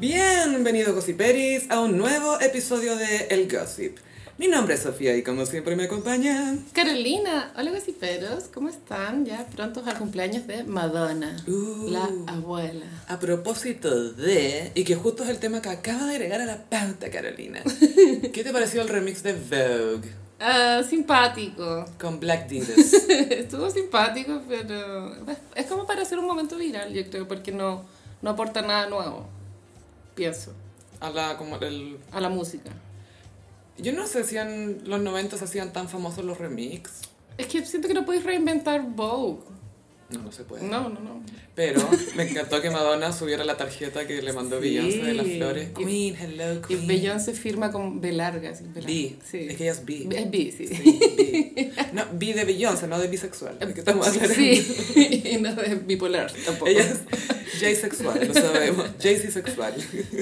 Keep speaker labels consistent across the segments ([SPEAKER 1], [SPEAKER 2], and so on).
[SPEAKER 1] Bienvenido Gossiperis a un nuevo episodio de El Gossip. Mi nombre es Sofía y como siempre me acompaña.
[SPEAKER 2] Carolina, hola gossiperos, ¿cómo están? Ya prontos al cumpleaños de Madonna,
[SPEAKER 1] Uh.
[SPEAKER 2] la abuela.
[SPEAKER 1] A propósito de, y que justo es el tema que acaba de agregar a la pauta, Carolina. ¿Qué te pareció el remix de Vogue
[SPEAKER 2] Ah, simpático,
[SPEAKER 1] con Black Didas?
[SPEAKER 2] estuvo simpático, pero es- es como para hacer un momento viral, yo creo, porque no, no aporta nada nuevo, pienso,
[SPEAKER 1] A la, como el...
[SPEAKER 2] a la música.
[SPEAKER 1] Yo no sé si en los 90 se hacían tan famosos los remix.
[SPEAKER 2] Es que siento que no podéis reinventar Vogue.
[SPEAKER 1] No, no se puede.
[SPEAKER 2] No, no, no.
[SPEAKER 1] Pero me encantó que Madonna subiera la tarjeta que le mandó
[SPEAKER 2] Sí.
[SPEAKER 1] Beyoncé de las flores.
[SPEAKER 2] Y-
[SPEAKER 1] Queen, hello,
[SPEAKER 2] Y
[SPEAKER 1] Queen.
[SPEAKER 2] Beyoncé firma con B larga, así, B larga.
[SPEAKER 1] B.
[SPEAKER 2] Sí.
[SPEAKER 1] Es que ella es B.
[SPEAKER 2] Es B, sí.
[SPEAKER 1] Sí, bi. No, bi de Beyoncé, no de bisexual. porque estamos aclarando.
[SPEAKER 2] Sí, y no es bipolar tampoco.
[SPEAKER 1] Ella es jaysexual, lo sabemos. Jay sexual.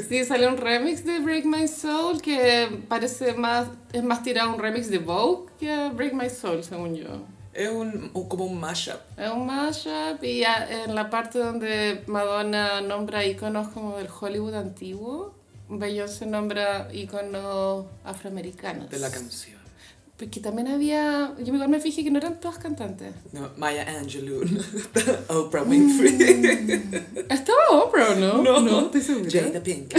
[SPEAKER 2] Sí, sale un remix de Break My Soul que parece más, es más tirado a un remix de Vogue que a Break My Soul, según yo.
[SPEAKER 1] Es un, un- como un mashup.
[SPEAKER 2] Es un mashup y a- en la parte donde Madonna nombra iconos como del Hollywood antiguo, Beyoncé nombra iconos afroamericanos.
[SPEAKER 1] De la canción.
[SPEAKER 2] Porque también había, yo igual me fijé que no eran todas cantantes.
[SPEAKER 1] No, Maya Angelou. Oprah Winfrey.
[SPEAKER 2] Estaba Oprah, Mm. ¿no?
[SPEAKER 1] No.
[SPEAKER 2] estoy segura.
[SPEAKER 1] Jay the Pink.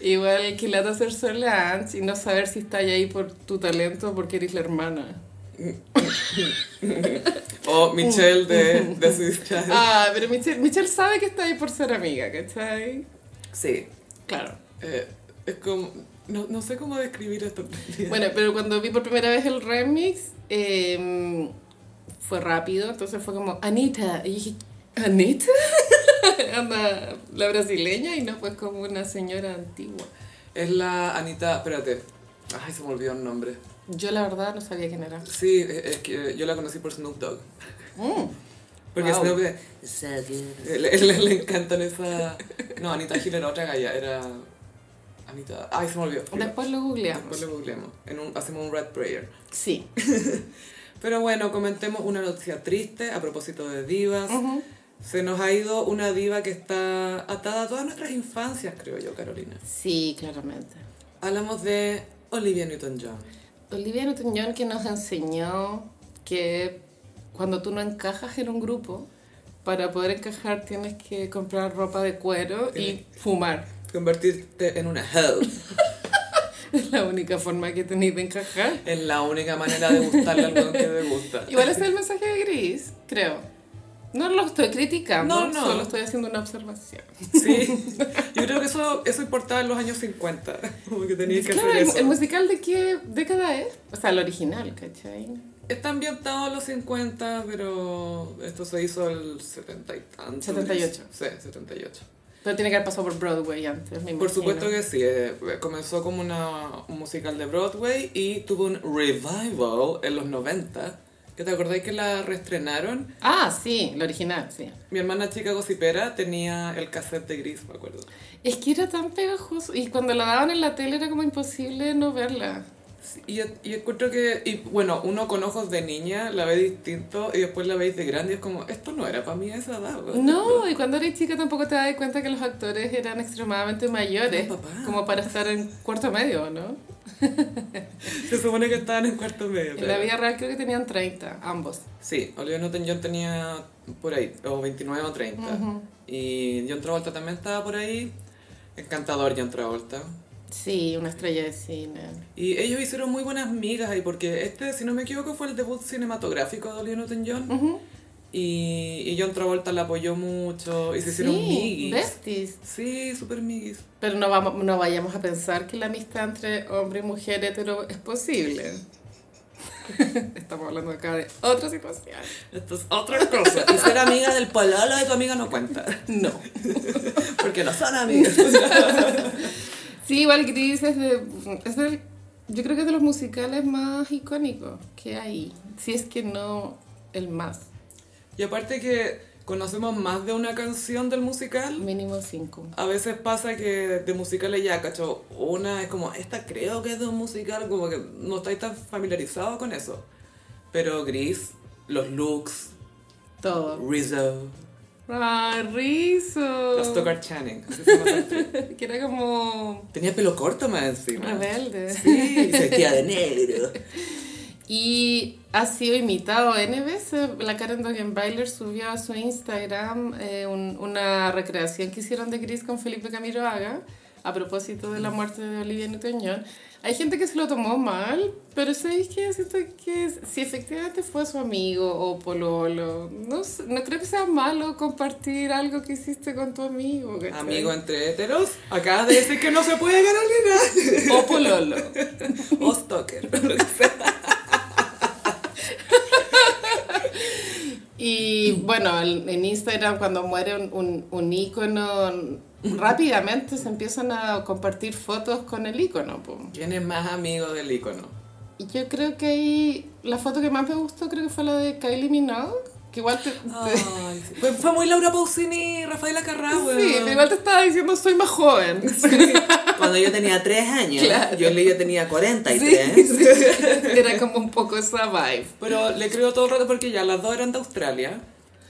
[SPEAKER 2] Igual que lata ser Solange y no saber si está ahí por tu talento o porque eres la hermana.
[SPEAKER 1] O Michelle de, de Swiss Child.
[SPEAKER 2] Ah, pero Michelle, Michelle sabe que está ahí por ser amiga, ¿cachai?
[SPEAKER 1] Sí.
[SPEAKER 2] Claro.
[SPEAKER 1] eh, es como. No, no sé cómo describir esto.
[SPEAKER 2] Bueno, pero cuando vi por primera vez el remix, eh, fue rápido, entonces fue como, Anita. Y dije, ¿Anita? Anda, la brasileña y no, pues como una señora antigua.
[SPEAKER 1] Es la Anita. Espérate. Ay, se me olvidó el nombre.
[SPEAKER 2] Yo la verdad no sabía quién era.
[SPEAKER 1] Sí, es es que yo la conocí por Snoop Dogg.
[SPEAKER 2] Mm.
[SPEAKER 1] Porque
[SPEAKER 2] Wow.
[SPEAKER 1] Snoop eh, le, le- le encantan esa... No, Anita Gil era otra galla, era... Anita... Ay, se me olvidó.
[SPEAKER 2] Después lo
[SPEAKER 1] Después
[SPEAKER 2] googleamos.
[SPEAKER 1] lo googleamos. En un- hacemos un red prayer.
[SPEAKER 2] Sí.
[SPEAKER 1] Pero bueno, comentemos una noticia triste a propósito de divas.
[SPEAKER 2] Ujú.
[SPEAKER 1] Se nos ha ido una diva que está atada a todas nuestras infancias, creo yo, Carolina.
[SPEAKER 2] Sí, claramente.
[SPEAKER 1] Hablamos de Olivia Newton-John.
[SPEAKER 2] Olivia Newton-John que nos enseñó que cuando tú no encajas en un grupo, para poder encajar tienes que comprar ropa de cuero y fumar.
[SPEAKER 1] Convertirte en una E hoe.
[SPEAKER 2] Es la única forma que tenéis de encajar.
[SPEAKER 1] Es la única manera de gustarle al weón que te gusta.
[SPEAKER 2] Igual ese es el mensaje de Gris, creo. No lo estoy criticando,
[SPEAKER 1] No, no.
[SPEAKER 2] solo estoy haciendo una observación.
[SPEAKER 1] Sí, yo creo que eso, eso importaba en los años 50, como que tenías que
[SPEAKER 2] Claro,
[SPEAKER 1] hacer
[SPEAKER 2] el,
[SPEAKER 1] eso.
[SPEAKER 2] el musical de qué década es? O sea, el original, ¿cachai?
[SPEAKER 1] Está ambientado en los 50, pero esto se hizo el 70 y tanto.
[SPEAKER 2] 78.
[SPEAKER 1] Sí, 78.
[SPEAKER 2] Pero tiene que haber pasado por Broadway antes, me
[SPEAKER 1] Por
[SPEAKER 2] imagino.
[SPEAKER 1] supuesto que sí, eh, comenzó como una, un musical de Broadway y tuvo un revival en los 90, que te acordáis que la reestrenaron.
[SPEAKER 2] Ah, sí, el original, sí.
[SPEAKER 1] Mi hermana chica gocipera tenía el cassette de Gris, me acuerdo.
[SPEAKER 2] Es que era tan pegajoso y cuando la daban en la tele era como imposible no verla.
[SPEAKER 1] Sí, Y, y encuentro que, y bueno, uno con ojos de niña la ve distinto y después la veis de grande y es como, esto no era para mí a esa edad. weón".
[SPEAKER 2] No, y cuando eres chica tampoco te das cuenta que los actores eran extremadamente mayores,
[SPEAKER 1] Ay, papá.
[SPEAKER 2] como para estar en cuarto medio, ¿no?
[SPEAKER 1] Se supone que estaban en cuarto medio.
[SPEAKER 2] En
[SPEAKER 1] pero-
[SPEAKER 2] la vida real creo que tenían 30, ambos.
[SPEAKER 1] Sí, Olivia Newton-John tenía por ahí, o 29 o 30.
[SPEAKER 2] Ujú.
[SPEAKER 1] Y John Travolta también estaba por ahí. Encantador John Travolta.
[SPEAKER 2] Sí, una estrella de cine.
[SPEAKER 1] Y ellos hicieron muy buenas migas ahí, porque este, si no me equivoco, fue el debut cinematográfico de Olivia Newton-John.
[SPEAKER 2] Ujú.
[SPEAKER 1] y, y John Travolta la apoyó mucho y se hicieron
[SPEAKER 2] sí,
[SPEAKER 1] migis.
[SPEAKER 2] besties.
[SPEAKER 1] Sí, super migis.
[SPEAKER 2] Pero no, vamos, no vayamos a pensar que la amistad entre hombre y mujer hetero es posible. Estamos hablando acá de otra situación.
[SPEAKER 1] Esto es otra cosa. Y ser amiga del pololo de tu amiga no cuenta.
[SPEAKER 2] No.
[SPEAKER 1] Porque no son amigas.
[SPEAKER 2] Sí, igual Gris es de, es del- Yo creo que es de los musicales más icónicos que hay. Si es que no el más.
[SPEAKER 1] Y aparte que conocemos más de una canción del musical.
[SPEAKER 2] Mínimo cinco.
[SPEAKER 1] A veces pasa que de musicales ya, cacho, una es como, esta creo que es de un musical, como que no estáis tan familiarizados con eso. Pero Gris, los looks,
[SPEAKER 2] Todo.
[SPEAKER 1] Rizzo,
[SPEAKER 2] Ah, Rizzo.
[SPEAKER 1] La Stoker Channing. así se llama esa actriz.
[SPEAKER 2] Que era como
[SPEAKER 1] Tenía pelo corto más encima.
[SPEAKER 2] rebelde.
[SPEAKER 1] Sí, y se vestía de negro.
[SPEAKER 2] Y ha sido imitado N veces. La Karen Dogenbailer subió a su Instagram eh, un- una recreación que hicieron de Chris con Felipe Camiroaga a propósito de la muerte de Olivia Newton-John. Hay gente que se lo tomó mal, pero ¿sabéis qué? Siento que si efectivamente fue su amigo o pololo, no, sé, no creo que sea malo compartir algo que hiciste con tu amigo. ¿cachai?
[SPEAKER 1] Amigo entre heteros, acabas de decir que no se puede, Carolina.
[SPEAKER 2] O pololo.
[SPEAKER 1] O Stoker.
[SPEAKER 2] Y bueno, el- en Instagram cuando muere un, un, un ícono, rápidamente se empiezan a compartir fotos con el ícono. po.
[SPEAKER 1] ¿Quién es más amigo del icono?
[SPEAKER 2] Y yo creo que ahí la foto que más me gustó creo que fue la de Kylie Minogue, que igual te... te-
[SPEAKER 1] Ah, Fue, fue muy Laura Pausini y Rafaela Carrá, weón.
[SPEAKER 2] Sí, pero igual te estaba diciendo soy más joven.
[SPEAKER 1] Cuando yo tenía 3 años,
[SPEAKER 2] Claro.
[SPEAKER 1] yo leí yo tenía 43.
[SPEAKER 2] Sí, sí. Era como un poco esa vibe.
[SPEAKER 1] Pero le creo todo el rato porque ya las dos eran de Australia.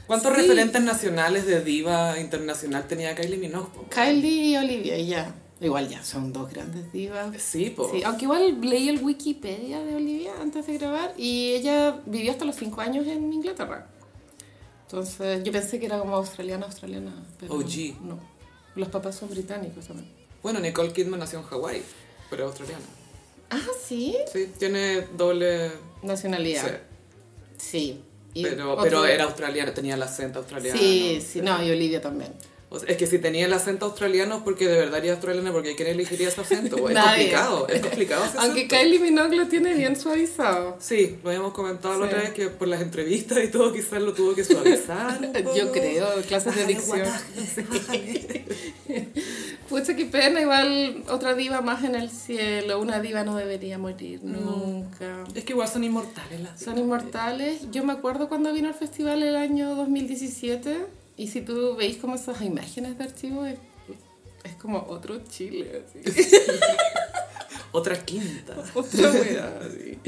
[SPEAKER 1] ¿Cuántos
[SPEAKER 2] Sí.
[SPEAKER 1] referentes nacionales de diva internacional tenía Kylie Minogue? po?
[SPEAKER 2] Kylie y Olivia, y ya. Igual ya son dos grandes divas.
[SPEAKER 1] Sí, po.
[SPEAKER 2] Sí, aunque igual leí el Wikipedia de Olivia antes de grabar y ella vivió hasta los 5 años en Inglaterra. Entonces yo pensé que era como australiana, australiana, pero
[SPEAKER 1] OG.
[SPEAKER 2] no. Los papás son británicos también.
[SPEAKER 1] Bueno, Nicole Kidman nació en Hawái, pero es australiana.
[SPEAKER 2] Ah, sí.
[SPEAKER 1] Sí, tiene doble...
[SPEAKER 2] Nacionalidad. Sí. Y
[SPEAKER 1] Pero,
[SPEAKER 2] otro-
[SPEAKER 1] pero era australiana, tenía el acento australiano.
[SPEAKER 2] Sí, sí, no, y Olivia también.
[SPEAKER 1] O sea, es que si tenía el acento australiano es porque de verdad era australiana, porque ¿quién elegiría ese acento? güey? Es
[SPEAKER 2] Nadie.
[SPEAKER 1] complicado, es complicado ese
[SPEAKER 2] Aunque
[SPEAKER 1] acento.
[SPEAKER 2] Kylie Minogue lo tiene bien suavizado.
[SPEAKER 1] Sí, lo habíamos comentado la
[SPEAKER 2] Sí.
[SPEAKER 1] otra vez que por las entrevistas y todo quizás lo tuvo que suavizar. un
[SPEAKER 2] Yo
[SPEAKER 1] poco.
[SPEAKER 2] creo, clases
[SPEAKER 1] Bájale,
[SPEAKER 2] de dicción.
[SPEAKER 1] guataje, bájale.
[SPEAKER 2] Pucha, qué pena, igual otra diva más en el cielo. Una diva no debería morir nunca.
[SPEAKER 1] Es que igual son inmortales las
[SPEAKER 2] Son inmortales. Yo me acuerdo cuando vino al festival el año 2017 y si tú veis como esas imágenes de archivo es, es como otro Chile, así.
[SPEAKER 1] Otra quinta.
[SPEAKER 2] otra weá, así.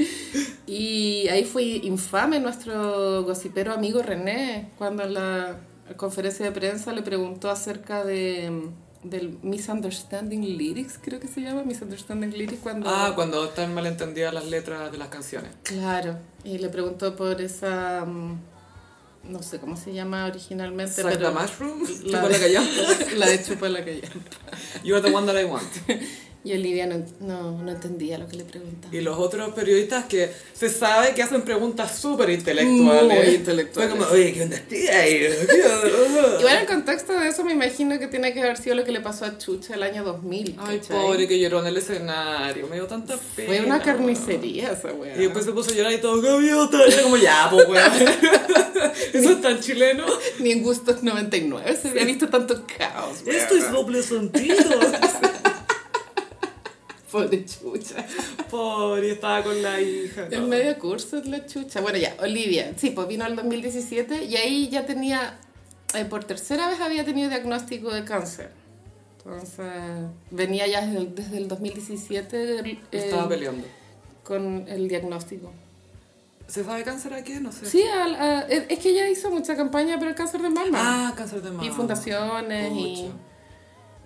[SPEAKER 2] Y ahí fue infame nuestro gocipero amigo René cuando en la conferencia de prensa le preguntó acerca de mm, del misunderstanding lyrics, creo que se llama, misunderstanding lyrics cuando
[SPEAKER 1] Ah, cuando están malentendidas las letras de las canciones.
[SPEAKER 2] Claro, y le preguntó por esa, mm, no sé cómo se llama originalmente,
[SPEAKER 1] Suck the
[SPEAKER 2] pero
[SPEAKER 1] mushroom,
[SPEAKER 2] la,
[SPEAKER 1] chupa la callampa.
[SPEAKER 2] la de Chupa la Callampa.
[SPEAKER 1] You're the one that I want.
[SPEAKER 2] Y Olivia no, no, no entendía lo que le preguntaba.
[SPEAKER 1] Y los otros periodistas que se sabe que hacen preguntas súper
[SPEAKER 2] Muy
[SPEAKER 1] intelectuales.
[SPEAKER 2] intelectuales.
[SPEAKER 1] Fue como, oye, ¿qué onda este tía? Y-
[SPEAKER 2] Y bueno, en contexto de eso me imagino que tiene que haber sido lo que le pasó a Chucha el año 2000.
[SPEAKER 1] Ay,
[SPEAKER 2] ¿cachai?
[SPEAKER 1] pobre, que lloró en el escenario. Me dio tanta pena.
[SPEAKER 2] Fue una
[SPEAKER 1] weón.
[SPEAKER 2] carnicería esa weá.
[SPEAKER 1] Y pues- después se puso a llorar y todo, gaviota. Y era como, ya, pues, weón. Eso es tan chileno.
[SPEAKER 2] Ni en Gustos 99 se había visto tanto caos. weá.
[SPEAKER 1] doble sentido.
[SPEAKER 2] Pobre Chucha.
[SPEAKER 1] Pobre, estaba con la hija.
[SPEAKER 2] El
[SPEAKER 1] no.
[SPEAKER 2] medio curso es la chucha. Bueno, ya, Olivia, sí, pues vino al 2017 y ahí ya tenía, eh, por tercera vez había tenido diagnóstico de cáncer. Entonces, venía ya desde, el- desde el 2017 el-
[SPEAKER 1] Estaba
[SPEAKER 2] el-
[SPEAKER 1] peleando.
[SPEAKER 2] eh, con el diagnóstico.
[SPEAKER 1] ¿Se sabe cáncer aquí? No sé.
[SPEAKER 2] Sí, al- a- es es que ella hizo mucha campaña por el cáncer de mama.
[SPEAKER 1] Ah, cáncer de mama.
[SPEAKER 2] y fundaciones y,
[SPEAKER 1] Pucha.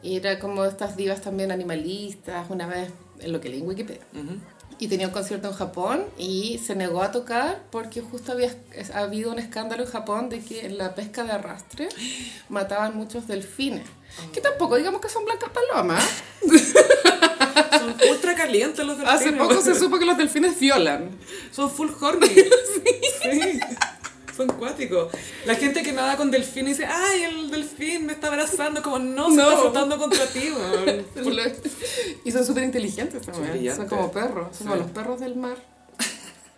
[SPEAKER 2] y era como estas divas también animalistas, una vez, en lo que leí en Wikipedia.
[SPEAKER 1] Ujú.
[SPEAKER 2] Y tenía un concierto en Japón y se negó a tocar porque justo había es- ha habido un escándalo en Japón de que en la pesca de arrastre mataban muchos delfines. Que tampoco digamos que son blancas palomas.
[SPEAKER 1] Son ultra calientes los delfines.
[SPEAKER 2] Hace poco se supo que los delfines violan.
[SPEAKER 1] Son full horny. Sí. Son cuáticos. La gente que nada con delfín y dice, ay, el delfín me está abrazando, como no, se
[SPEAKER 2] No.
[SPEAKER 1] está flotando contra ti. weón".
[SPEAKER 2] Lo- Y son súper inteligentes también. Son
[SPEAKER 1] brillantes.
[SPEAKER 2] como perros. Son como
[SPEAKER 1] Sí.
[SPEAKER 2] los perros del mar.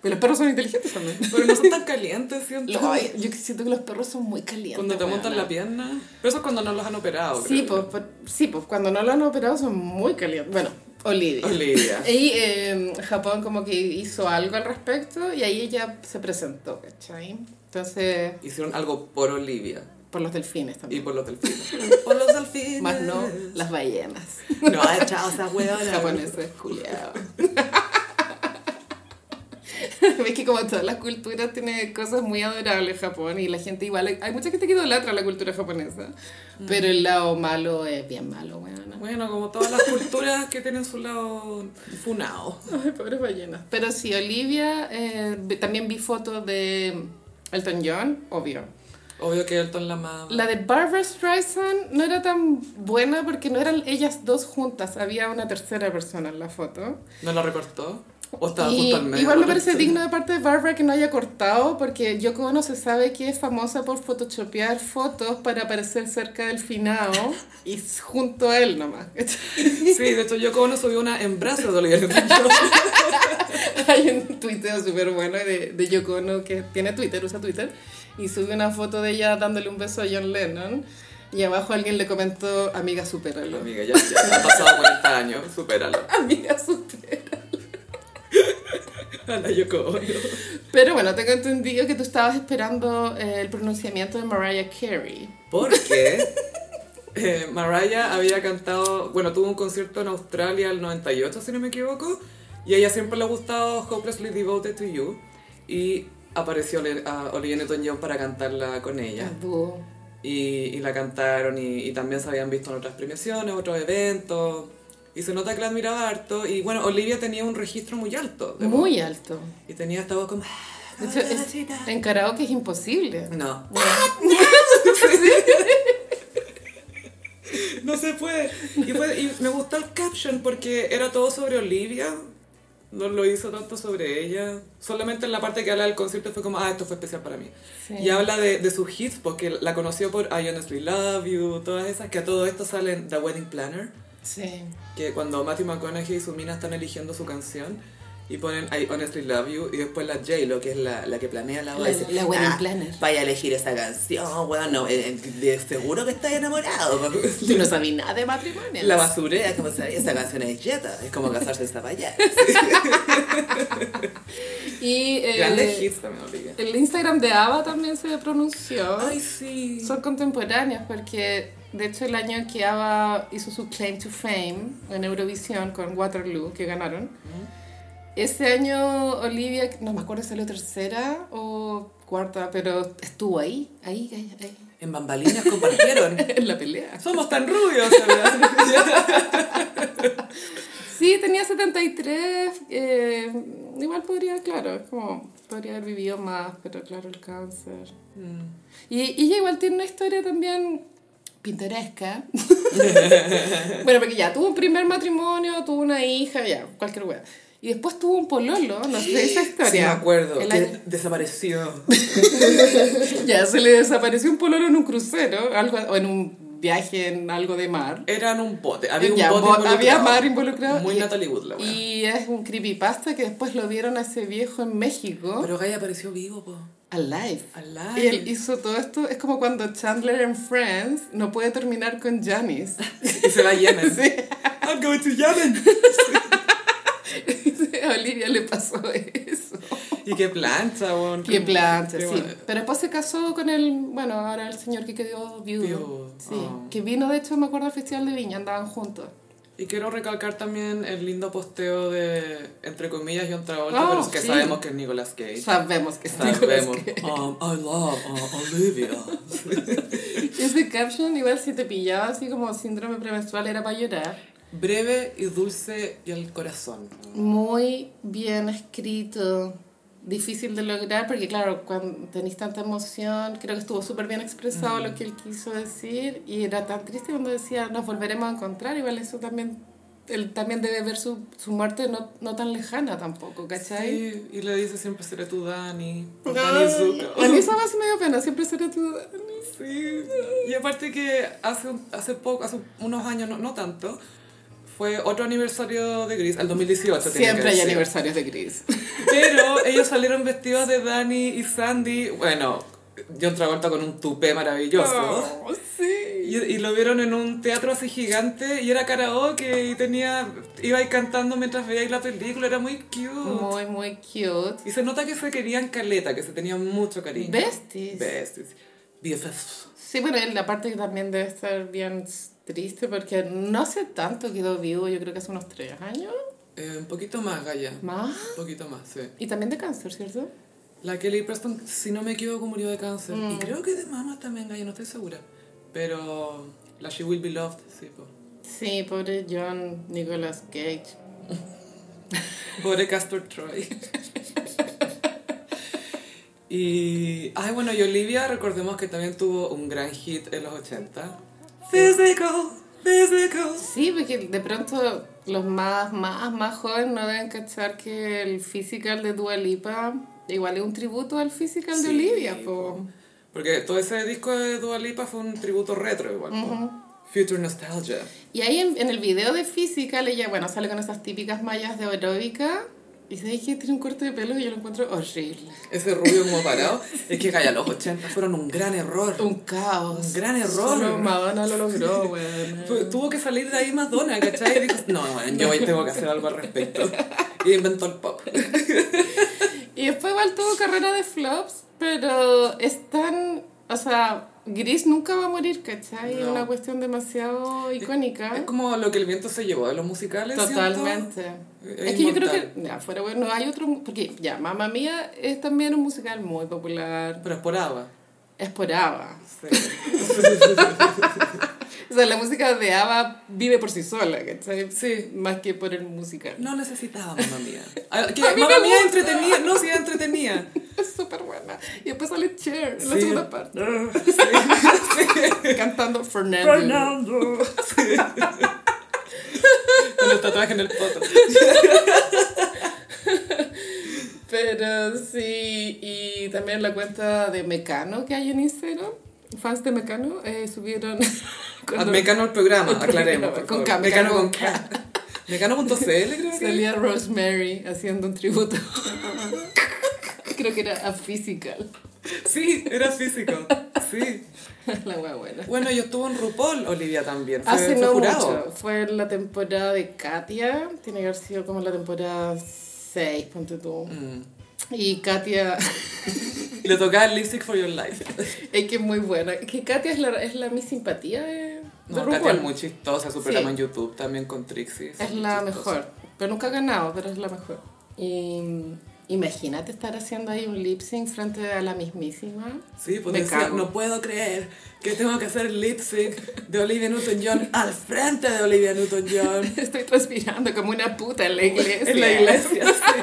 [SPEAKER 2] Pero los perros son inteligentes también.
[SPEAKER 1] Pero no son tan calientes, siento.
[SPEAKER 2] Lo- ay, yo siento que los perros son muy calientes.
[SPEAKER 1] Cuando te montan
[SPEAKER 2] weona.
[SPEAKER 1] la pierna. Pero eso es cuando no los han operado.
[SPEAKER 2] Sí,
[SPEAKER 1] creo.
[SPEAKER 2] pues, pues, sí, pues cuando no lo han operado son muy calientes. Bueno, Olivia.
[SPEAKER 1] Olivia.
[SPEAKER 2] Y eh, Japón como que hizo algo al respecto y ahí ella se presentó, ¿cachai? Entonces,
[SPEAKER 1] Hicieron algo por Olivia
[SPEAKER 2] por los delfines
[SPEAKER 1] y
[SPEAKER 2] también.
[SPEAKER 1] por los delfines. por los delfines.
[SPEAKER 2] Más no las ballenas
[SPEAKER 1] No,
[SPEAKER 2] ah,
[SPEAKER 1] chao, esa hueona.
[SPEAKER 2] japonesas, culiao. Ves que como todas las culturas tiene cosas muy adorables Japón y la gente igual, hay mucha gente que idolatra la cultura japonesa, pero el lado malo es bien malo, weona.
[SPEAKER 1] Bueno, como todas las culturas que tienen su lado funado.
[SPEAKER 2] Ay, pobres ballenas. Pero sí, Olivia, eh, vi- también vi fotos de Elton John, obvio.
[SPEAKER 1] Obvio que Elton la amaba.
[SPEAKER 2] La de Barbara Streisand no era tan buena porque no eran ellas dos juntas, había una tercera persona en la foto.
[SPEAKER 1] ¿No la recortó? ¿O estaba
[SPEAKER 2] Y
[SPEAKER 1] justo al medio?
[SPEAKER 2] igual me
[SPEAKER 1] No
[SPEAKER 2] parece
[SPEAKER 1] sé.
[SPEAKER 2] digno de parte de Barbara que no haya cortado, porque Yoko Ono se sabe que es famosa por photoshopear fotos para aparecer cerca del finado y s- junto a él nomás.
[SPEAKER 1] Sí, de hecho, yo como no subió una en brazos de Olivia Newton-John.
[SPEAKER 2] Hay un tuiteo súper bueno de, de Yoko Ono que tiene Twitter, usa Twitter, y sube una foto de ella dándole un beso a John Lennon. Y abajo alguien le comentó, amiga, supéralo.
[SPEAKER 1] Amiga, ya, ya han pasado 40 años, supéralo.
[SPEAKER 2] Amiga, supéralo.
[SPEAKER 1] A la Yoko Ono.
[SPEAKER 2] Pero bueno, tengo entendido que tú estabas esperando eh, el pronunciamiento de Mariah Carey.
[SPEAKER 1] Porque eh, Mariah había cantado, bueno, tuvo un concierto en Australia el 98, si no me equivoco, y a ella siempre le ha gustado Hopelessly Devoted to You, y apareció Ole- a Olivia Newton-John para cantarla con ella.
[SPEAKER 2] Dúo.
[SPEAKER 1] Y, y la cantaron y, y también se habían visto en otras premiaciones, otros eventos. Y se nota que la admiraba harto. Y bueno, Olivia tenía un registro muy alto. de voz.
[SPEAKER 2] Muy alto.
[SPEAKER 1] Y tenía esta voz como... "Ah,
[SPEAKER 2] De hecho, es- eh, en karaoke es imposible.
[SPEAKER 1] No,
[SPEAKER 2] Sí.
[SPEAKER 1] no se puede. Y, fue- y me gustó el caption porque era todo sobre Olivia. No lo hizo tanto sobre ella. Solamente en la parte que habla del concierto fue como, ah, esto fue especial para mí.
[SPEAKER 2] Sí.
[SPEAKER 1] Y habla de, de sus hits, porque la conoció por I Honestly Love You, todas esas, que a todo esto salen The Wedding Planner.
[SPEAKER 2] Sí.
[SPEAKER 1] que cuando Matthew McConaughey y su mina están eligiendo su canción y ponen I Honestly Love You y después la J, lo que es la, la que planea la boda,
[SPEAKER 2] La-
[SPEAKER 1] dice, "Ah,
[SPEAKER 2] la wedding planner".
[SPEAKER 1] Vaya a elegir esa canción, bueno, eh, de seguro que estás enamorado.
[SPEAKER 2] Tú no sabes nada de matrimonio.
[SPEAKER 1] La basurea, como sabía, esa canción es yeta, es como casarse esta payas.
[SPEAKER 2] Y eh,
[SPEAKER 1] Grandes hits también, Olivia.
[SPEAKER 2] el Instagram de Ava también se pronunció.
[SPEAKER 1] Ay, sí.
[SPEAKER 2] Son contemporáneos porque, de hecho, el año que Ava hizo su claim to fame en Eurovisión con Waterloo, que ganaron, ese año Olivia, no me acuerdo si salió tercera o cuarta, pero estuvo ahí, ahí, ahí, ahí,
[SPEAKER 1] En bambalinas compartieron.
[SPEAKER 2] en la pelea.
[SPEAKER 1] Somos tan rubios, ¿verdad?
[SPEAKER 2] Sí, tenía 73. eh, igual podría, claro, como podría haber vivido más, pero claro, el cáncer.
[SPEAKER 1] Mm.
[SPEAKER 2] Y, y ella igual tiene una historia también pintoresca. bueno, porque ya tuvo un primer matrimonio, tuvo una hija, ya, cualquier wea. Y después tuvo un pololo, no sé esa historia.
[SPEAKER 1] Sí, me acuerdo.
[SPEAKER 2] El
[SPEAKER 1] que
[SPEAKER 2] año-
[SPEAKER 1] Desapareció.
[SPEAKER 2] ya se le desapareció un pololo en un crucero, algo, o en un viaje en algo de mar.
[SPEAKER 1] Eran un bote. Había un
[SPEAKER 2] Ya,
[SPEAKER 1] bote
[SPEAKER 2] bo-
[SPEAKER 1] involucrado.
[SPEAKER 2] había mar involucrado.
[SPEAKER 1] Muy
[SPEAKER 2] Y-
[SPEAKER 1] Natalie Wood, la wea.
[SPEAKER 2] Y es un creepypasta que después lo dieron a ese viejo en México.
[SPEAKER 1] Pero Gaia apareció vivo, po.
[SPEAKER 2] Alive.
[SPEAKER 1] Alive.
[SPEAKER 2] Y él hizo todo esto. Es como cuando Chandler en Friends no puede terminar con Janice.
[SPEAKER 1] Y se Ah, va a Yemen.
[SPEAKER 2] Sí.
[SPEAKER 1] I'm going to Yemen.
[SPEAKER 2] A Olivia le pasó eso.
[SPEAKER 1] Y qué plancha, weón.
[SPEAKER 2] Qué plancha,
[SPEAKER 1] qué
[SPEAKER 2] sí.
[SPEAKER 1] bueno.
[SPEAKER 2] Pero después se casó con el, bueno, ahora el señor que quedó viudo.
[SPEAKER 1] Viudo,
[SPEAKER 2] Sí.
[SPEAKER 1] ah.
[SPEAKER 2] Que vino, de hecho, me acuerdo al Festival de Viña, andaban juntos.
[SPEAKER 1] Y quiero recalcar también el lindo posteo de, entre comillas, John Travolta,
[SPEAKER 2] Ah,
[SPEAKER 1] pero es que
[SPEAKER 2] sí.
[SPEAKER 1] sabemos que es Nicolas Cage.
[SPEAKER 2] Sabemos que está
[SPEAKER 1] Sabemos. Um, I love uh, Olivia.
[SPEAKER 2] Ese caption, igual si te pillaba así como síndrome premenstrual, era para llorar.
[SPEAKER 1] Breve y dulce y al corazón.
[SPEAKER 2] Muy bien escrito, difícil de lograr, porque claro, cuando tenéis tanta emoción, creo que estuvo súper bien expresado
[SPEAKER 1] Mm.
[SPEAKER 2] lo que él quiso decir, y era tan triste cuando decía, nos volveremos a encontrar, igual eso también, él también debe ver su, su muerte no, no tan lejana tampoco, ¿cachai? Ah.
[SPEAKER 1] Sí, y le dice siempre seré tu Dani. o Dani
[SPEAKER 2] Ay,
[SPEAKER 1] Zuko.
[SPEAKER 2] A mí esa más me dio pena, siempre será tu Dani.
[SPEAKER 1] Sí. Y aparte que hace, un- hace poco, hace unos años, no, no tanto, fue otro aniversario de Gris, el 2018. tiene
[SPEAKER 2] Siempre
[SPEAKER 1] que
[SPEAKER 2] hay
[SPEAKER 1] decir.
[SPEAKER 2] aniversarios de Chris.
[SPEAKER 1] Pero ellos salieron vestidos de Dani y Sandy. Bueno, John Travolta con un tupé maravilloso.
[SPEAKER 2] Oh, sí.
[SPEAKER 1] Y, y lo vieron en un teatro así gigante y era karaoke y tenía, iba ahí cantando mientras veía la película, era muy cute.
[SPEAKER 2] Muy, muy cute.
[SPEAKER 1] Y se nota que se querían caleta, que se tenían mucho cariño.
[SPEAKER 2] Besties.
[SPEAKER 1] Besties. BFFs.
[SPEAKER 2] Sí, pero en la parte que también debe estar bien triste porque no hace tanto quedó vivo, yo creo que hace unos tres años.
[SPEAKER 1] Eh, un poquito más, Gaya.
[SPEAKER 2] ¿Más?
[SPEAKER 1] Un poquito más, sí.
[SPEAKER 2] Y también de cáncer, ¿cierto?
[SPEAKER 1] La Kelly Preston, si no me equivoco, murió de cáncer.
[SPEAKER 2] Mm.
[SPEAKER 1] Y creo que de mama también, Gaya, no estoy segura. Pero la She Will Be Loved, sí, po.
[SPEAKER 2] Sí, pobre John Nicolas Cage.
[SPEAKER 1] Pobre Castor Troy. Y. Ay, bueno, y Olivia, recordemos que también tuvo un gran hit en los 80. Physical, physical.
[SPEAKER 2] Sí, porque de pronto los más, más, más jóvenes no deben cachar que el physical de Dua Lipa igual es un tributo al physical de
[SPEAKER 1] Sí,
[SPEAKER 2] Olivia,
[SPEAKER 1] po.
[SPEAKER 2] po.
[SPEAKER 1] Porque todo ese disco de Dua Lipa fue un tributo retro, igual. po. Future Nostalgia.
[SPEAKER 2] Y ahí en, en el video de physical ella, bueno, sale con esas típicas mallas de aeróbica y se que tiene un corte de pelo que yo lo encuentro horrible.
[SPEAKER 1] Ese rubio como parado. es que, calla, los 80 fueron un gran error.
[SPEAKER 2] Un caos.
[SPEAKER 1] Un gran error.
[SPEAKER 2] Solo Madonna lo logró, weón.
[SPEAKER 1] Tu- Tuvo que salir de ahí Madonna, ¿cachai? Y dijo, no, bueno, yo hoy tengo que hacer algo al respecto. Y inventó el pop.
[SPEAKER 2] Y después igual tuvo carrera de flops, pero es tan... O sea, Gris nunca va a morir, ¿cachai? Es
[SPEAKER 1] No.
[SPEAKER 2] una cuestión demasiado icónica.
[SPEAKER 1] Es como lo que el viento se llevó de los musicales. siento.
[SPEAKER 2] Totalmente.
[SPEAKER 1] Es
[SPEAKER 2] Es, que yo creo
[SPEAKER 1] inmortal.
[SPEAKER 2] que... Ya, fuera bueno, hay otro... Porque ya, Mamma Mía es también un musical muy popular.
[SPEAKER 1] Pero es por ABBA.
[SPEAKER 2] Es por ABBA.
[SPEAKER 1] Sí.
[SPEAKER 2] O sea, la música de ABBA vive por sí sola, ¿cachai?
[SPEAKER 1] Sí.
[SPEAKER 2] Más que por el musical.
[SPEAKER 1] No necesitaba mamá mía. Ah, Que
[SPEAKER 2] A mí me
[SPEAKER 1] mamá mía
[SPEAKER 2] gusta.
[SPEAKER 1] entretenía. No, sí, entretenía.
[SPEAKER 2] Es súper buena. Y después sale Cher en la
[SPEAKER 1] Sí.
[SPEAKER 2] segunda parte. Cantando Fernando.
[SPEAKER 1] Fernando. Sí. Con el tatuaje en el poto.
[SPEAKER 2] Pero sí, y también la cuenta de Mecano que hay en Instagram, fans de Mecano, eh, subieron...
[SPEAKER 1] Ah,
[SPEAKER 2] cuando
[SPEAKER 1] Mecano el programa,
[SPEAKER 2] El programa,
[SPEAKER 1] aclaremos. por favor.
[SPEAKER 2] con K,
[SPEAKER 1] Mecano
[SPEAKER 2] Mecano
[SPEAKER 1] con K. Mecano.cl creo que.
[SPEAKER 2] Salía Rosemary haciendo un tributo. Creo que era a Physical.
[SPEAKER 1] Sí, era físico. Sí.
[SPEAKER 2] La wea buena.
[SPEAKER 1] Bueno, yo estuve en RuPaul, Olivia también. Fue,
[SPEAKER 2] Hace
[SPEAKER 1] fue
[SPEAKER 2] Ah, no
[SPEAKER 1] jurado.
[SPEAKER 2] mucho. Fue en la temporada de Katia. Tiene que haber sido como la temporada 6, ponte tú.
[SPEAKER 1] Mm.
[SPEAKER 2] Y Katia...
[SPEAKER 1] Le tocaba Lipstick for Your Life.
[SPEAKER 2] Es que es muy buena. Es Que Katia es la, es la mi simpatía de, de
[SPEAKER 1] No,
[SPEAKER 2] RuPaul.
[SPEAKER 1] Katia es muy chistosa, su programa
[SPEAKER 2] Sí.
[SPEAKER 1] en YouTube también con Trixie. son
[SPEAKER 2] Es la
[SPEAKER 1] muy chistosas.
[SPEAKER 2] mejor. Pero nunca ha ganado, pero es la mejor. Y mm, imagínate estar haciendo ahí un lip sync frente a la mismísima.
[SPEAKER 1] Sí, pues
[SPEAKER 2] Me
[SPEAKER 1] decía,
[SPEAKER 2] cago.
[SPEAKER 1] no puedo creer que tengo que hacer lip sync de Olivia Newton-John al frente de Olivia Newton-John
[SPEAKER 2] Estoy transpirando como una puta en la iglesia.
[SPEAKER 1] en la iglesia. sí.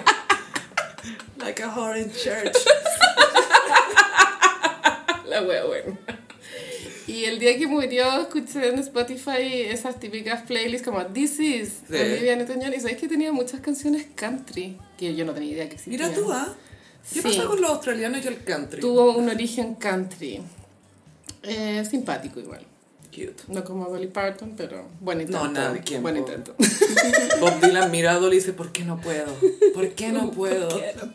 [SPEAKER 1] Like a whore in church.
[SPEAKER 2] La wea buena. Y el día que murió escuché en Spotify esas típicas playlists como This Is
[SPEAKER 1] Sí.
[SPEAKER 2] Olivia Newton-John y sabéis que tenía muchas canciones country que yo no tenía idea que existían.
[SPEAKER 1] Mira tú, ¿ah? ¿Qué
[SPEAKER 2] Sí.
[SPEAKER 1] pasa con los australianos y el country?
[SPEAKER 2] Tuvo un origen country. Eh, simpático igual.
[SPEAKER 1] Cute.
[SPEAKER 2] No como Dolly Parton, pero buen intento.
[SPEAKER 1] No, nada, ¿quién
[SPEAKER 2] Buen
[SPEAKER 1] puede?
[SPEAKER 2] intento.
[SPEAKER 1] Bob Dylan mira a Dolly y dice, ¿por qué no puedo? ¿Por qué no puedo?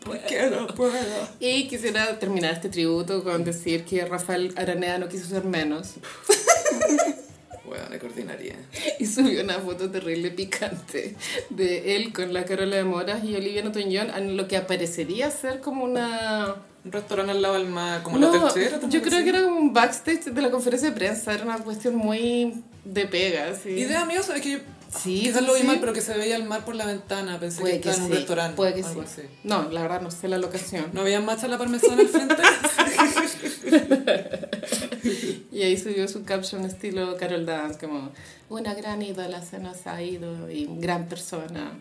[SPEAKER 1] ¿Por qué no puedo?
[SPEAKER 2] Y quisiera terminar este tributo con decir que Rafael Araneda no quiso ser menos
[SPEAKER 1] Bueno, le coordinaría.
[SPEAKER 2] y subió una foto terrible picante de él con la Carola de Moras y Olivia Newton-John en lo que aparecería ser como una...
[SPEAKER 1] Un restaurante al lado del mar, como
[SPEAKER 2] No,
[SPEAKER 1] el Hotel Chera,
[SPEAKER 2] yo creo que era como un backstage de la conferencia de prensa, era una cuestión muy de pegas.
[SPEAKER 1] Y de amigos, es que yo
[SPEAKER 2] Sí,
[SPEAKER 1] quizás
[SPEAKER 2] sí,
[SPEAKER 1] lo vi
[SPEAKER 2] sí.
[SPEAKER 1] mal, pero que se veía el mar por la ventana. Pensé
[SPEAKER 2] Puede
[SPEAKER 1] que
[SPEAKER 2] que
[SPEAKER 1] estaba en un
[SPEAKER 2] sí,
[SPEAKER 1] restaurante.
[SPEAKER 2] puede que
[SPEAKER 1] algo
[SPEAKER 2] sí.
[SPEAKER 1] así.
[SPEAKER 2] No, la verdad no sé la locación.
[SPEAKER 1] ¿No había macha la parmesana al frente?
[SPEAKER 2] Y ahí subió su caption estilo Carol Dance, como una gran ídola se nos ha ido y gran persona,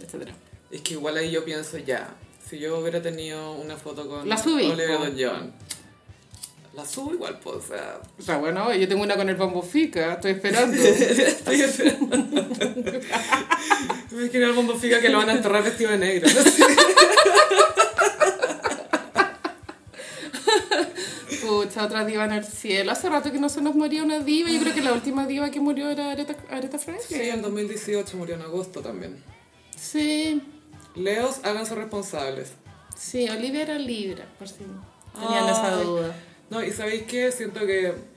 [SPEAKER 2] etc.
[SPEAKER 1] es que igual ahí yo pienso ya. Si yo hubiera tenido una foto con
[SPEAKER 2] La subí,
[SPEAKER 1] Olivia
[SPEAKER 2] po.
[SPEAKER 1] Don John. La subo igual, pues, o sea.
[SPEAKER 2] O sea, bueno, yo tengo una con el Bombo Fica, estoy esperando.
[SPEAKER 1] Estoy esperando. Me imagino al mundo fica que lo van a enterrar vestido de negro.
[SPEAKER 2] Pucha, otra diva en el cielo. Hace rato que no se nos moría una diva. Yo creo que la última diva que murió era Aretha, Aretha
[SPEAKER 1] Sí,
[SPEAKER 2] Franklin.
[SPEAKER 1] en 2018 murió en agosto también.
[SPEAKER 2] Sí,
[SPEAKER 1] Leos, háganse responsables.
[SPEAKER 2] sí, Olivia era Libra, por si tenían esa
[SPEAKER 1] Ay.
[SPEAKER 2] duda.
[SPEAKER 1] No, y sabéis que siento que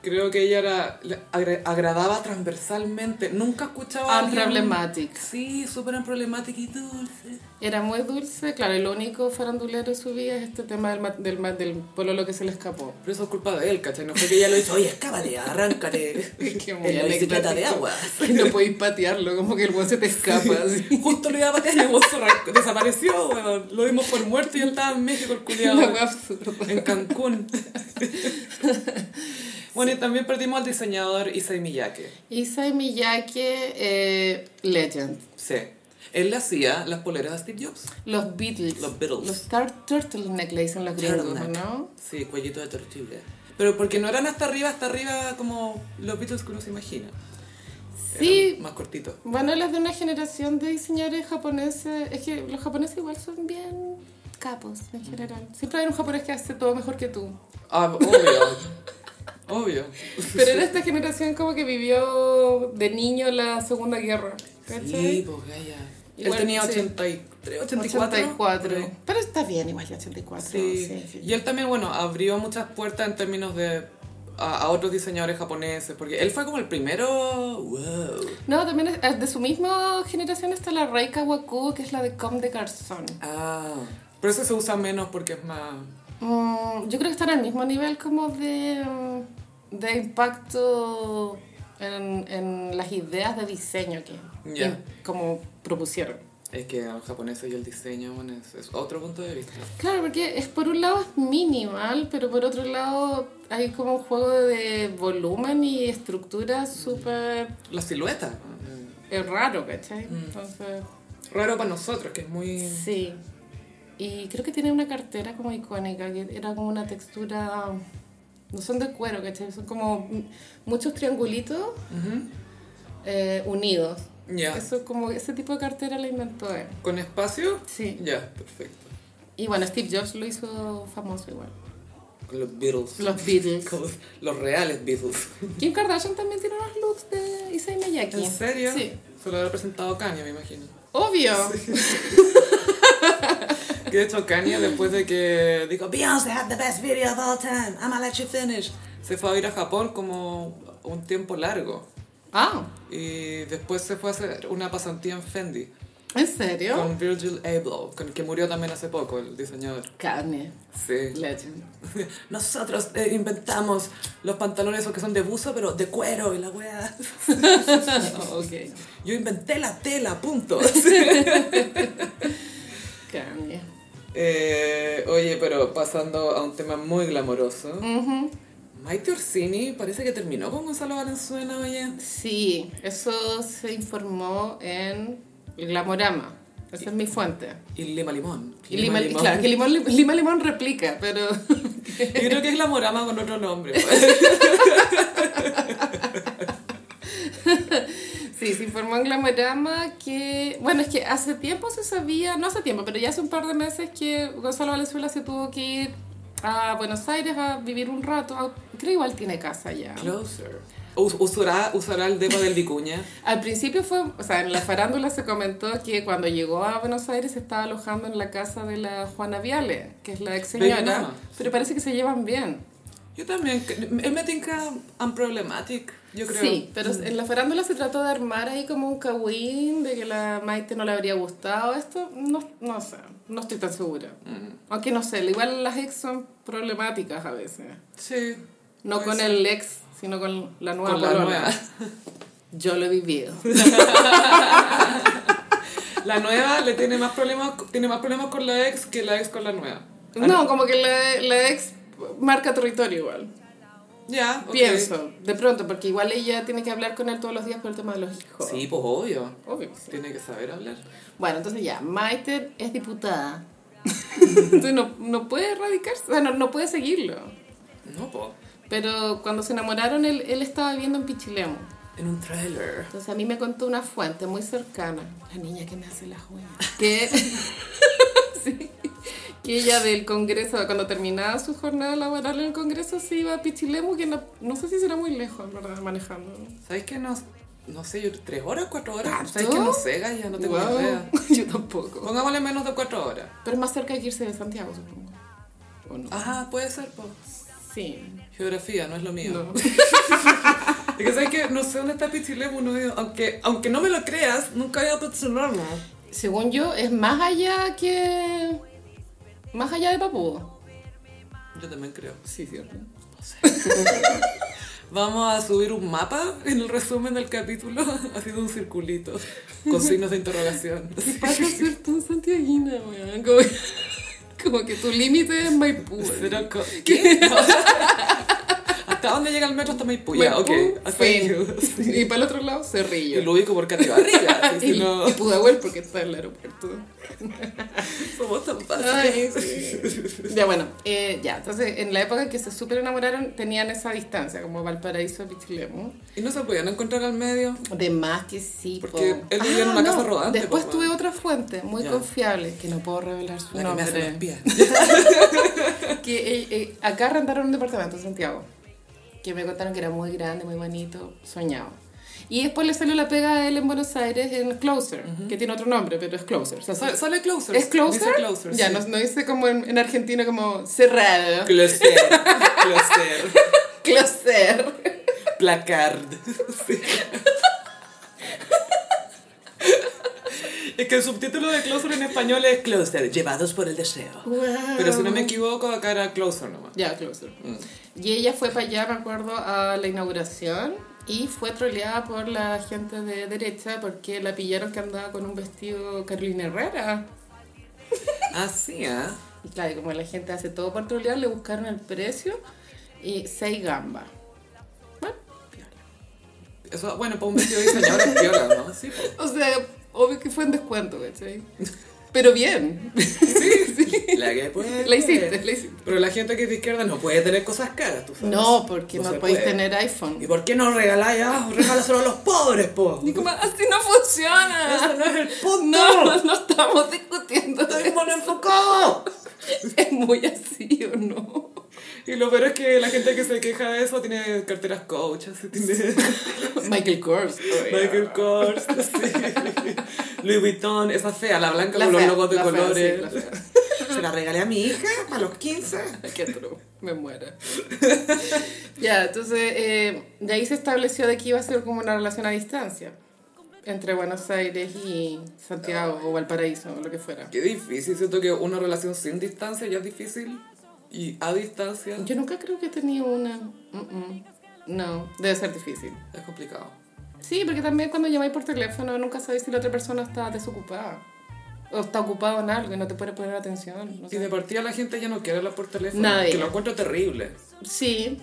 [SPEAKER 1] Creo que ella era, le agra- agradaba transversalmente. Nunca escuchaba
[SPEAKER 2] Ah,
[SPEAKER 1] a alguien-
[SPEAKER 2] Unproblematic.
[SPEAKER 1] Sí, súper problemática y dulce.
[SPEAKER 2] Era muy dulce, claro, y lo único farandulero de su vida es este tema del, ma- del, ma- del pololo que se le escapó.
[SPEAKER 1] Pero eso es culpa de él, ¿cachai? No fue que ella lo hizo, oye, escápate, arráncate.
[SPEAKER 2] Qué muy
[SPEAKER 1] en la bicicleta de
[SPEAKER 2] anecdótico.
[SPEAKER 1] agua.
[SPEAKER 2] Y no podéis patearlo, como que el buen se te escapa. así.
[SPEAKER 1] Justo lo iba a patear y el weón se arrancó. desapareció, weón. Lo dimos por muerto y él estaba en México, el culiado.
[SPEAKER 2] Una wea absurda.
[SPEAKER 1] En Cancún. bueno, y también perdimos al diseñador Issei Miyake.
[SPEAKER 2] Isai Miyake, eh, Legend.
[SPEAKER 1] Sí. Él le hacía las poleras a Steve Jobs.
[SPEAKER 2] Los Beatles.
[SPEAKER 1] Los Beatles.
[SPEAKER 2] Los tar- Turtleneck le dicen los gringos,
[SPEAKER 1] Turtleneck.
[SPEAKER 2] ¿no?
[SPEAKER 1] Sí, cuellito de tortilla. Pero porque no eran hasta arriba, hasta arriba como los Beatles que uno se imagina.
[SPEAKER 2] Sí.
[SPEAKER 1] Eran más cortitos.
[SPEAKER 2] Bueno, las de una generación de diseñadores japoneses, es que los japoneses igual son bien capos en general. Siempre hay un japonés que hace todo mejor que tú.
[SPEAKER 1] Ah, obvio. obvio.
[SPEAKER 2] Pero era esta generación como que vivió de niño la Segunda Guerra.
[SPEAKER 1] Sí,
[SPEAKER 2] ¿Cachai?
[SPEAKER 1] pues gaya. Él
[SPEAKER 2] Igual,
[SPEAKER 1] tenía
[SPEAKER 2] sí.
[SPEAKER 1] 83, 84. por ahí.
[SPEAKER 2] Pero está bien igual que 84.
[SPEAKER 1] Sí.
[SPEAKER 2] sí, sí.
[SPEAKER 1] Y él también, bueno, abrió muchas puertas en términos de a, a otros diseñadores japoneses, porque él fue como el primero. Wow.
[SPEAKER 2] No, también es- de su misma generación está la Rei Kawaku, que es la de Com de Garzón.
[SPEAKER 1] Ah. Pero eso se usa menos porque es más.
[SPEAKER 2] Mm, yo creo que están al mismo nivel como de, mm, de impacto en, en las ideas de diseño que
[SPEAKER 1] Ya.
[SPEAKER 2] que como propusieron.
[SPEAKER 1] Es que a los japoneses y el diseño bueno, es, es otro punto de vista.
[SPEAKER 2] Claro, porque es por un lado es minimal, pero por otro lado hay como un juego de volumen y estructura súper
[SPEAKER 1] La silueta. mm,
[SPEAKER 2] eh, raro, ¿cachai? Entonces,
[SPEAKER 1] Raro para nosotros, que es muy.
[SPEAKER 2] sí. Y creo que tiene una cartera como icónica, que era como una textura... No son de cuero, ¿cachai? Son como mm, muchos triangulitos
[SPEAKER 1] Ujú.
[SPEAKER 2] eh, unidos.
[SPEAKER 1] Ya.
[SPEAKER 2] Eso como ese tipo de cartera la inventó él.
[SPEAKER 1] ¿Con espacio?
[SPEAKER 2] Sí.
[SPEAKER 1] Ya, perfecto.
[SPEAKER 2] Y bueno, Steve Jobs lo hizo famoso igual.
[SPEAKER 1] Con los Beatles.
[SPEAKER 2] Los Beatles.
[SPEAKER 1] Con los reales Beatles.
[SPEAKER 2] Kim Kardashian también tiene unos looks de Isai Miyake.
[SPEAKER 1] ¿En serio?
[SPEAKER 2] Sí.
[SPEAKER 1] Se lo habrá presentado Kanye, me imagino.
[SPEAKER 2] Obvio.
[SPEAKER 1] Que de hecho Kanye, después de que dijo
[SPEAKER 3] Beyonce had the best video of all time. I'ma let you finish.
[SPEAKER 1] se fue a ir a Japón como un tiempo largo.
[SPEAKER 2] Ah,
[SPEAKER 1] Y después se fue a hacer una pasantía en Fendi
[SPEAKER 2] ¿en serio?
[SPEAKER 1] con Virgil Abloh, con el que murió también hace poco, el diseñador.
[SPEAKER 2] Kanye.
[SPEAKER 1] Sí.
[SPEAKER 2] Legend.
[SPEAKER 1] Nosotros eh, inventamos los pantalones esos que son de buzo, pero de cuero y la weá.
[SPEAKER 2] ok.
[SPEAKER 1] Yo inventé la tela, punto.
[SPEAKER 2] Kanye.
[SPEAKER 1] Eh, oye, pero pasando a un tema muy glamoroso. Maite Orsini parece que terminó con Gonzalo Valenzuela, oye.
[SPEAKER 2] Sí, eso se informó en Glamorama. Esa es mi fuente.
[SPEAKER 1] Y Lima Limón.
[SPEAKER 2] Y Lima, Claro, que Limón, Lima Limón replica, pero
[SPEAKER 1] Yo creo que es Glamorama con otro nombre. pues.
[SPEAKER 2] Sí, se informó en Glamorama que, bueno, es que hace tiempo se sabía, no hace tiempo, pero ya hace un par de meses que Gonzalo Valenzuela se tuvo que ir a Buenos Aires a vivir un rato, a- creo igual tiene casa ya.
[SPEAKER 1] Closer. Us- usará, usará el depa del Vicuña.
[SPEAKER 2] Al principio fue, o sea, en la farándula se comentó que cuando llegó a Buenos Aires se estaba alojando en la casa de la Juana Viale, que es la ex
[SPEAKER 1] Baby
[SPEAKER 2] señora,
[SPEAKER 1] mama.
[SPEAKER 2] pero parece que se llevan bien.
[SPEAKER 1] Yo también. cre- Él me tinca unproblematic, yo creo. Mm,
[SPEAKER 2] Sí, pero en la farándula se trató de armar ahí como un cagüín de que la Maite no le habría gustado esto. No, no sé, no estoy tan segura.
[SPEAKER 1] Mm.
[SPEAKER 2] Aunque no sé, igual las ex son problemáticas a veces.
[SPEAKER 1] Sí.
[SPEAKER 2] No
[SPEAKER 1] Puede
[SPEAKER 2] con
[SPEAKER 1] ser.
[SPEAKER 2] el ex, sino con la nueva
[SPEAKER 1] Con la
[SPEAKER 2] polola.
[SPEAKER 1] nueva.
[SPEAKER 2] Yo lo he vivido.
[SPEAKER 1] La nueva le tiene más problemas, tiene más problemas con la ex que la ex con la nueva.
[SPEAKER 2] No, como que la, la ex marca territorio igual.
[SPEAKER 1] Ya, ok.
[SPEAKER 2] Pienso, de pronto, porque igual ella tiene que hablar con él todos los días por el tema de los hijos.
[SPEAKER 1] Sí, pues obvio.
[SPEAKER 2] Obvio. que sí.
[SPEAKER 1] Tiene que saber hablar.
[SPEAKER 2] Bueno, entonces ya, Maite es diputada. entonces no, no puede erradicarse, o sea, no, no puede seguirlo.
[SPEAKER 1] No, po.
[SPEAKER 2] Pero cuando se enamoraron, él, él estaba viviendo en Pichilemu.
[SPEAKER 1] En un trailer.
[SPEAKER 2] Entonces a mí me contó una fuente muy cercana, la niña que me hace las uñas, que, sí, que ella del Congreso, cuando terminaba su jornada laboral en el Congreso, se iba a Pichilemu, que no, no sé si será muy lejos, en verdad, manejando.
[SPEAKER 1] ¿Sabes qué? No, no sé, yo- ¿tres horas? ¿Cuatro horas?
[SPEAKER 2] ¿Tanto?
[SPEAKER 1] ¿Sabes qué? No sé, ya no tengo
[SPEAKER 2] Wow,
[SPEAKER 1] idea.
[SPEAKER 2] Yo tampoco.
[SPEAKER 1] Pongámosle menos de cuatro horas.
[SPEAKER 2] Pero es más cerca que irse de Santiago, supongo. ¿O no?
[SPEAKER 1] Ajá, puede ser, po.
[SPEAKER 2] Ah, Sí.
[SPEAKER 1] Geografía, no es lo mío.
[SPEAKER 2] No.
[SPEAKER 1] Es que sabes que no sé dónde está Pichilemu, no veo. Aunque, aunque no me lo creas, nunca había observarlo.
[SPEAKER 2] Según yo, es más allá que. Más allá de Papudo.
[SPEAKER 1] Yo también creo.
[SPEAKER 2] Sí, cierto.
[SPEAKER 1] Vamos a subir un mapa en el resumen del capítulo, haciendo un circulito con signos de interrogación.
[SPEAKER 2] ¿Qué pasa ser tan santiaguina, weón? Como, como que tu límite es Maipú.
[SPEAKER 1] Pero co- ¿Qué? ¿Hasta dónde llega el metro? Hasta Maipú. Ya, ok. Hasta
[SPEAKER 2] fin.
[SPEAKER 1] ahí.
[SPEAKER 2] Y para el otro lado, Cerrillo.
[SPEAKER 1] Y lo ubico por Cativarría.
[SPEAKER 2] Y,
[SPEAKER 1] Si no,
[SPEAKER 2] y Pudahuel porque está en el aeropuerto.
[SPEAKER 1] somos tan
[SPEAKER 2] Ay,
[SPEAKER 1] fáciles.
[SPEAKER 2] sí. ya bueno, eh, ya, entonces en la época en que se súper enamoraron tenían esa distancia, como Valparaíso a Pichilemu.
[SPEAKER 1] Y no se podían encontrar al medio.
[SPEAKER 2] De más que sí.
[SPEAKER 1] Porque
[SPEAKER 2] po. Ah,
[SPEAKER 1] él vivía en una casa rodante,
[SPEAKER 2] Después
[SPEAKER 1] po,
[SPEAKER 2] tuve
[SPEAKER 1] weón.
[SPEAKER 2] otra fuente muy
[SPEAKER 1] Ya.
[SPEAKER 2] confiable, que no puedo revelar su
[SPEAKER 1] La que me hace los
[SPEAKER 2] nombre.
[SPEAKER 1] pies.
[SPEAKER 2] que eh, eh, acá arrendaron un departamento en Santiago, que me contaron que era muy grande, muy bonito, soñado. Y después le salió la pega a él en Buenos Aires en Closer, que tiene otro nombre, pero es Closer. o sea,
[SPEAKER 1] Sa-
[SPEAKER 2] sí.
[SPEAKER 1] Sale Closer.
[SPEAKER 2] ¿Es Closer?
[SPEAKER 1] Dice Closer.
[SPEAKER 2] ya,
[SPEAKER 1] sí.
[SPEAKER 2] no, no dice como en, en Argentina como cerrado,
[SPEAKER 1] Closer. Closer.
[SPEAKER 2] Closer.
[SPEAKER 1] Placard. Sí. Es que el subtítulo de Closer en español es Closer, llevados por el deseo. Pero si no me equivoco, acá era Closer nomás.
[SPEAKER 2] Ya, Closer.
[SPEAKER 1] Mm.
[SPEAKER 2] Y ella fue para allá, me acuerdo, a la inauguración y fue troleada por la gente de derecha porque la pillaron que andaba con un vestido Carolina Herrera.
[SPEAKER 1] Así, ¿ah?
[SPEAKER 2] Y claro, y como la gente hace todo por trolear, le buscaron el precio y seis gambas. Bueno, piola.
[SPEAKER 1] Eso, bueno, para un vestido de diseñador es piola, ¿no? Sí, pues. po.
[SPEAKER 2] O sea, obvio que fue en descuento, ¿cachai? Pero bien. Sí, sí.
[SPEAKER 1] La que puede.
[SPEAKER 2] La hiciste, la hiciste.
[SPEAKER 1] Pero la gente que es de izquierda no puede tener cosas caras, tú sabes.
[SPEAKER 2] No, porque no,
[SPEAKER 1] se
[SPEAKER 2] podéis
[SPEAKER 1] puede.
[SPEAKER 2] tener
[SPEAKER 1] ¿Y
[SPEAKER 2] iPhone.
[SPEAKER 1] por qué no regaláis? Ah, regálaselo a los pobres, po.
[SPEAKER 2] Y como, así no funciona.
[SPEAKER 1] Eso no es el punto.
[SPEAKER 2] No, no estamos discutiendo.
[SPEAKER 1] Estoy enfocado.
[SPEAKER 2] Es muy así o no.
[SPEAKER 1] Y lo peor es que la gente que se queja de eso tiene carteras coach, así tiene
[SPEAKER 2] Michael Kors.
[SPEAKER 1] Michael Kors, así. Louis Vuitton, esa fea, la blanca
[SPEAKER 2] La
[SPEAKER 1] con
[SPEAKER 2] fea,
[SPEAKER 1] los logos de
[SPEAKER 2] la fea,
[SPEAKER 1] colores.
[SPEAKER 2] sí, la fea.
[SPEAKER 1] Se la regalé a mi hija a los 15.
[SPEAKER 2] Qué atro, me muera. ya, entonces eh, de ahí se estableció de que iba a ser como una relación a distancia entre Buenos Aires y Santiago o Valparaíso o lo que fuera.
[SPEAKER 1] Qué difícil, siento que una relación sin distancia ya es difícil y a distancia
[SPEAKER 2] Yo nunca creo que he tenido una. Mm, mm. No, debe ser difícil.
[SPEAKER 1] es complicado.
[SPEAKER 2] Sí, porque también cuando llamáis por teléfono nunca sabéis si la otra persona está desocupada o está ocupado en algo y no te puede poner atención. no
[SPEAKER 1] Y
[SPEAKER 2] sé.
[SPEAKER 1] de partida la gente ya no quiere hablar por teléfono,
[SPEAKER 2] Nadie.
[SPEAKER 1] que lo encuentro terrible.
[SPEAKER 2] Sí,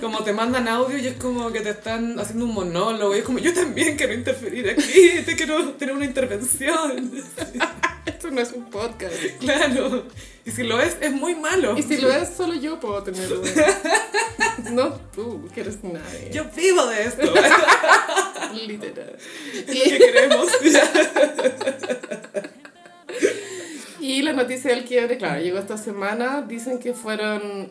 [SPEAKER 1] Como te mandan audio y es como que te están haciendo un monólogo y es como yo también quiero interferir aquí, te quiero tener una intervención.
[SPEAKER 2] esto no es un podcast.
[SPEAKER 1] Claro. Y si lo es, es muy malo.
[SPEAKER 2] Y si lo es, solo yo puedo tenerlo. No tú, que eres nadie.
[SPEAKER 1] Yo vivo de esto.
[SPEAKER 2] Literal.
[SPEAKER 1] ¿Qué
[SPEAKER 2] Y,
[SPEAKER 1] queremos?
[SPEAKER 2] y la noticia del quiebre, claro, llegó esta semana. Dicen que fueron.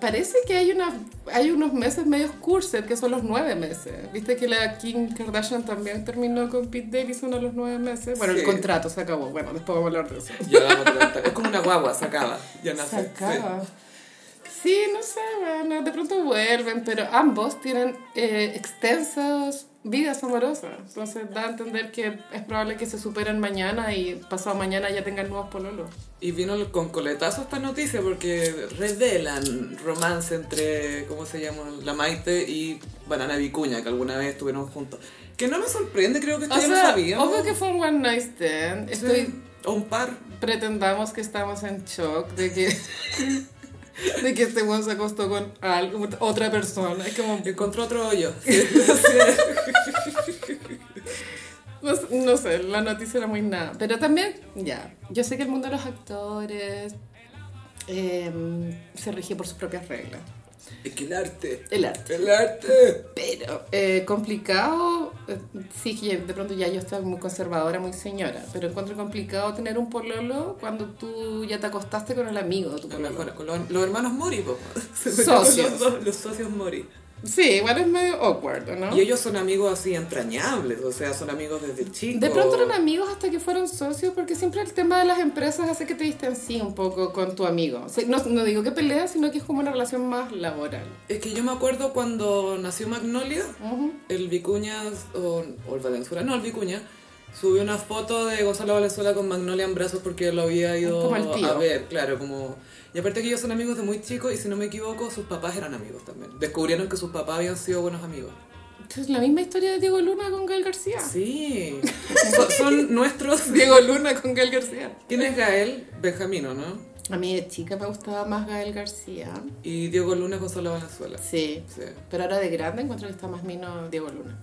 [SPEAKER 2] Parece que hay, una, hay unos meses medios cursos, que son los nueve meses. Viste que la Kim Kardashian también terminó con Pete Davidson a los nueve meses. Bueno, el
[SPEAKER 1] Sí.
[SPEAKER 2] contrato se acabó. Bueno, después vamos a hablar de eso.
[SPEAKER 1] Ya la vamos a levantar. Es como una guagua, se acaba. Ya nace.
[SPEAKER 2] Se acaba. Sí, no sé, bueno, de pronto vuelven, pero ambos tienen eh, extensas vidas amorosas. Entonces da a entender que es probable que se superen mañana y pasado mañana ya tengan nuevos pololos.
[SPEAKER 1] Sí. Y vino el- con coletazo esta noticia porque revelan romance entre, ¿cómo se llama? La Maite y Banana Vicuña, que alguna vez estuvieron juntos. Que no me sorprende, creo que esto
[SPEAKER 2] O
[SPEAKER 1] ya lo
[SPEAKER 2] sea,
[SPEAKER 1] sabíamos.
[SPEAKER 2] obvio que fue un one night stand.
[SPEAKER 1] Sí.
[SPEAKER 2] Estoy,
[SPEAKER 1] O un par.
[SPEAKER 2] Pretendamos que estamos en shock de que... De que este weón se acostó con algo, otra persona. Es como,
[SPEAKER 1] Encontró otro hoyo.
[SPEAKER 2] No, sé- Pues, no sé, la noticia era muy nada. Pero también, ya, yo sé que el mundo de los actores eh, se rige por sus propias reglas.
[SPEAKER 1] Es que el arte.
[SPEAKER 2] El arte.
[SPEAKER 1] El arte.
[SPEAKER 2] Pero eh, complicado, eh, sí que de pronto ya yo estoy muy conservadora, muy señora, pero encuentro complicado tener un pololo cuando tú ya te acostaste con el amigo de tu
[SPEAKER 1] Lo
[SPEAKER 2] pololo.
[SPEAKER 1] mejor, con los, los hermanos Mori, po. Se metió
[SPEAKER 2] Socios.
[SPEAKER 1] con Los, dos- los socios Mori.
[SPEAKER 2] Sí, igual es medio awkward, ¿o ¿no?
[SPEAKER 1] Y ellos son amigos así entrañables, o sea, son amigos desde chicos.
[SPEAKER 2] De pronto eran amigos hasta que fueron socios, porque siempre el tema de las empresas hace que te distancies un poco con tu amigo. O sea, no, no digo que peleas, sino que es como una relación más laboral.
[SPEAKER 1] Es que yo me acuerdo cuando nació Magnolia,
[SPEAKER 2] Ujú.
[SPEAKER 1] el Vicuña, o, o el Valenzuela, no, el Vicuña, subió una foto de Gonzalo Valenzuela con Magnolia en brazos porque lo había ido
[SPEAKER 2] Como el tío.
[SPEAKER 1] a ver, claro, como... Y aparte que ellos son amigos de muy chicos y si no me equivoco, sus papás eran amigos también. Descubrieron que sus papás habían sido buenos amigos.
[SPEAKER 2] Entonces, la misma historia de Diego Luna con Gael García.
[SPEAKER 1] Sí, son, son nuestros...
[SPEAKER 2] Diego Luna con Gael García.
[SPEAKER 1] ¿Quién es Gael? Benjamino, ¿no?
[SPEAKER 2] A mí de chica me gustaba más Gael García.
[SPEAKER 1] Y Diego Luna, Gonzalo Valenzuela.
[SPEAKER 2] Sí.
[SPEAKER 1] Sí,
[SPEAKER 2] Pero ahora de grande encuentro que está más mino Diego Luna.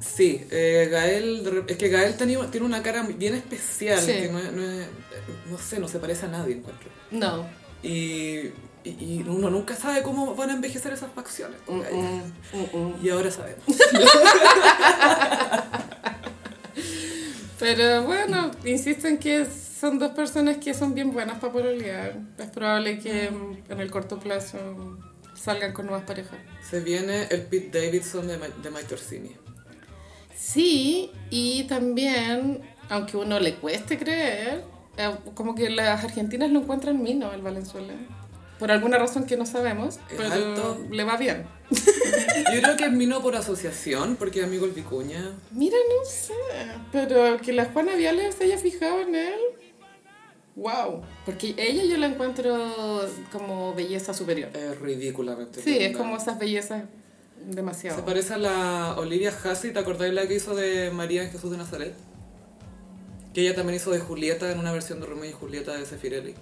[SPEAKER 1] Sí, eh, Gael, de rep- es que Gael tenía- tiene una cara bien especial,
[SPEAKER 2] Sí.
[SPEAKER 1] que no, es- no es- no sé, no se parece a nadie, encuentro.
[SPEAKER 2] No.
[SPEAKER 1] Y, y, y uno nunca sabe cómo van a envejecer esas facciones.
[SPEAKER 2] Mm,
[SPEAKER 1] ¿cachai?
[SPEAKER 2] mm, mm, mm.
[SPEAKER 1] Y ahora sabemos.
[SPEAKER 2] Pero bueno, insisto en que son dos personas que son bien buenas para pololear. Es probable que mm, en el corto plazo salgan con nuevas parejas.
[SPEAKER 1] Se viene el Pete Davidson de, Ma- de Mike Torsini.
[SPEAKER 2] Sí, y también, aunque uno le cueste creer, eh, como que las argentinas lo encuentran mino al Valenzuela. Por alguna razón que no sabemos,
[SPEAKER 1] Es
[SPEAKER 2] pero
[SPEAKER 1] alto.
[SPEAKER 2] le va bien.
[SPEAKER 1] Yo creo que vino por asociación, porque es amigo el Vicuña.
[SPEAKER 2] Mira, no sé, pero que la Juana Viales se haya fijado en él. Wow, porque ella yo la encuentro como belleza superior.
[SPEAKER 1] Es ridículamente.
[SPEAKER 2] Sí, es
[SPEAKER 1] linda.
[SPEAKER 2] como esas bellezas demasiado.
[SPEAKER 1] Se parece a la Olivia Hussey, ¿te acordáis la que hizo de María en Jesús de Nazaret? Que ella también hizo de Julieta en una versión de Romeo y Julieta de Sefirelli.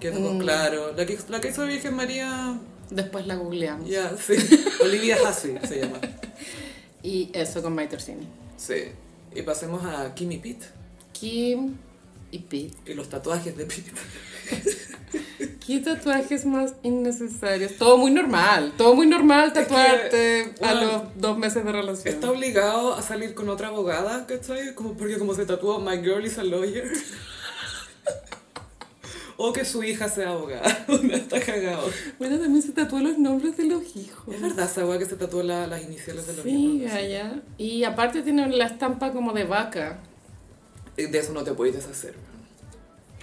[SPEAKER 1] Que es
[SPEAKER 2] Mm.
[SPEAKER 1] como, claro. La que, la que hizo de Virgen María.
[SPEAKER 2] Después la
[SPEAKER 1] Ya,
[SPEAKER 2] googleamos.
[SPEAKER 1] sí. Olivia Hussey se llama.
[SPEAKER 2] Y eso con Mike Torsini.
[SPEAKER 1] Sí. Y pasemos a Kimmy Pitt
[SPEAKER 2] Kim y Pete.
[SPEAKER 1] y los tatuajes de Pitt.
[SPEAKER 2] ¿Qué tatuajes más innecesarios? Todo muy normal. Todo muy normal
[SPEAKER 1] que,
[SPEAKER 2] tatuarte a
[SPEAKER 1] bueno,
[SPEAKER 2] los dos meses de relación.
[SPEAKER 1] Está obligado a salir con otra abogada, ¿cachai? Como porque como se tatuó My Girl is a Lawyer. o que su hija sea abogada. Uno está cagado.
[SPEAKER 2] Bueno, también se tatuó los nombres de los hijos.
[SPEAKER 1] Es verdad esa weá que se tatuó la- las iniciales de los
[SPEAKER 2] Sí,
[SPEAKER 1] miembros.
[SPEAKER 2] Gaya. Y aparte tiene la estampa como de vaca.
[SPEAKER 1] Y De eso no te podéis deshacer. weón.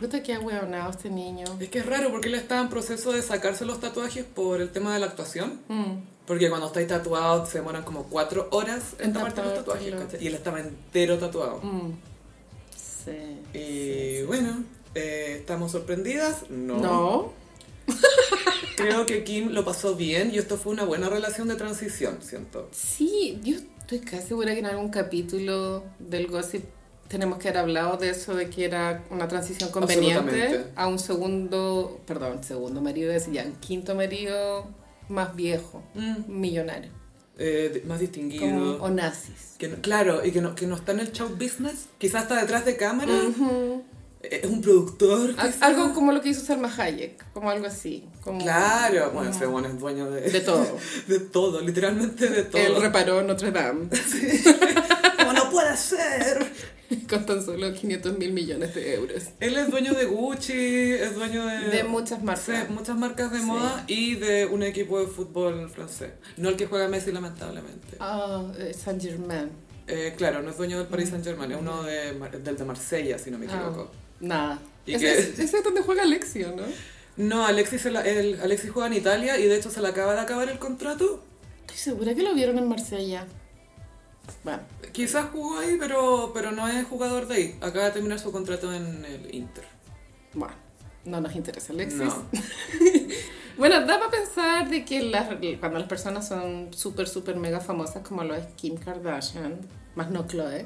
[SPEAKER 2] Puta que ahueonado este niño.
[SPEAKER 1] Es que es raro porque él estaba en proceso de sacarse los tatuajes por el tema de la actuación.
[SPEAKER 2] Mm.
[SPEAKER 1] Porque cuando estáis tatuados se demoran como cuatro horas en
[SPEAKER 2] En
[SPEAKER 1] taparte los
[SPEAKER 2] tapártelo.
[SPEAKER 1] tatuajes. ¿cachai? Y él estaba entero tatuado.
[SPEAKER 2] Mm. Sí.
[SPEAKER 1] Y bueno, eh, ¿estamos sorprendidas? No.
[SPEAKER 2] No.
[SPEAKER 1] Creo que Kim lo pasó bien y esto fue una buena relación de transición, siento.
[SPEAKER 2] Sí, yo estoy casi segura que en algún capítulo del gossip tenemos que haber hablado de eso, de que era una transición conveniente
[SPEAKER 1] Absolutamente.
[SPEAKER 2] a un segundo, perdón, segundo marido, es ya un quinto marido más viejo, millonario,
[SPEAKER 1] Eh, de- más distinguido.
[SPEAKER 2] Mm. como Onassis.
[SPEAKER 1] Que no- claro, y que no, que no está en el show business, quizás está detrás de cámara,
[SPEAKER 2] Mm.
[SPEAKER 1] es un productor.
[SPEAKER 2] Al-
[SPEAKER 1] quizás.
[SPEAKER 2] Algo como lo que hizo Salma Hayek, como algo así. Como
[SPEAKER 1] Claro, bueno, ese bueno es dueño de,
[SPEAKER 2] De todo.
[SPEAKER 1] de todo, literalmente de todo.
[SPEAKER 2] Él reparó Notre Dame
[SPEAKER 3] Como no puede ser.
[SPEAKER 2] con tan solo 500 mil millones de euros.
[SPEAKER 1] Él es dueño de Gucci, es dueño de...
[SPEAKER 2] De muchas
[SPEAKER 1] sí,
[SPEAKER 2] marcas.
[SPEAKER 1] muchas marcas de
[SPEAKER 2] Sí.
[SPEAKER 1] moda y de un equipo de fútbol francés. No el que juega Messi, lamentablemente.
[SPEAKER 2] Ah, eh, Saint Germain.
[SPEAKER 1] Eh, claro, no es dueño del Paris Saint Germain, es uno de, Mar- del de Marsella, si no me equivoco.
[SPEAKER 2] Mm. Ah, nada.
[SPEAKER 1] ¿Y
[SPEAKER 2] Ese
[SPEAKER 1] qué?
[SPEAKER 2] es, ese es donde juega Alexio, ¿no?
[SPEAKER 1] No, Alexis, se la- el- Alexis juega en Italia y de hecho se le acaba de acabar el contrato.
[SPEAKER 2] Estoy segura que lo vieron en Marsella. Bueno,
[SPEAKER 1] Quizás jugó ahí, pero, pero no es jugador de ahí. Acaba de terminar su contrato en el Inter.
[SPEAKER 2] bueno, no nos interesa Alexis.
[SPEAKER 1] No.
[SPEAKER 2] Bueno, da para pensar de que las, cuando las personas son súper, súper mega famosas, como lo es Kim Kardashian, más no Chloe,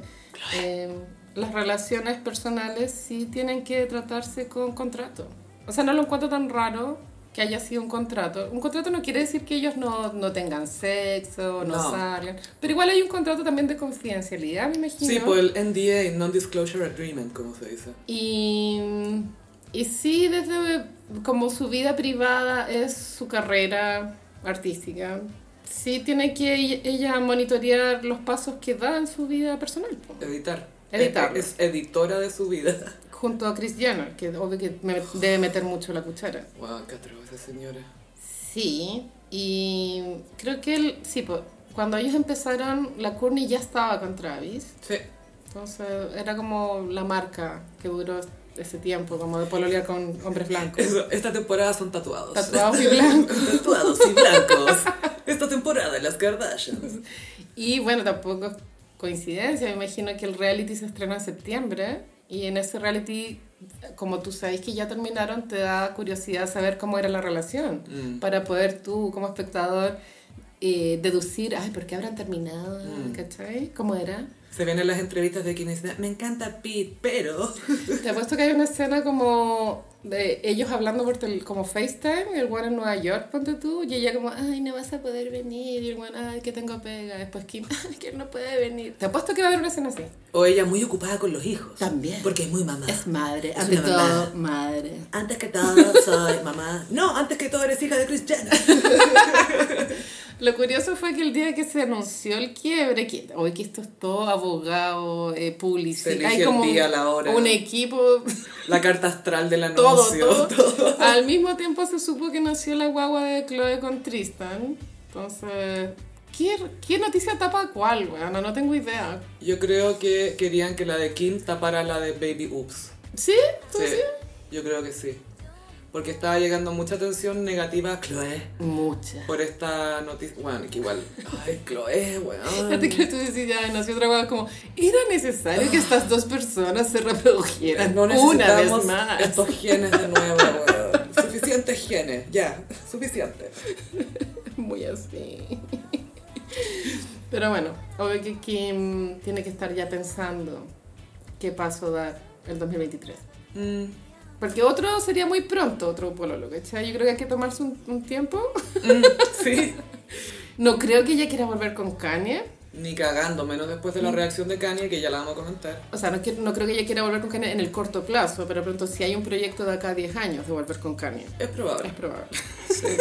[SPEAKER 2] em, las relaciones personales sí tienen que tratarse con contrato. O sea, no lo encuentro tan raro que haya sido un contrato. Un contrato no quiere decir que ellos no, no tengan sexo, no,
[SPEAKER 1] No.
[SPEAKER 2] salgan. Pero igual hay un contrato también de confidencialidad, me imagino.
[SPEAKER 1] Sí, por el NDA, Non-Disclosure Agreement, como se dice.
[SPEAKER 2] Y, y sí, desde como su vida privada es su carrera artística. Sí tiene que e- ella monitorear los pasos que da en su vida personal. po.
[SPEAKER 1] Editar.
[SPEAKER 2] Editar.
[SPEAKER 1] Es, es editora de su vida.
[SPEAKER 2] Junto a Chris Jenner, que obvio que me- debe meter mucho la cuchara.
[SPEAKER 1] Wow, qué atroz esa señora.
[SPEAKER 2] Sí, y creo que el, sí, po, cuando ellos empezaron, la Courtney ya estaba con Travis.
[SPEAKER 1] Sí.
[SPEAKER 2] Entonces era como la marca que duró ese tiempo, como de pololear con hombres blancos.
[SPEAKER 1] Eso, esta temporada son tatuados.
[SPEAKER 2] Tatuados y blancos.
[SPEAKER 1] Tatuados y blancos. Esta temporada en las Kardashians.
[SPEAKER 2] Y bueno, tampoco es coincidencia, me imagino que el reality se estrenó en septiembre y en ese reality, como tú sabes que ya terminaron, te da curiosidad saber cómo era la relación
[SPEAKER 1] Mm.
[SPEAKER 2] para poder tú como espectador eh, deducir, ay, ¿por qué habrán terminado? ¿Cachai? ¿Cómo era?
[SPEAKER 1] Se ven en las entrevistas de quienes dicen, me encanta Pete, pero...
[SPEAKER 2] Te apuesto que hay una escena como de ellos hablando por tel- como FaceTime, el one en Nueva York, ponte tú, y ella como, ay, no vas a poder venir, y el one, ay, que tengo pega, después Kim, ay, que él no puede venir. Te apuesto que va a haber una escena así.
[SPEAKER 1] O ella muy ocupada con los hijos.
[SPEAKER 2] También.
[SPEAKER 1] Porque es muy mamá.
[SPEAKER 2] madre,
[SPEAKER 1] Es ante una mamá. todo,
[SPEAKER 2] madre.
[SPEAKER 1] Antes que todo soy mamá. No, antes que todo eres hija de Chris Jenner.
[SPEAKER 2] Lo curioso fue que el día que se anunció el quiebre, que hoy que esto es todo abogado, eh, publicidad,
[SPEAKER 1] elige el día, la hora.
[SPEAKER 2] un equipo,
[SPEAKER 1] La carta astral del anuncio.
[SPEAKER 2] todo, todo, Al mismo tiempo se supo que nació la guagua de Chloe con Tristan. Entonces, ¿qué, qué noticia tapa cuál, weona? No tengo idea.
[SPEAKER 1] Yo creo que querían que la de Kim tapara la de Baby Oops.
[SPEAKER 2] ¿Sí? ¿Tú sí?
[SPEAKER 1] Yo creo que sí. Porque estaba llegando mucha atención negativa a Chloe
[SPEAKER 2] Mucha.
[SPEAKER 1] por esta noticia. Bueno, que igual. Ay, Chloe, weón.
[SPEAKER 2] Fíjate que tú decís, ya nació otra guagua, como, ¿era necesario que estas dos personas se reprodujeran
[SPEAKER 1] No
[SPEAKER 2] una vez
[SPEAKER 1] necesitamos
[SPEAKER 2] más?
[SPEAKER 1] estos genes de nuevo, weón. Suficientes genes, ya, suficiente.
[SPEAKER 2] Muy así. Pero bueno, obvio que Kim tiene que estar ya pensando qué paso dar el 2023.
[SPEAKER 1] Mm,
[SPEAKER 2] Porque otro sería muy pronto, otro pololo, ¿cachai? Yo creo que hay que tomarse un, un tiempo.
[SPEAKER 1] mm, sí.
[SPEAKER 2] No creo que ella quiera volver con Kanye.
[SPEAKER 1] Ni cagando, menos después de
[SPEAKER 2] Mm.
[SPEAKER 1] la reacción de Kanye, que ya la vamos a comentar.
[SPEAKER 2] O sea, no, quiero- no creo que ella quiera volver con Kanye en el corto plazo, pero pronto si hay un proyecto de acá a 10 años de volver con Kanye.
[SPEAKER 1] Es
[SPEAKER 2] Es
[SPEAKER 1] probable.
[SPEAKER 2] probable.
[SPEAKER 1] Sí.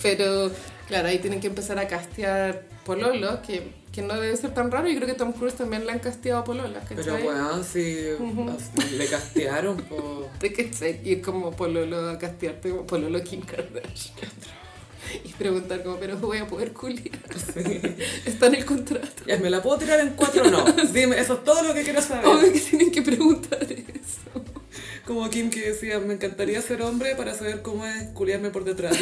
[SPEAKER 2] Pero claro, ahí tienen que empezar a castear pololos, que, que no debe ser tan raro. Yo creo que Tom Cruise también le han casteado pololas, ¿cachai?
[SPEAKER 1] Pero weón, si así le castearon, po.
[SPEAKER 2] ¿Te cachai? Y es como pololo a castearte, como pololo Kim Kardashian. Y preguntar como, pero voy a poder culiar. Está en el contrato.
[SPEAKER 1] Ya, ¿Me la puedo tirar en cuatro o no? Dime, eso es todo lo que quiero saber.
[SPEAKER 2] Obvio que tienen que preguntar eso.
[SPEAKER 1] Como Kim que decía, me encantaría ser hombre para saber cómo es culiarme por detrás.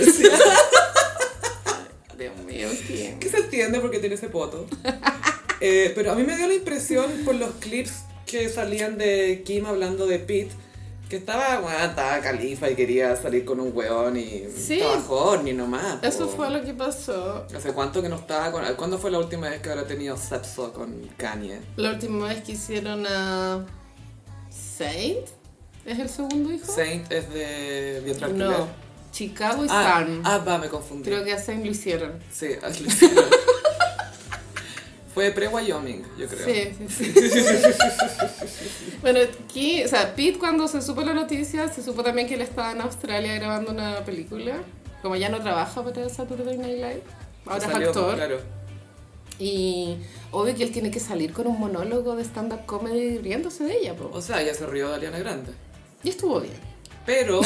[SPEAKER 2] Dios mío, Kim.
[SPEAKER 1] que se entiende porque tiene ese poto. Eh, pero a mí me dio la impresión por los clips que salían de Kim hablando de Pete, que estaba, bueno, estaba califa y quería salir con un weón y
[SPEAKER 2] Sí.
[SPEAKER 1] estaba horny nomás. po.
[SPEAKER 2] Eso fue lo que pasó.
[SPEAKER 1] ¿Hace cuánto que no estaba con... ¿Cuándo fue la última vez que habrá tenido sexo con Kanye?
[SPEAKER 2] La última vez que hicieron a Saint, ¿es el segundo hijo?
[SPEAKER 1] Saint es de Vientre
[SPEAKER 2] No,
[SPEAKER 1] Alquiler.
[SPEAKER 2] Chicago y
[SPEAKER 1] Ah,
[SPEAKER 2] Sam.
[SPEAKER 1] ah, va, me confundí.
[SPEAKER 2] Creo que a Saint lo hicieron.
[SPEAKER 1] Sí, así lo hicieron. Fue pre-Wyoming, yo creo.
[SPEAKER 2] Sí, sí, sí. bueno, aquí, o sea, Pete cuando se supo la noticia, se supo también que él estaba en Australia grabando una película. Como ya no trabaja para Saturday Night Live, ahora
[SPEAKER 1] Se
[SPEAKER 2] es
[SPEAKER 1] salió,
[SPEAKER 2] actor.
[SPEAKER 1] Claro.
[SPEAKER 2] Y obvio que él tiene que salir con un monólogo de stand-up comedy riéndose de ella, po.
[SPEAKER 1] O sea, ya se rió de Ariana Grande.
[SPEAKER 2] Y estuvo bien.
[SPEAKER 1] Pero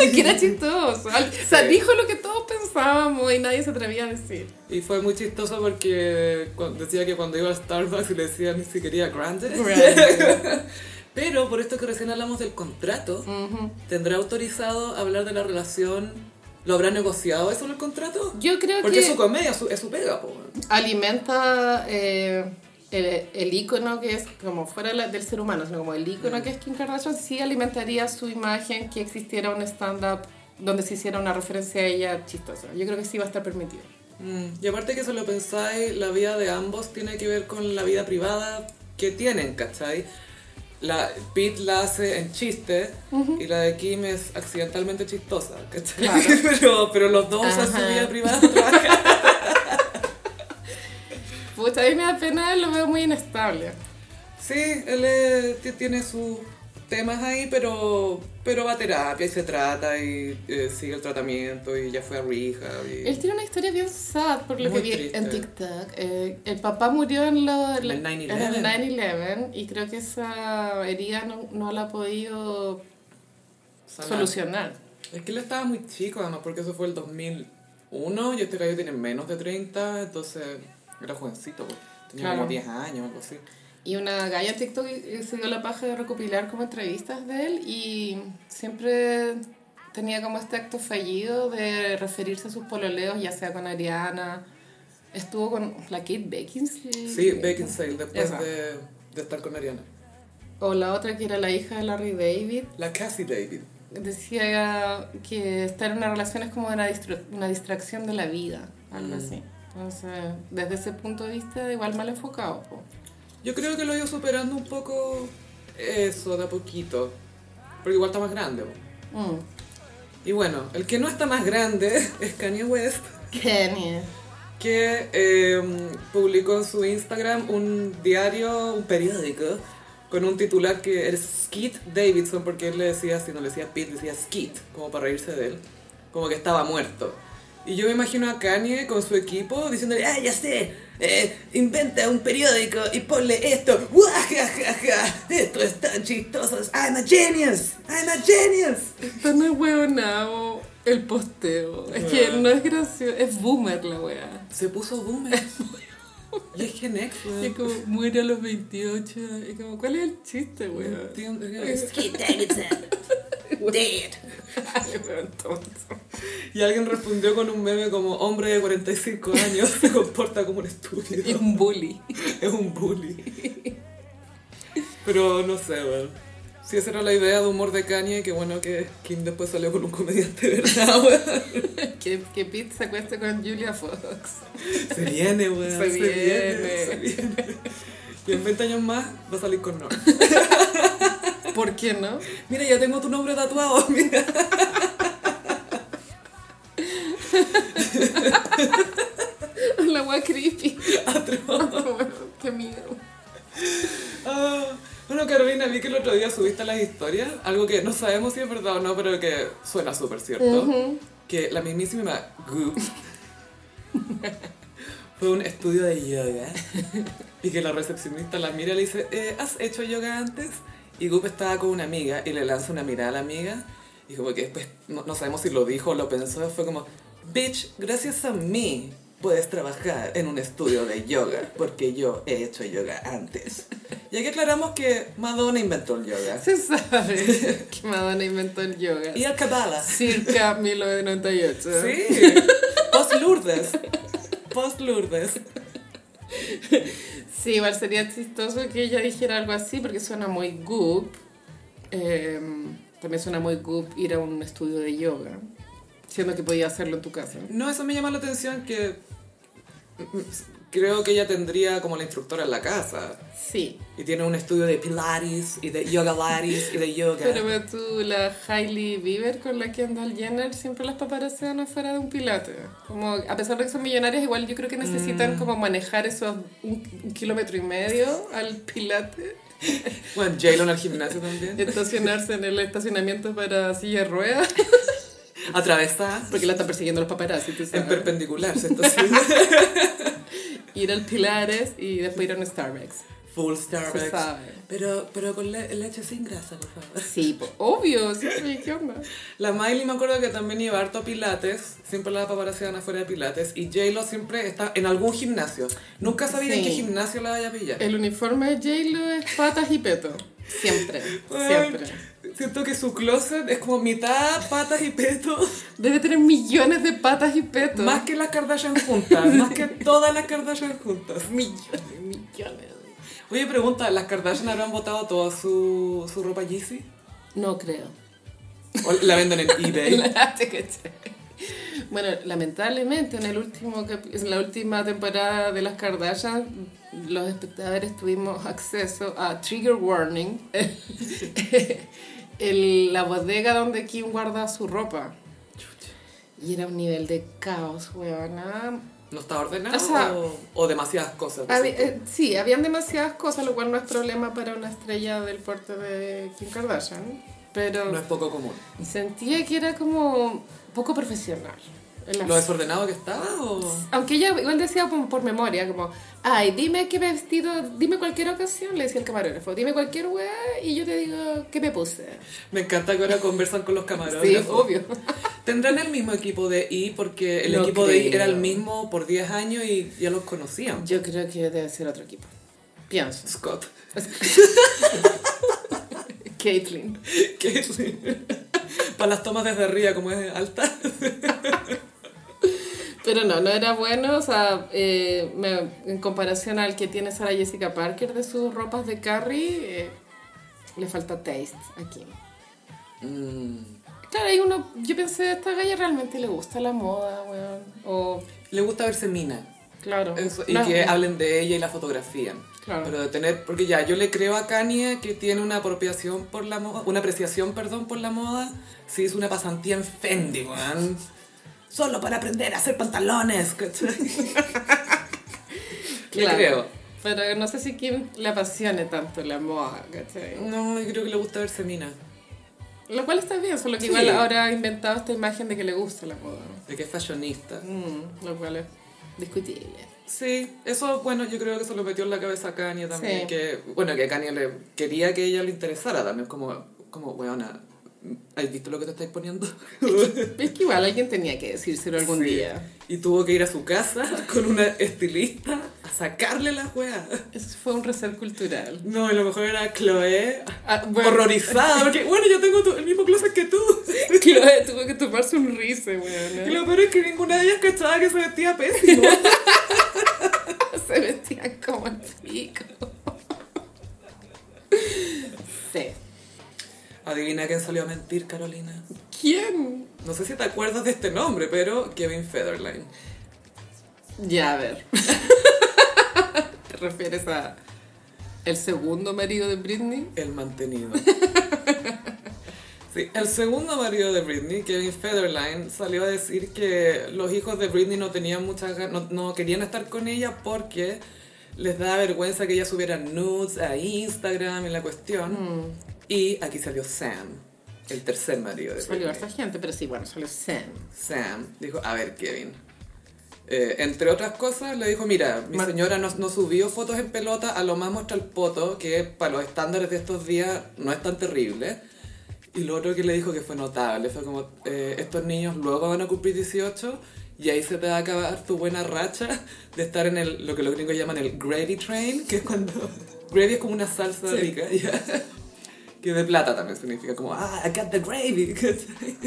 [SPEAKER 2] que era chistoso. Al- O sea, dijo lo que todos pensábamos y nadie se atrevía a decir.
[SPEAKER 1] Y fue muy chistoso porque cu- decía que cuando iba a Starbucks y le decían si quería grande. Pero por esto que recién hablamos del contrato, ¿tendrá autorizado hablar de la relación? ¿Lo habrá negociado eso en el contrato?
[SPEAKER 2] Yo creo
[SPEAKER 1] Porque es
[SPEAKER 2] que
[SPEAKER 1] su comedia, su- es su pega, po.
[SPEAKER 2] alimenta eh, el, el ícono que es como fuera la- del ser humano, sino como el
[SPEAKER 1] Mm.
[SPEAKER 2] ícono que es Kim Kardashian, sí alimentaría su imagen que existiera un stand-up donde se hiciera una referencia a ella chistosa. Yo creo que sí va a estar permitido.
[SPEAKER 1] Mm, Y aparte que se lo pensáis, la vida de ambos tiene que ver con la vida privada que tienen, ¿cachai? La, Pete la hace en chiste y la de Kim es accidentalmente chistosa, ¿cachai? pero, pero los dos usan su
[SPEAKER 2] Ajá.
[SPEAKER 1] vida privada para trabajar.
[SPEAKER 2] Pucha, a mí me da pena, lo veo muy inestable.
[SPEAKER 1] Sí, él eh, ti- tiene sus temas ahí, pero, pero va a terapia y se trata y eh, sigue el tratamiento y ya fue a rehab. y-
[SPEAKER 2] Él tiene una historia bien sad, por lo
[SPEAKER 1] Muy
[SPEAKER 2] que vi
[SPEAKER 1] triste.
[SPEAKER 2] en TikTok. Eh, el papá murió en, lo-
[SPEAKER 1] En el 9/11.
[SPEAKER 2] en el 9/11 y creo que esa herida no, no la ha podido
[SPEAKER 1] Sanar.
[SPEAKER 2] solucionar.
[SPEAKER 1] Es que él estaba muy chico, además, porque eso fue el 2001 y este gallo tiene menos de 30, entonces era jovencito, pues. tenía
[SPEAKER 2] Claro.
[SPEAKER 1] como 10 años, algo así.
[SPEAKER 2] Y una galla en TikTok eh, se dio la paja de recopilar como entrevistas de él y siempre tenía como este acto fallido de referirse a sus pololeos, ya sea con Ariana, estuvo con la Kate Beckinsale.
[SPEAKER 1] Sí, Baking Sale, después
[SPEAKER 2] Esa.
[SPEAKER 1] de, de estar con Ariana.
[SPEAKER 2] O la otra que era la hija de Larry David.
[SPEAKER 1] La Cassie David.
[SPEAKER 2] Decía que estar en una relación es como una, distru- una distracción de la vida, algo así. Entonces, desde ese punto de vista, igual mal enfocado. po.
[SPEAKER 1] Yo creo que lo he ido superando un poco eso de a poquito, porque igual está más grande. po.
[SPEAKER 2] Mm.
[SPEAKER 1] Y bueno, el que no está más grande es Kanye West.
[SPEAKER 2] Kanye.
[SPEAKER 1] que eh, publicó en su Instagram un diario, un periódico, con un titular que era Skeet Davidson, porque él le decía, si no le decía Pete, decía Skeet, como para reírse de él, como que estaba muerto. Y yo me imagino a Kanye con su equipo diciéndole,
[SPEAKER 3] Ah, ya sé. Eh, inventa un periódico y ponle esto. ¡Guajajaja! Esto es tan chistoso. I'm a genius. I'm a genius.
[SPEAKER 2] Tan huevonao el posteo. Es que no es gracioso, es boomer la wea.
[SPEAKER 1] se puso boomer. y es que next,
[SPEAKER 2] Y es como, muere a los 28. Y como, ¿cuál es el chiste, wea?
[SPEAKER 3] Keith Davidson. Dead.
[SPEAKER 2] Ay, weón, tonto.
[SPEAKER 1] Y alguien respondió con un meme como, hombre de 45 años se comporta como un estúpido.
[SPEAKER 2] Y un bully.
[SPEAKER 1] Es un bully. Pero no sé, weón. Si esa era la idea de humor de Kanye, que bueno que Kim después salió con un comediante, de ¿verdad, weón?
[SPEAKER 2] que, que Pete se acueste con Julia Fox.
[SPEAKER 1] Se viene, weón.
[SPEAKER 2] Se viene.
[SPEAKER 1] se viene. Y en 20 años más va a salir con Norm.
[SPEAKER 2] ¿Por qué no?
[SPEAKER 1] Mira, ya tengo tu nombre tatuado, mira.
[SPEAKER 2] La wea creepy. Qué miedo.
[SPEAKER 1] Ah, bueno, Carolina, vi que el otro día subiste las historias, algo que no sabemos si es verdad o no, pero que suena súper cierto. Que la mismísima Goop fue a un estudio de yoga y que la recepcionista la mira y le dice, "Eh, ¿has hecho yoga antes? Y Goop estaba con una amiga y le lanza una mirada a la amiga y como que después, no, no sabemos si lo dijo o lo pensó, fue como, bitch, gracias a mí puedes trabajar en un estudio de yoga porque yo he hecho yoga antes. Y aquí aclaramos que Madonna inventó el yoga.
[SPEAKER 2] Se sabe que Madonna inventó el yoga.
[SPEAKER 1] Y el Kabbalah.
[SPEAKER 2] Circa 1998.
[SPEAKER 1] Sí. Post Lourdes. Post Lourdes.
[SPEAKER 2] Sí, igual sería chistoso que ella dijera algo así porque suena muy goop. Em, también suena muy goop ir a un estudio de yoga. Siendo que podía hacerlo en tu casa.
[SPEAKER 1] No, eso me llama la atención que mm, mm, creo que ella tendría como la instructora en la casa.
[SPEAKER 2] Sí.
[SPEAKER 1] Y tiene un estudio de Pilates y de Yoga Laris y de Yoga.
[SPEAKER 2] Pero ve tú, la Hailey Bieber con la Kendall Jenner, siempre las paparazzian afuera de un pilate. Como, a pesar de que son millonarias, igual yo creo que necesitan como manejar esos un, un kilómetro y medio al pilate.
[SPEAKER 1] Bueno, J-Lo al gimnasio también.
[SPEAKER 2] Estacionarse en el estacionamiento para silla de ruedas.
[SPEAKER 1] Atravesada.
[SPEAKER 2] Porque la están persiguiendo los paparazzi, tú
[SPEAKER 1] En
[SPEAKER 2] sabes.
[SPEAKER 1] perpendicular, se estaciona.
[SPEAKER 2] Ir al Pilares y después ir a un Starbucks.
[SPEAKER 1] Full
[SPEAKER 2] Se
[SPEAKER 1] Starbucks.
[SPEAKER 2] sabe.
[SPEAKER 1] Pero, pero con le- leche sin grasa, por favor.
[SPEAKER 2] Sí, po, obvio, sí, sí, ¿qué onda?
[SPEAKER 1] La Miley me acuerdo que también iba harto a Pilates, siempre la paparazzian afuera de Pilates, y J-Lo siempre está en algún gimnasio. Nunca sabía en
[SPEAKER 2] Sí. Eh,
[SPEAKER 1] qué gimnasio la vaya a pillar.
[SPEAKER 2] El uniforme de J-Lo es patas y peto. Siempre,
[SPEAKER 1] Ay,
[SPEAKER 2] siempre.
[SPEAKER 1] Siento que su closet es como mitad patas y peto,
[SPEAKER 2] Debe tener millones de patas y petos.
[SPEAKER 1] más que las Kardashian juntas, más que todas las Kardashian juntas.
[SPEAKER 2] millones, millones.
[SPEAKER 1] Oye, pregunta, ¿las Kardashian habrán botado toda su, su ropa Yeezy?
[SPEAKER 2] No creo.
[SPEAKER 1] ¿O la venden en eBay?
[SPEAKER 2] Te caché. bueno, lamentablemente en, el último cap- en la última temporada de Las Kardashian, los espectadores tuvimos acceso a Trigger Warning, el- la bodega donde Kim guarda su ropa. Y era un nivel de caos, weona.
[SPEAKER 1] ¿No está ordenado?
[SPEAKER 2] O sea-
[SPEAKER 1] o, o demasiadas cosas?
[SPEAKER 2] Habi- eh, sí, habían demasiadas cosas, lo cual no es problema para una estrella del porte de Kim Kardashian. Pero
[SPEAKER 1] No es poco común.
[SPEAKER 2] Sentía que era como poco profesional. en las-
[SPEAKER 1] ¿Lo desordenado que estaba o...?
[SPEAKER 2] Aunque ella igual decía por, por memoria, como, ay, dime qué vestido, dime cualquier ocasión, le decía el camarógrafo, dime cualquier weá y yo te digo qué me puse.
[SPEAKER 1] Me encanta que ahora conversan con los camarones. Oh,
[SPEAKER 2] Sí, obvio.
[SPEAKER 1] Tendrán el mismo equipo de I porque el
[SPEAKER 2] No
[SPEAKER 1] equipo de I
[SPEAKER 2] creo.
[SPEAKER 1] era el mismo por 10 años y ya los conocían.
[SPEAKER 2] Yo creo que debe ser otro equipo. Pienso.
[SPEAKER 1] Scott,
[SPEAKER 2] Caitlyn.
[SPEAKER 1] Caitlyn. Para las tomas desde arriba, como es alta.
[SPEAKER 2] Pero no, no era bueno, o sea, eh, me- en comparación al que tiene Sarah Jessica Parker de sus ropas de Carrie, eh, le falta taste aquí.
[SPEAKER 3] Mm.
[SPEAKER 2] Claro, hay uno, yo pensé, esta galla realmente le gusta la moda, weón. O,
[SPEAKER 1] Le gusta verse mina.
[SPEAKER 2] claro.
[SPEAKER 1] Eso, y
[SPEAKER 2] no,
[SPEAKER 1] que hablen de ella y la fotografían.
[SPEAKER 2] Claro.
[SPEAKER 1] Pero de tener, porque ya, yo le creo a Kanye que tiene una apropiación por la moda, una apreciación, perdón, por la moda. Si hizo una pasantía en Fendi, weón.
[SPEAKER 3] Solo para aprender a hacer pantalones. ¿cachai?
[SPEAKER 1] Le creo.
[SPEAKER 2] Pero no sé si Kim le apasione tanto la moda, ¿cachai?
[SPEAKER 1] No, yo creo que le gusta verse mina.
[SPEAKER 2] Lo cual está bien, solo que
[SPEAKER 1] Sí.
[SPEAKER 2] igual ahora ha inventado esta imagen de que le gusta la moda.
[SPEAKER 1] De que es fashionista.
[SPEAKER 2] Mm, lo cual es discutible.
[SPEAKER 1] Sí, eso, bueno, yo creo que se lo metió en la cabeza a Kanye también.
[SPEAKER 2] Sí.
[SPEAKER 1] Que, bueno, que Kanye le quería que ella le interesara también, como, como weona, ¿has visto lo que te estáis poniendo?
[SPEAKER 2] Es que igual alguien tenía que decírselo algún
[SPEAKER 1] Sí.
[SPEAKER 2] día.
[SPEAKER 1] Y tuvo que ir a su casa con una estilista a sacarle las weas.
[SPEAKER 2] Eso fue un reset cultural.
[SPEAKER 1] No, y lo mejor era Chloe,
[SPEAKER 2] Ah, bueno.
[SPEAKER 1] horrorizada, porque, bueno, yo tengo tu- el mismo closet que tú.
[SPEAKER 2] Chloe tuvo que tomarse un riso, weón.
[SPEAKER 1] Y lo peor es que ninguna de ellas cachaba que se vestía pésimo.
[SPEAKER 2] Se vestían como el pico. Sí.
[SPEAKER 1] Adivina quién salió a mentir, Carolina.
[SPEAKER 2] ¿Quién?
[SPEAKER 1] No sé si te acuerdas de este nombre, pero Kevin Federline.
[SPEAKER 2] Ya, a ver. ¿Te refieres a el segundo marido de Britney?
[SPEAKER 1] El mantenido. Sí, el segundo marido de Britney, Kevin Federline, salió a decir que los hijos de Britney no tenían muchas gan- no, no querían estar con ella porque les da vergüenza que ella subiera nudes a Instagram y la cuestión. Y aquí salió Sam, el tercer marido de
[SPEAKER 2] Salió
[SPEAKER 1] Britney.
[SPEAKER 2] harta gente, pero sí, bueno, salió Sam.
[SPEAKER 1] Sam dijo, a ver Kevin, eh, entre otras cosas le dijo, mira, mi
[SPEAKER 2] Ma-
[SPEAKER 1] señora no, no subió fotos en pelota, a lo más muestra el poto, que para los estándares de estos días no es tan terrible. Y lo otro que le dijo que fue notable, fue como, eh, estos niños luego van a cumplir 18 y ahí se te va a acabar tu buena racha de estar en el, lo que los gringos llaman el gravy train, que es cuando... Gravy es como una salsa rica, ya. Que de plata también significa como, ah, I got the gravy. ¿cachai?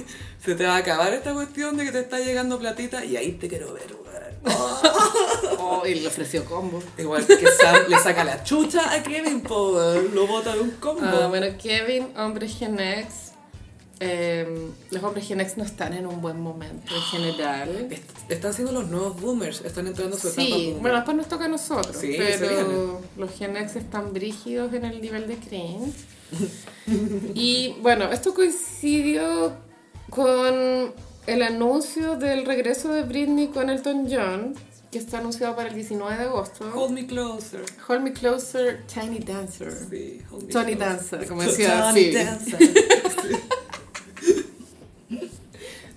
[SPEAKER 1] Se te va a acabar esta cuestión de que te está llegando platita y ahí te quiero ver, weón.
[SPEAKER 2] Oh, y le ofreció combo.
[SPEAKER 1] Igual que Sam le saca la chucha a Kevin, po, weón. lo bota de un combo.
[SPEAKER 2] Ah, bueno, Kevin, hombre Gen X. eh, los hombres Gen X no están en un buen momento en general.
[SPEAKER 1] Est- están siendo los nuevos boomers, están entrando a su etapa
[SPEAKER 2] Sí,
[SPEAKER 1] boomer.
[SPEAKER 2] bueno, después nos toca a nosotros.
[SPEAKER 1] Sí, que se
[SPEAKER 2] pero
[SPEAKER 1] viene.
[SPEAKER 2] los Gen X están brígidos en el nivel de cringe. y bueno, esto coincidió con el anuncio del regreso de Britney con Elton John, que está anunciado para el 19 de agosto.
[SPEAKER 1] Hold me closer.
[SPEAKER 2] Hold me closer, Tiny Dancer.
[SPEAKER 1] Sí, hold me
[SPEAKER 2] Tony
[SPEAKER 1] closer.
[SPEAKER 2] Dancer, como decía
[SPEAKER 1] Tony
[SPEAKER 2] Phoebe.
[SPEAKER 1] Dancer.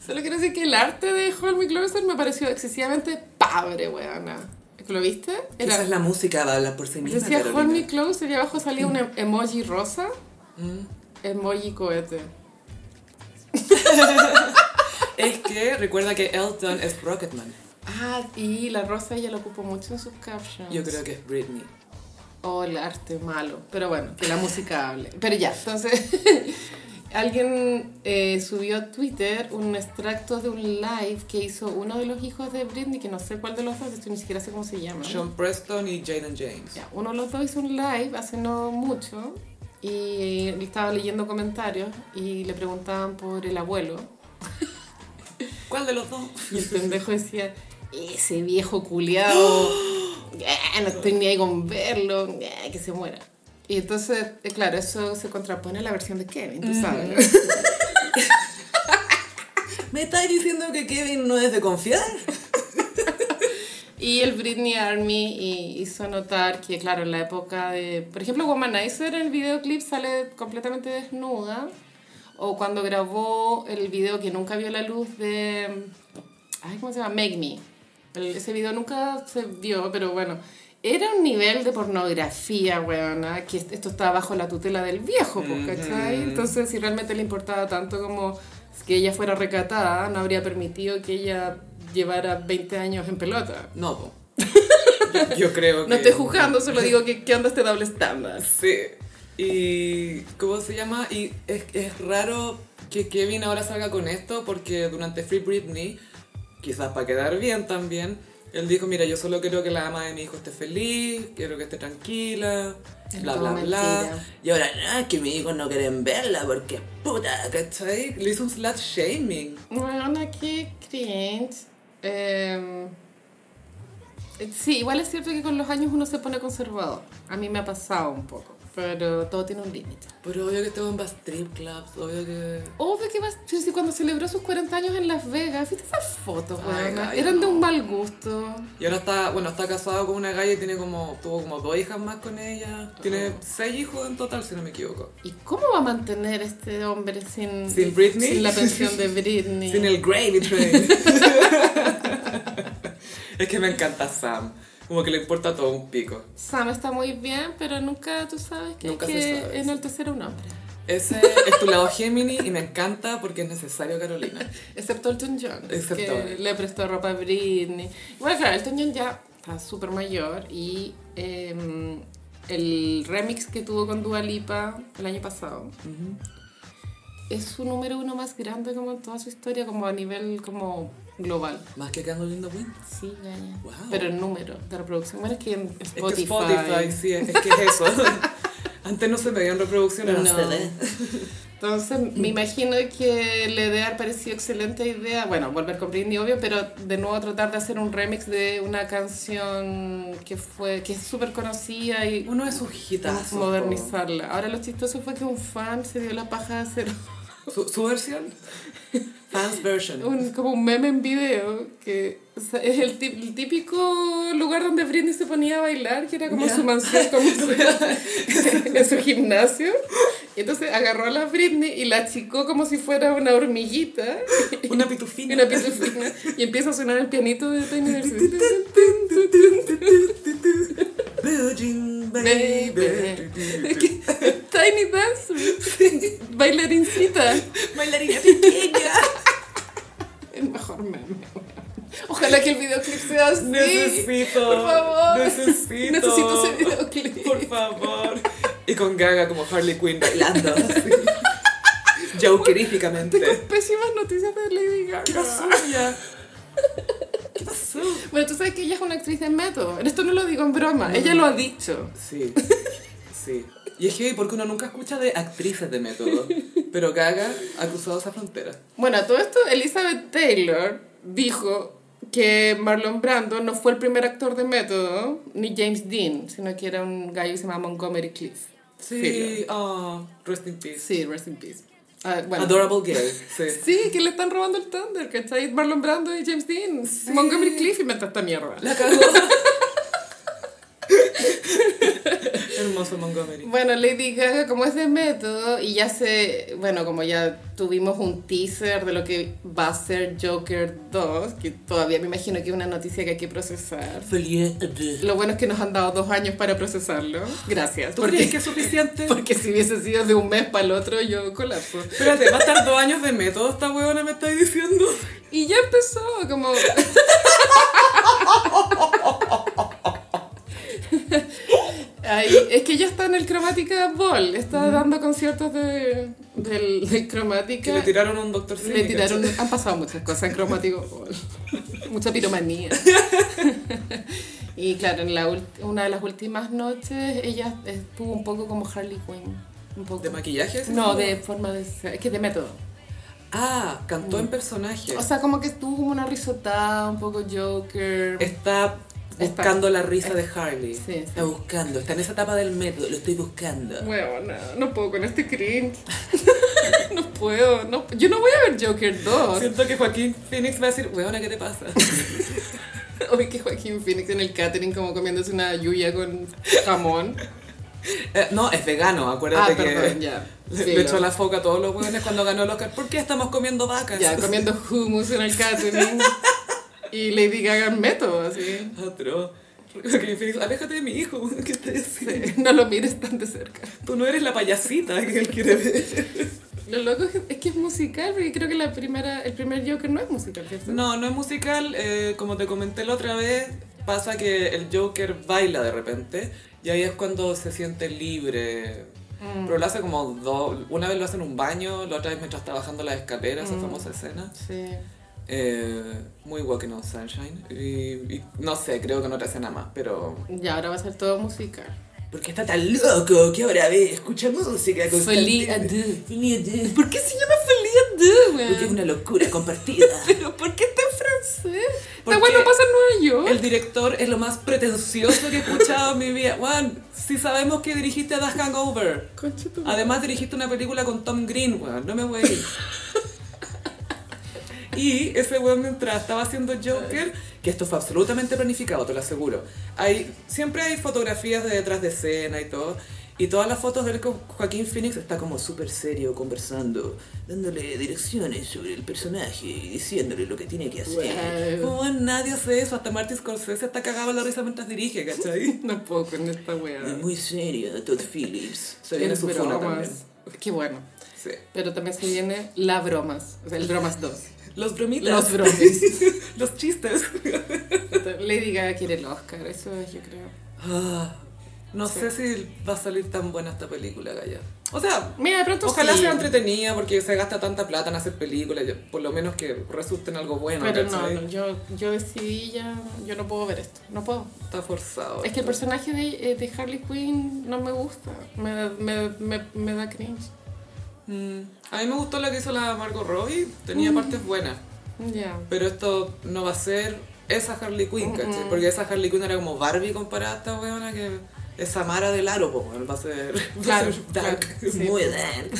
[SPEAKER 2] Solo quiero decir que el arte de Hold Me Closer me pareció excesivamente pobre, weona. ¿Lo viste? Era-
[SPEAKER 1] Esa es la música, va a hablar por sí misma.
[SPEAKER 2] decía
[SPEAKER 1] Carolina.
[SPEAKER 2] Hold Me Closer y abajo salía un em- emoji rosa,
[SPEAKER 1] Mm.
[SPEAKER 2] emoji cohete.
[SPEAKER 1] Es que recuerda que Elton es Rocketman.
[SPEAKER 2] Ah, y la rosa ella lo ocupó mucho en sus captions.
[SPEAKER 1] Yo creo que es Britney.
[SPEAKER 2] Oh, el arte malo. Pero bueno, que la música hable. Pero ya, entonces. Alguien eh, subió a Twitter un extracto de un live que hizo uno de los hijos de Britney, que no sé cuál de los dos, de hecho ni siquiera sé cómo se llama.
[SPEAKER 1] Sean Preston y Jaden James.
[SPEAKER 2] Ya, uno de los dos hizo un live hace no mucho y él estaba leyendo comentarios y le preguntaban por el abuelo.
[SPEAKER 1] ¿Cuál de los dos?
[SPEAKER 2] Y el pendejo decía, ese viejo culiado, no estoy ni ahí con verlo, ah, que se muera. Y entonces, eh, claro, eso se contrapone a la versión de Kevin, tú sabes.
[SPEAKER 1] ¿Me estáis diciendo que Kevin no es de confiar?
[SPEAKER 2] Y el Britney Army y- hizo notar que, claro, en la época de... Por ejemplo, Womanizer, el videoclip sale completamente desnuda. O cuando grabó el video que nunca vio la luz de Ay, ¿cómo se llama? Make Me. El- ese video nunca se vio, pero bueno. Era un nivel de pornografía, weona, que est- esto estaba bajo la tutela del viejo, pues, ¿cachai? Entonces, si realmente le importaba tanto como que ella fuera recatada, no habría permitido que ella llevara 20 años en pelota.
[SPEAKER 1] No, po. Yo, yo creo que...
[SPEAKER 2] No estoy juzgando, solo digo que qué onda este doble estándar.
[SPEAKER 1] Sí. Y ¿cómo se llama? Y es, es raro que Kevin ahora salga con esto porque durante Free Britney, quizás para quedar bien también, él dijo, mira, yo solo quiero que la ama de mi hijo esté feliz, quiero que esté tranquila,
[SPEAKER 2] Es
[SPEAKER 1] bla,
[SPEAKER 2] todo
[SPEAKER 1] bla, bla.
[SPEAKER 2] mentira.
[SPEAKER 3] Y ahora, no, es que mis hijos no quieren verla porque es puta,
[SPEAKER 1] ¿Cachai? Le hizo un slut shaming.
[SPEAKER 2] Weona, qué cringe. Eh, sí, igual es cierto que con los años uno se pone conservador. A mí me ha pasado un poco, pero todo tiene un límite.
[SPEAKER 1] Pero obvio que este estuvo en strip clubs, obvio que...
[SPEAKER 2] Obvio que vas, sí, sí, cuando celebró sus 40 años en Las Vegas, ¿viste esas fotos,
[SPEAKER 1] Ay,
[SPEAKER 2] weona?
[SPEAKER 1] ay,
[SPEAKER 2] Eran de
[SPEAKER 1] no.
[SPEAKER 2] un mal gusto.
[SPEAKER 1] Y ahora está, bueno, está casado con una galla y tiene como, tuvo como dos hijas más con ella. Tiene seis hijos en total, si no me equivoco.
[SPEAKER 2] ¿Y cómo va a mantener este hombre sin,
[SPEAKER 1] ¿Sin Britney?
[SPEAKER 2] sin la pensión de Britney?
[SPEAKER 1] Sin el gravy train. es que me encanta Sam. Como que le importa todo un pico.
[SPEAKER 2] Sam está muy bien, pero nunca tú sabes que
[SPEAKER 1] Nunca
[SPEAKER 2] hay
[SPEAKER 1] se
[SPEAKER 2] que
[SPEAKER 1] sabe,
[SPEAKER 2] enaltecer a un hombre.
[SPEAKER 1] Ese es tu lado Gemini y me encanta porque es necesario, Carolina.
[SPEAKER 2] Excepto Elton John,
[SPEAKER 1] Excepto
[SPEAKER 2] que
[SPEAKER 1] él.
[SPEAKER 2] le prestó ropa a Britney. Bueno, claro, Elton John ya está súper mayor y eh, el remix que tuvo con Dua Lipa el año pasado es su número uno más grande como en toda su historia, como a nivel como global.
[SPEAKER 1] Más que Carolina lindo win.
[SPEAKER 2] Sí, ya, ya.
[SPEAKER 1] Wow.
[SPEAKER 2] Pero el número de reproducción, bueno, es que en
[SPEAKER 1] Es que
[SPEAKER 2] Spotify...
[SPEAKER 1] Spotify, sí, es que es eso. Antes no se medían reproducciones.
[SPEAKER 2] No.
[SPEAKER 3] ustedes.
[SPEAKER 2] Entonces me imagino que le debe haber parecido excelente idea, bueno, volver con Britney obvio, pero de nuevo tratar de hacer un remix de una canción que fue que es súper conocida y
[SPEAKER 1] Uno de sus hitazos.
[SPEAKER 2] modernizarla. Ahora lo chistoso fue que un fan se dio la paja de hacer
[SPEAKER 1] po. ¿Su, su versión? Fans version.
[SPEAKER 2] un, como un meme en video, que o sea, es el, tí- el típico lugar donde Britney se ponía a bailar, que era como
[SPEAKER 1] Ya.
[SPEAKER 2] su mansión, como su- en su gimnasio. Y entonces agarró a la Britney y la achicó como si fuera una hormiguita.
[SPEAKER 1] Una
[SPEAKER 2] y
[SPEAKER 1] pitufina.
[SPEAKER 2] una pitufina y empieza a sonar el pianito de Tiny Version.
[SPEAKER 1] Blue Jean, baby.
[SPEAKER 2] Tiny Dancer bailarincita
[SPEAKER 3] Bailarina pequeña.
[SPEAKER 2] el mejor meme ojalá que el videoclip sea así
[SPEAKER 1] Necesito.
[SPEAKER 2] por favor
[SPEAKER 1] Necesito.
[SPEAKER 2] necesito ese videoclip
[SPEAKER 1] Por favor. Y con Gaga como Harley Quinn bailando. Jokeríficamente.
[SPEAKER 2] tengo pésimas noticias de Lady Gaga
[SPEAKER 1] ¿Qué pasó ya? ¿Qué pasó?
[SPEAKER 2] bueno tú sabes que ella es una actriz de método esto no lo digo en broma ella lo ha dicho
[SPEAKER 1] Sí. Sí. Y es heavy porque uno nunca escucha de actrices de método. Pero Gaga ha cruzado esa frontera.
[SPEAKER 2] Bueno, a todo esto, Elizabeth Taylor dijo que Marlon Brando no fue el primer actor de método, ni James Dean, sino que era un gallo que se llama Montgomery Cliff.
[SPEAKER 1] Sí. ah, rest in peace.
[SPEAKER 2] Sí, rest in peace. Ah, bueno.
[SPEAKER 1] Adorable gay. Sí.
[SPEAKER 2] Sí, que le están robando el thunder, ¿cachai? Marlon Brando y James Dean. Montgomery Cliff inventó esta mierda.
[SPEAKER 1] La cagó. Hermoso Montgomery.
[SPEAKER 2] Bueno, Lady Gaga, como es de método, y ya se. Bueno, como ya tuvimos un teaser de lo que va a ser Joker 2, que todavía me imagino que es una noticia que hay que procesar.
[SPEAKER 3] Feliz de.
[SPEAKER 2] Lo bueno es que nos han dado dos años para procesarlo. Gracias.
[SPEAKER 1] ¿Tú
[SPEAKER 2] Porque,
[SPEAKER 1] crees que es suficiente?
[SPEAKER 2] porque si hubiese sido de un mes para el otro, yo colapso.
[SPEAKER 1] Espérate, va a estar dos años de método esta huevona, me estáis diciendo.
[SPEAKER 2] Y ya empezó, como. Ay, es que ya está en el Chromatica Ball, está dando conciertos de, del, del
[SPEAKER 1] Que
[SPEAKER 2] Chromatica.
[SPEAKER 1] le tiraron un doctor Simi,
[SPEAKER 2] Le tiraron, han pasado muchas cosas en cromático, Ball. mucha piromanía. y claro, en la ulti- una de las últimas noches ella estuvo un poco como Harley Quinn. Un
[SPEAKER 1] ¿cachai?
[SPEAKER 2] poco.
[SPEAKER 1] ¿De maquillaje? así
[SPEAKER 2] No,
[SPEAKER 1] como?
[SPEAKER 2] de forma de ser, es que de método.
[SPEAKER 1] Ah, cantó en personaje.
[SPEAKER 2] Mm. O sea, como que estuvo como una risotada, un poco Joker.
[SPEAKER 1] está
[SPEAKER 2] Está.
[SPEAKER 1] buscando la risa de Harley.
[SPEAKER 2] Sí, sí.
[SPEAKER 1] Está buscando, está en esa etapa del método, lo estoy buscando.
[SPEAKER 2] Bueno, no, no puedo con este cringe. no puedo. No, yo no voy a ver Joker 2.
[SPEAKER 1] Siento que Joaquín Phoenix va a decir, huevona, ¿qué te pasa?
[SPEAKER 2] Hoy que Joaquín Phoenix en el catering como comiéndose una yuya con jamón.
[SPEAKER 1] Eh, no, es vegano,
[SPEAKER 2] Ah,
[SPEAKER 1] acuérdate que
[SPEAKER 2] perdón, ya.
[SPEAKER 1] le,
[SPEAKER 2] Sí,
[SPEAKER 1] le
[SPEAKER 2] lo-
[SPEAKER 1] echó la foca a todos los huevones cuando ganó el Oscar. ¿Por qué estamos comiendo vacas?
[SPEAKER 2] Ya, comiendo hummus en el catering. y Lady Gaga en Meto, así.
[SPEAKER 1] Atroz. Joaquín Phoenix, aléjate de mi hijo, ¿qué te haciendo?
[SPEAKER 2] Sí, No lo mires tan de cerca.
[SPEAKER 1] Tú no eres la payasita que él quiere ver.
[SPEAKER 2] Lo loco es que- es que es musical, porque creo que la primera, el primer Joker no es musical, ¿cierto?
[SPEAKER 1] No, no es musical. eh, como te comenté la otra vez, pasa que el Joker baila de repente y ahí es cuando se siente libre.
[SPEAKER 2] Mm.
[SPEAKER 1] Pero lo hace como dos. Una vez lo hace en un baño, la otra vez mientras está bajando las escaleras,
[SPEAKER 2] Mm.
[SPEAKER 1] esa famosa escena.
[SPEAKER 2] Sí.
[SPEAKER 1] Eh, muy Walking on Sunshine. Y, y no sé, creo que no otra escena más, pero.
[SPEAKER 2] Y ahora va a ser todo musical.
[SPEAKER 3] ¿Por qué está tan loco? ¿Qué ahora ve? Escucha música
[SPEAKER 2] Folie à
[SPEAKER 3] constantemente.
[SPEAKER 2] deux.
[SPEAKER 3] Folie à deux.
[SPEAKER 2] ¿Por qué se llama Folie à
[SPEAKER 3] Porque es una locura compartida.
[SPEAKER 2] Pero ¿por qué está en francés?
[SPEAKER 1] Porque
[SPEAKER 2] Está bueno, pasa en Nueva York.
[SPEAKER 1] El director es lo más pretencioso que he escuchado en mi vida. Juan, si sabemos que dirigiste The Hangover.
[SPEAKER 2] Concha tu madre.
[SPEAKER 1] Además dirigiste una película con Tom Green, weón, no me voy a ir. Y ese weón mientras estaba haciendo Joker, que esto fue absolutamente planificado, te lo aseguro. Hay, siempre hay fotografías de detrás de escena y todo. Y todas las fotos de él con Joaquín Phoenix está como súper serio, conversando.
[SPEAKER 3] Dándole direcciones sobre el personaje y diciéndole lo que tiene que hacer.
[SPEAKER 2] Wow.
[SPEAKER 1] Como nadie hace eso, hasta Martin Scorsese está cagado en la risa mientras dirige, ¿cachai?
[SPEAKER 2] No puedo con esta wea.
[SPEAKER 3] Es muy serio, Todd Phillips.
[SPEAKER 1] Se viene
[SPEAKER 2] Es
[SPEAKER 1] su funa
[SPEAKER 2] bromas.
[SPEAKER 1] también.
[SPEAKER 2] Qué bueno.
[SPEAKER 1] Sí.
[SPEAKER 2] Pero también se viene la bromas. O sea, el bromas 2.
[SPEAKER 1] Los bromitas.
[SPEAKER 2] Los bromis.
[SPEAKER 1] Los chistes.
[SPEAKER 2] Lady Gaga quiere el Oscar, eso es, yo creo.
[SPEAKER 1] Ah, no
[SPEAKER 2] Sí.
[SPEAKER 1] sé si va a salir tan buena esta película, Gaya. O sea,
[SPEAKER 2] Mira, de pronto
[SPEAKER 1] ojalá
[SPEAKER 2] sí,
[SPEAKER 1] sea entretenida porque se gasta tanta plata en hacer películas, yo- por lo menos que resulte en algo bueno.
[SPEAKER 2] Pero no,
[SPEAKER 1] ¿cachai?
[SPEAKER 2] no, yo, yo decidí ya, yo no puedo ver esto, no puedo.
[SPEAKER 1] Está forzado.
[SPEAKER 2] Es que el personaje de, eh, de Harley Quinn no me gusta, me, da- me, me, me da cringe.
[SPEAKER 1] Mm, A mí me gustó la que hizo la Margot Robbie, tenía
[SPEAKER 2] Mm.
[SPEAKER 1] partes buenas,
[SPEAKER 2] Ya.
[SPEAKER 1] pero esto no va a ser esa Harley Quinn, ¿cachai?
[SPEAKER 2] Mm-mm.
[SPEAKER 1] Porque esa Harley Quinn era como Barbie comparada a esta weona que es Samara del Aro, po, weón, va a ser, va a
[SPEAKER 2] Claro,
[SPEAKER 1] ser dark.
[SPEAKER 2] claro, sí.
[SPEAKER 3] Muy dark.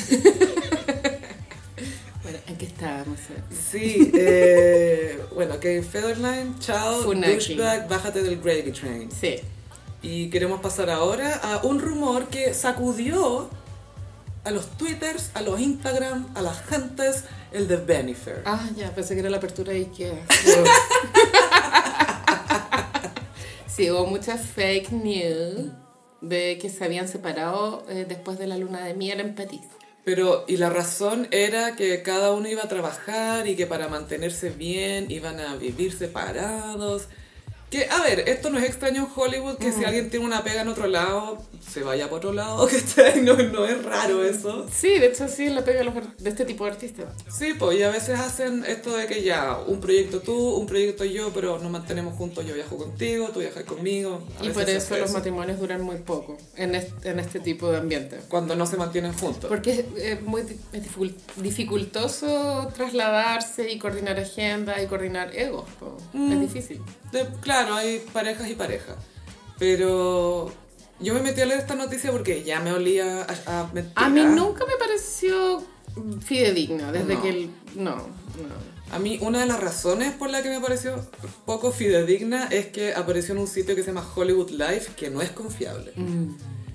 [SPEAKER 2] Bueno, aquí estábamos. eh.
[SPEAKER 1] Sí, eh, bueno, que Federline, chao,
[SPEAKER 2] Funaki.
[SPEAKER 1] douchebag, bájate del gravy train.
[SPEAKER 2] Sí.
[SPEAKER 1] Y queremos pasar ahora a un rumor que sacudió a los twitters, a los instagram, a las gentes, el de Benifer.
[SPEAKER 2] Ah, ya, pensé que era la apertura de Ikea. sí, hubo muchas fake news de que se habían separado eh, después de la luna de miel en París.
[SPEAKER 1] Pero, y la razón era que cada uno iba a trabajar y que para mantenerse bien iban a vivir separados. Que, a ver, esto no es extraño en Hollywood, que si alguien tiene una pega en otro lado, se vaya por otro lado, que no, no es raro eso.
[SPEAKER 2] Sí, de hecho sí, la pega de los ar- de este tipo de artistas.
[SPEAKER 1] Sí, pues, y a veces hacen esto de que ya, un proyecto tú, un proyecto yo, pero nos mantenemos juntos, yo viajo contigo, tú viajas conmigo. A
[SPEAKER 2] Y
[SPEAKER 1] veces
[SPEAKER 2] por
[SPEAKER 1] se
[SPEAKER 2] eso
[SPEAKER 1] hace
[SPEAKER 2] los matrimonios duran muy poco en este, en este tipo de ambiente.
[SPEAKER 1] Cuando no se mantienen juntos.
[SPEAKER 2] Porque es, es muy di- es dificul- dificultoso trasladarse y coordinar agenda y coordinar egos. po. Es difícil.
[SPEAKER 1] De- claro, hay parejas y parejas. Pero yo me metí a leer esta noticia porque ya me olía a, a mentira.
[SPEAKER 2] A mí nunca me pareció fidedigna desde
[SPEAKER 1] No.
[SPEAKER 2] que el... No, no.
[SPEAKER 1] A mí una de las razones por la que me pareció poco fidedigna es que apareció en un sitio que se llama Hollywood Life, que no es confiable.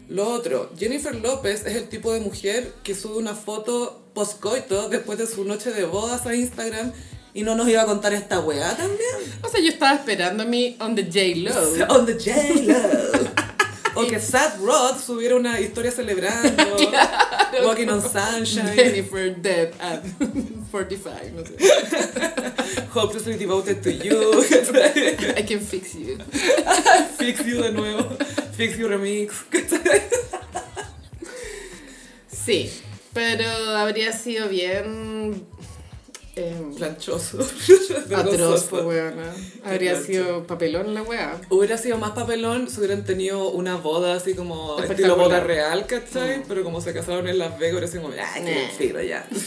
[SPEAKER 1] Lo otro, Jennifer López es el tipo de mujer que sube una foto postcoito después de su noche de bodas a Instagram y no nos iba a contar esta weá también.
[SPEAKER 2] O sea, yo estaba esperando a mi On the J-Lo.
[SPEAKER 3] On the J-Lo.
[SPEAKER 1] O que Sad Rod subiera una historia celebrando, Walking on Sunshine,
[SPEAKER 2] Jennifer Depp at 45, no sé.
[SPEAKER 1] Hopelessly Devoted to You,
[SPEAKER 2] I can fix you.
[SPEAKER 1] Fix You de nuevo, Fix You Remix.
[SPEAKER 2] Sí, pero habría sido bien... em,
[SPEAKER 1] Planchoso.
[SPEAKER 2] Atroz,
[SPEAKER 1] Vergonzoso.
[SPEAKER 2] pues, weona. Habría
[SPEAKER 1] Qué
[SPEAKER 2] sido papelón la weá.
[SPEAKER 1] Hubiera sido más papelón si hubieran tenido una boda así como estilo
[SPEAKER 2] Espectacular. Mm.
[SPEAKER 1] boda real, ¿cachai? Pero como se casaron en Las Vegas, hubiera sido como, ¡ay, qué
[SPEAKER 2] Nah.
[SPEAKER 1] filo ya!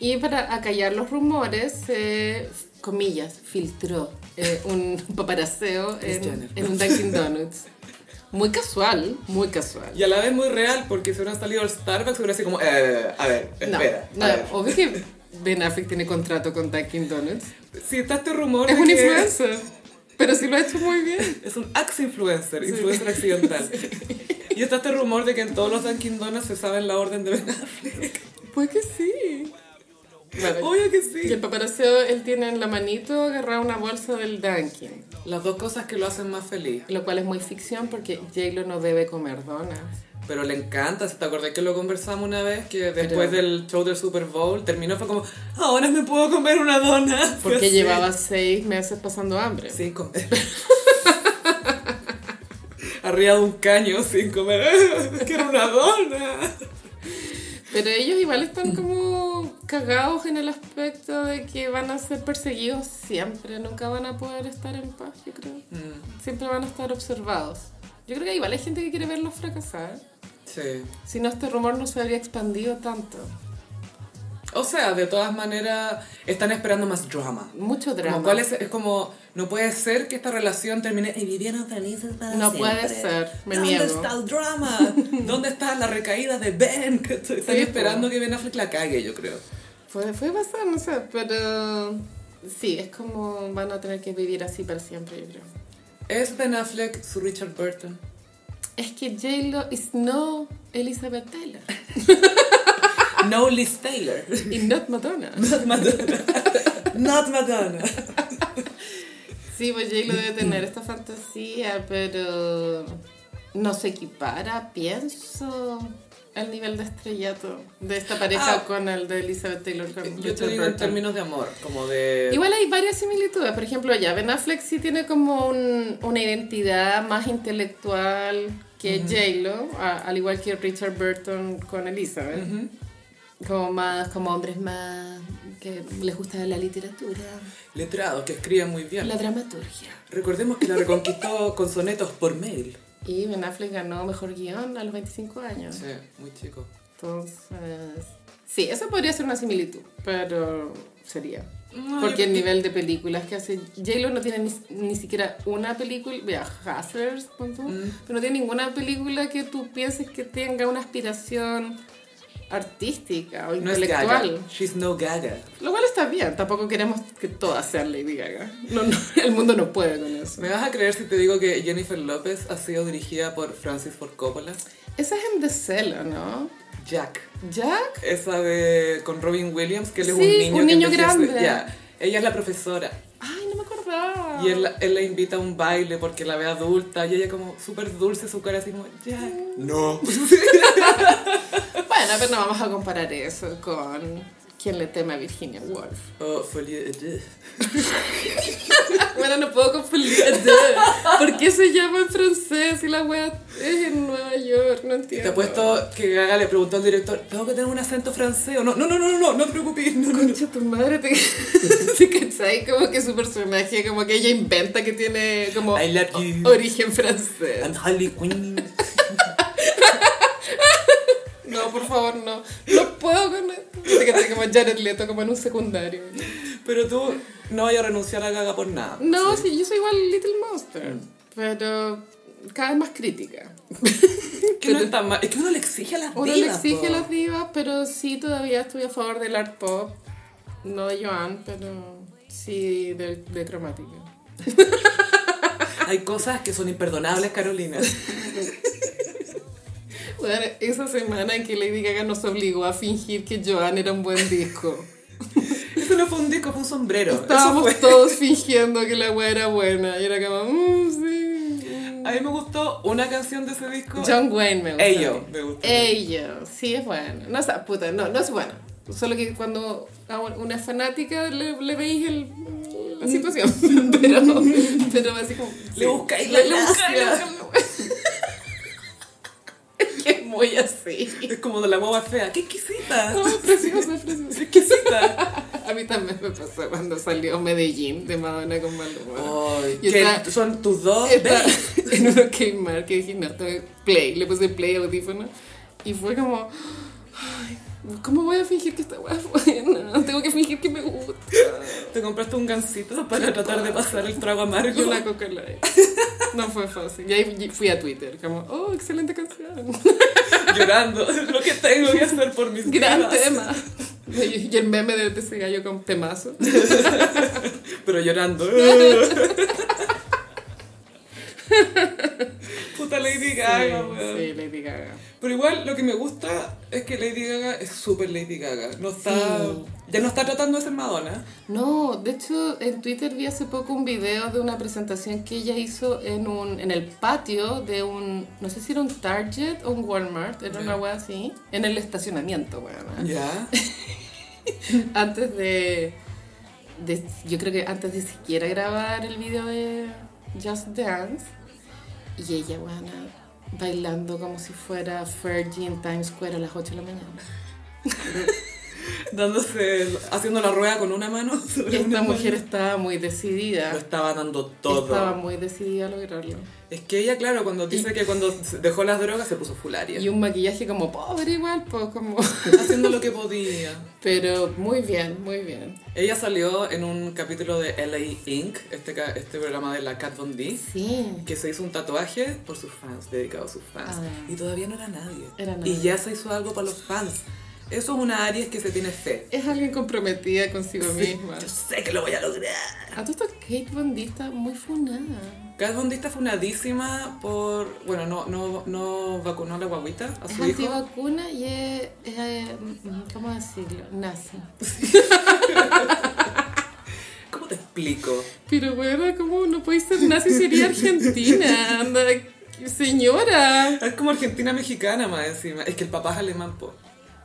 [SPEAKER 2] Y para acallar los rumores, se, comillas, filtró eh, un paparaseo
[SPEAKER 1] Kris
[SPEAKER 2] en,
[SPEAKER 1] Jenner.
[SPEAKER 2] en un Dunkin' Donuts. Muy casual, muy casual.
[SPEAKER 1] Y a la vez muy real, porque si hubieran salido al Starbucks, hubiera sido como, eh, a ver,
[SPEAKER 2] No,
[SPEAKER 1] espera.
[SPEAKER 2] no,
[SPEAKER 1] a ver.
[SPEAKER 2] obvio que Ben Affleck tiene contrato con Dunkin' Donuts.
[SPEAKER 1] Si está este rumor,
[SPEAKER 2] Es
[SPEAKER 1] de
[SPEAKER 2] un
[SPEAKER 1] que
[SPEAKER 2] influencer, pero sí lo ha hecho muy bien.
[SPEAKER 1] Es un axe influencer, influencer accidental. Y está este rumor de que en todos los Dunkin' Donuts se sabe la orden de Ben Affleck.
[SPEAKER 2] Pues que sí. Claro.
[SPEAKER 1] Obvio que
[SPEAKER 2] Y el
[SPEAKER 1] sí.
[SPEAKER 2] paparazzo, él tiene en la manito agarrada una bolsa del Dunkin',
[SPEAKER 1] Las dos cosas que lo hacen más feliz.
[SPEAKER 2] lo cual es muy ficción porque J-Lo no debe comer donas.
[SPEAKER 1] Pero le encanta, si te acordás que lo conversamos una vez, que después
[SPEAKER 2] Pero-
[SPEAKER 1] del show del Super Bowl terminó, fue como, ahora me puedo comer una dona.
[SPEAKER 2] Porque
[SPEAKER 1] Sí.
[SPEAKER 2] llevaba seis meses pasando hambre.
[SPEAKER 1] Sin comer. Arriba de un caño sin comer. Quiero una dona.
[SPEAKER 2] Pero ellos igual están como cagados en el aspecto de que van a ser perseguidos siempre, nunca van a poder estar en paz, yo creo. Siempre van a estar observados. Yo creo que igual hay gente que quiere verlos fracasar.
[SPEAKER 1] Sí.
[SPEAKER 2] Si no, este rumor no se habría expandido tanto.
[SPEAKER 1] O sea, de todas maneras, están esperando más drama.
[SPEAKER 2] Mucho drama.
[SPEAKER 1] Como cuál es, es como, no puede ser que esta relación termine y vivieron felices para
[SPEAKER 2] No
[SPEAKER 1] siempre.
[SPEAKER 2] puede ser, me
[SPEAKER 1] ¿Dónde
[SPEAKER 2] niego.
[SPEAKER 1] está el drama? ¿Dónde está la recaída de Ben? Que estoy- Están
[SPEAKER 2] Sí,
[SPEAKER 1] esperando
[SPEAKER 2] po.
[SPEAKER 1] que Ben Affleck la cague, yo creo.
[SPEAKER 2] Puede, puede pasar, no sé, pero sí, es como van a tener que vivir así para siempre, yo creo.
[SPEAKER 1] ¿Es Ben Affleck su Richard Burton?
[SPEAKER 2] Es que J-Lo is no Elizabeth Taylor
[SPEAKER 1] No Liz Taylor.
[SPEAKER 2] y not Madonna.
[SPEAKER 1] Not Madonna. Not Madonna.
[SPEAKER 2] Sí, pues J-Lo debe tener esta fantasía, pero no se equipara, pienso, al nivel de estrellato de esta pareja
[SPEAKER 1] Ah.
[SPEAKER 2] con el de Elizabeth Taylor. Con
[SPEAKER 1] Yo te
[SPEAKER 2] Richard
[SPEAKER 1] digo en
[SPEAKER 2] Burton.
[SPEAKER 1] términos de amor, como de...
[SPEAKER 2] Igual hay varias similitudes, por ejemplo, ya Ben Affleck sí tiene como un- una identidad más intelectual que J-Lo, a- al igual que Richard Burton con Elizabeth.
[SPEAKER 1] Ujú.
[SPEAKER 2] Como más, como hombres más que les gusta la literatura,
[SPEAKER 1] Letrados, que escriben muy bien.
[SPEAKER 2] la dramaturgia.
[SPEAKER 1] Recordemos que la reconquistó con sonetos por mail.
[SPEAKER 2] Y Ben Affleck ganó mejor guión a los 25 años.
[SPEAKER 1] Sí, muy chico.
[SPEAKER 2] Entonces, sí, eso podría ser una similitud, pero sería.
[SPEAKER 1] No,
[SPEAKER 2] Porque
[SPEAKER 1] yo-
[SPEAKER 2] el nivel de películas que hace J-Lo no tiene ni, ni siquiera una película, vea, Hustlers, pon tú,
[SPEAKER 1] Mm.
[SPEAKER 2] pero no tiene ninguna película que tú pienses que tenga una aspiración artística o
[SPEAKER 1] No es Gaga.
[SPEAKER 2] intelectual.
[SPEAKER 1] She's no Gaga.
[SPEAKER 2] Lo cual está bien, tampoco queremos que todas sean Lady Gaga. No, no, el mundo no puede con eso.
[SPEAKER 1] ¿Me vas a creer si te digo que Jennifer López ha sido dirigida por Francis Ford Coppola?
[SPEAKER 2] Esa es en The Cell, ¿o ¿no?
[SPEAKER 1] Jack.
[SPEAKER 2] Jack
[SPEAKER 1] Esa de... con Robin Williams, que él es
[SPEAKER 2] Sí,
[SPEAKER 1] un niño
[SPEAKER 2] un
[SPEAKER 1] que
[SPEAKER 2] niño
[SPEAKER 1] envejece.
[SPEAKER 2] grande.
[SPEAKER 1] Ya. Ella es la profesora.
[SPEAKER 2] Ay, no me acordaba.
[SPEAKER 1] Y él, la- él la invita a un baile porque la ve adulta y ella como súper dulce su cara así como, Jack. No.
[SPEAKER 2] Bueno, pero no vamos a comparar eso con quien le teme a Virginia Woolf.
[SPEAKER 1] Oh, folie à deux.
[SPEAKER 2] Bueno, no puedo confundir. ¿Por qué se llama en francés y la wea es en Nueva York? No entiendo.
[SPEAKER 1] Te apuesto que Gaga le preguntó al director, ¿tengo que tener un acento francés o no? No, no, no, no, no, no te preocupes. No, no, no.
[SPEAKER 2] Concha tu madre, te, te cachai como que su personaje, como que ella inventa que tiene como
[SPEAKER 1] I love you.
[SPEAKER 2] origen francés.
[SPEAKER 1] I'm Harley Quinn.
[SPEAKER 2] No, por favor, no. No puedo con esto. Te cachai como Jared Leto, como en un secundario.
[SPEAKER 1] Pero tú no vayas a renunciar a Gaga por nada.
[SPEAKER 2] No, sí, yo soy igual Little Monster, pero cada vez más crítica.
[SPEAKER 1] Que no es, tan mal. es que uno le exige a las
[SPEAKER 2] Uno le
[SPEAKER 1] divas,
[SPEAKER 2] exige
[SPEAKER 1] po.
[SPEAKER 2] a las divas, pero sí todavía estoy a favor del art pop. No de Joan, pero sí de, de cromática.
[SPEAKER 1] Hay cosas que son imperdonables, Carolina.
[SPEAKER 2] Bueno, esa semana en que Lady Gaga nos obligó a fingir que Joan era un buen disco.
[SPEAKER 1] Eso no fue un disco, fue un sombrero. Eso fue.
[SPEAKER 2] Estábamos todos fingiendo que la wea era buena. Y era como, mmm, sí.
[SPEAKER 1] A mí me gustó una canción de ese disco.
[SPEAKER 2] John Wayne me gusta.
[SPEAKER 1] Ello, me gusta.
[SPEAKER 2] Ello, sí es bueno. No, o sea, puta, no, no es bueno. Solo que cuando a una fanática le, le veis el, la situación. Pero, pero así como.
[SPEAKER 1] Le buscáis la
[SPEAKER 2] le- le buscáis la-
[SPEAKER 1] gracia.
[SPEAKER 2] Es que es muy así.
[SPEAKER 1] Es como de la boba fea. ¡Qué exquisita!
[SPEAKER 2] No, es precioso, es precioso.
[SPEAKER 1] ¡Exquisita!
[SPEAKER 2] A mí también me pasó cuando salió Medellín de Madonna con Maluma.
[SPEAKER 1] Ay,
[SPEAKER 2] Y
[SPEAKER 1] que
[SPEAKER 2] está-
[SPEAKER 1] son tus dos.
[SPEAKER 2] Estaba
[SPEAKER 1] babies.
[SPEAKER 2] en una Kmart que dije, no, tengo que play, le puse play al audífono y fue como, ay, ¿cómo voy a fingir que esta weá es buena? Tengo que fingir que me gusta.
[SPEAKER 1] Te compraste un gansito para tratar de pasar el trago amargo.
[SPEAKER 2] Yo la coca light. No fue fácil. Y ahí fui a Twitter, como, oh, excelente canción.
[SPEAKER 1] Llorando. Lo que tengo que hacer por mis
[SPEAKER 2] Gran
[SPEAKER 1] divas.
[SPEAKER 2] tema. Y el meme de ese gallo con temazo.
[SPEAKER 1] Pero llorando. Puta Lady Lady Gaga, weón.
[SPEAKER 2] Sí, Lady Gaga.
[SPEAKER 1] Pero igual lo que me gusta es que Lady Gaga es súper Lady Gaga. No está,
[SPEAKER 2] Sí.
[SPEAKER 1] Ya no está tratando de ser Madonna.
[SPEAKER 2] No, de hecho en Twitter vi hace poco un video de una presentación que ella hizo en un en el patio de un no sé si era un Target o un Walmart, era una
[SPEAKER 1] Ya.
[SPEAKER 2] wea así, en el estacionamiento, weón.
[SPEAKER 1] Ya.
[SPEAKER 2] Antes de, de- yo creo que antes de siquiera grabar el video de Just Dance y ella weona bailando como si fuera Fergie en Times Square a las 8 de la mañana.
[SPEAKER 1] Dándose, el- haciendo la rueda con una mano. sobre una
[SPEAKER 2] Esta
[SPEAKER 1] mano.
[SPEAKER 2] mujer estaba muy decidida.
[SPEAKER 1] Lo estaba dando todo.
[SPEAKER 2] Estaba muy decidida a lograrlo.
[SPEAKER 1] Es que ella, claro, cuando dice que cuando se dejó las drogas se puso fularia.
[SPEAKER 2] Y un maquillaje como pobre igual, pues como...
[SPEAKER 1] Haciendo lo que podía.
[SPEAKER 2] Pero muy bien, muy bien.
[SPEAKER 1] Ella salió en un capítulo de LA Inc., este, ca- este programa de la Cat Von D,
[SPEAKER 2] Sí.
[SPEAKER 1] que se hizo un tatuaje por sus fans, dedicado a sus fans.
[SPEAKER 2] Ah.
[SPEAKER 1] Y todavía no era nadie.
[SPEAKER 2] Era
[SPEAKER 1] Y
[SPEAKER 2] nadie.
[SPEAKER 1] ya se hizo algo para los fans. Eso es una Aries que se tiene fe.
[SPEAKER 2] Es alguien comprometida consigo misma.
[SPEAKER 3] Yo sé que lo voy a lograr.
[SPEAKER 2] A todo esto Kate Von D está muy funada.
[SPEAKER 1] Kat Von D está funadísima por... Bueno, no, no, no vacunó a la guaguita, a
[SPEAKER 2] Es
[SPEAKER 1] su hijo.
[SPEAKER 2] antivacuna y es, es, eh, mm, ¿Cómo decirlo? Nazi.
[SPEAKER 1] ¿Cómo te explico?
[SPEAKER 2] Pero bueno, ¿cómo no puede ser nazi? Sería argentina. Anda, señora.
[SPEAKER 1] Es como argentina mexicana más encima. Es que el papá es alemán, po.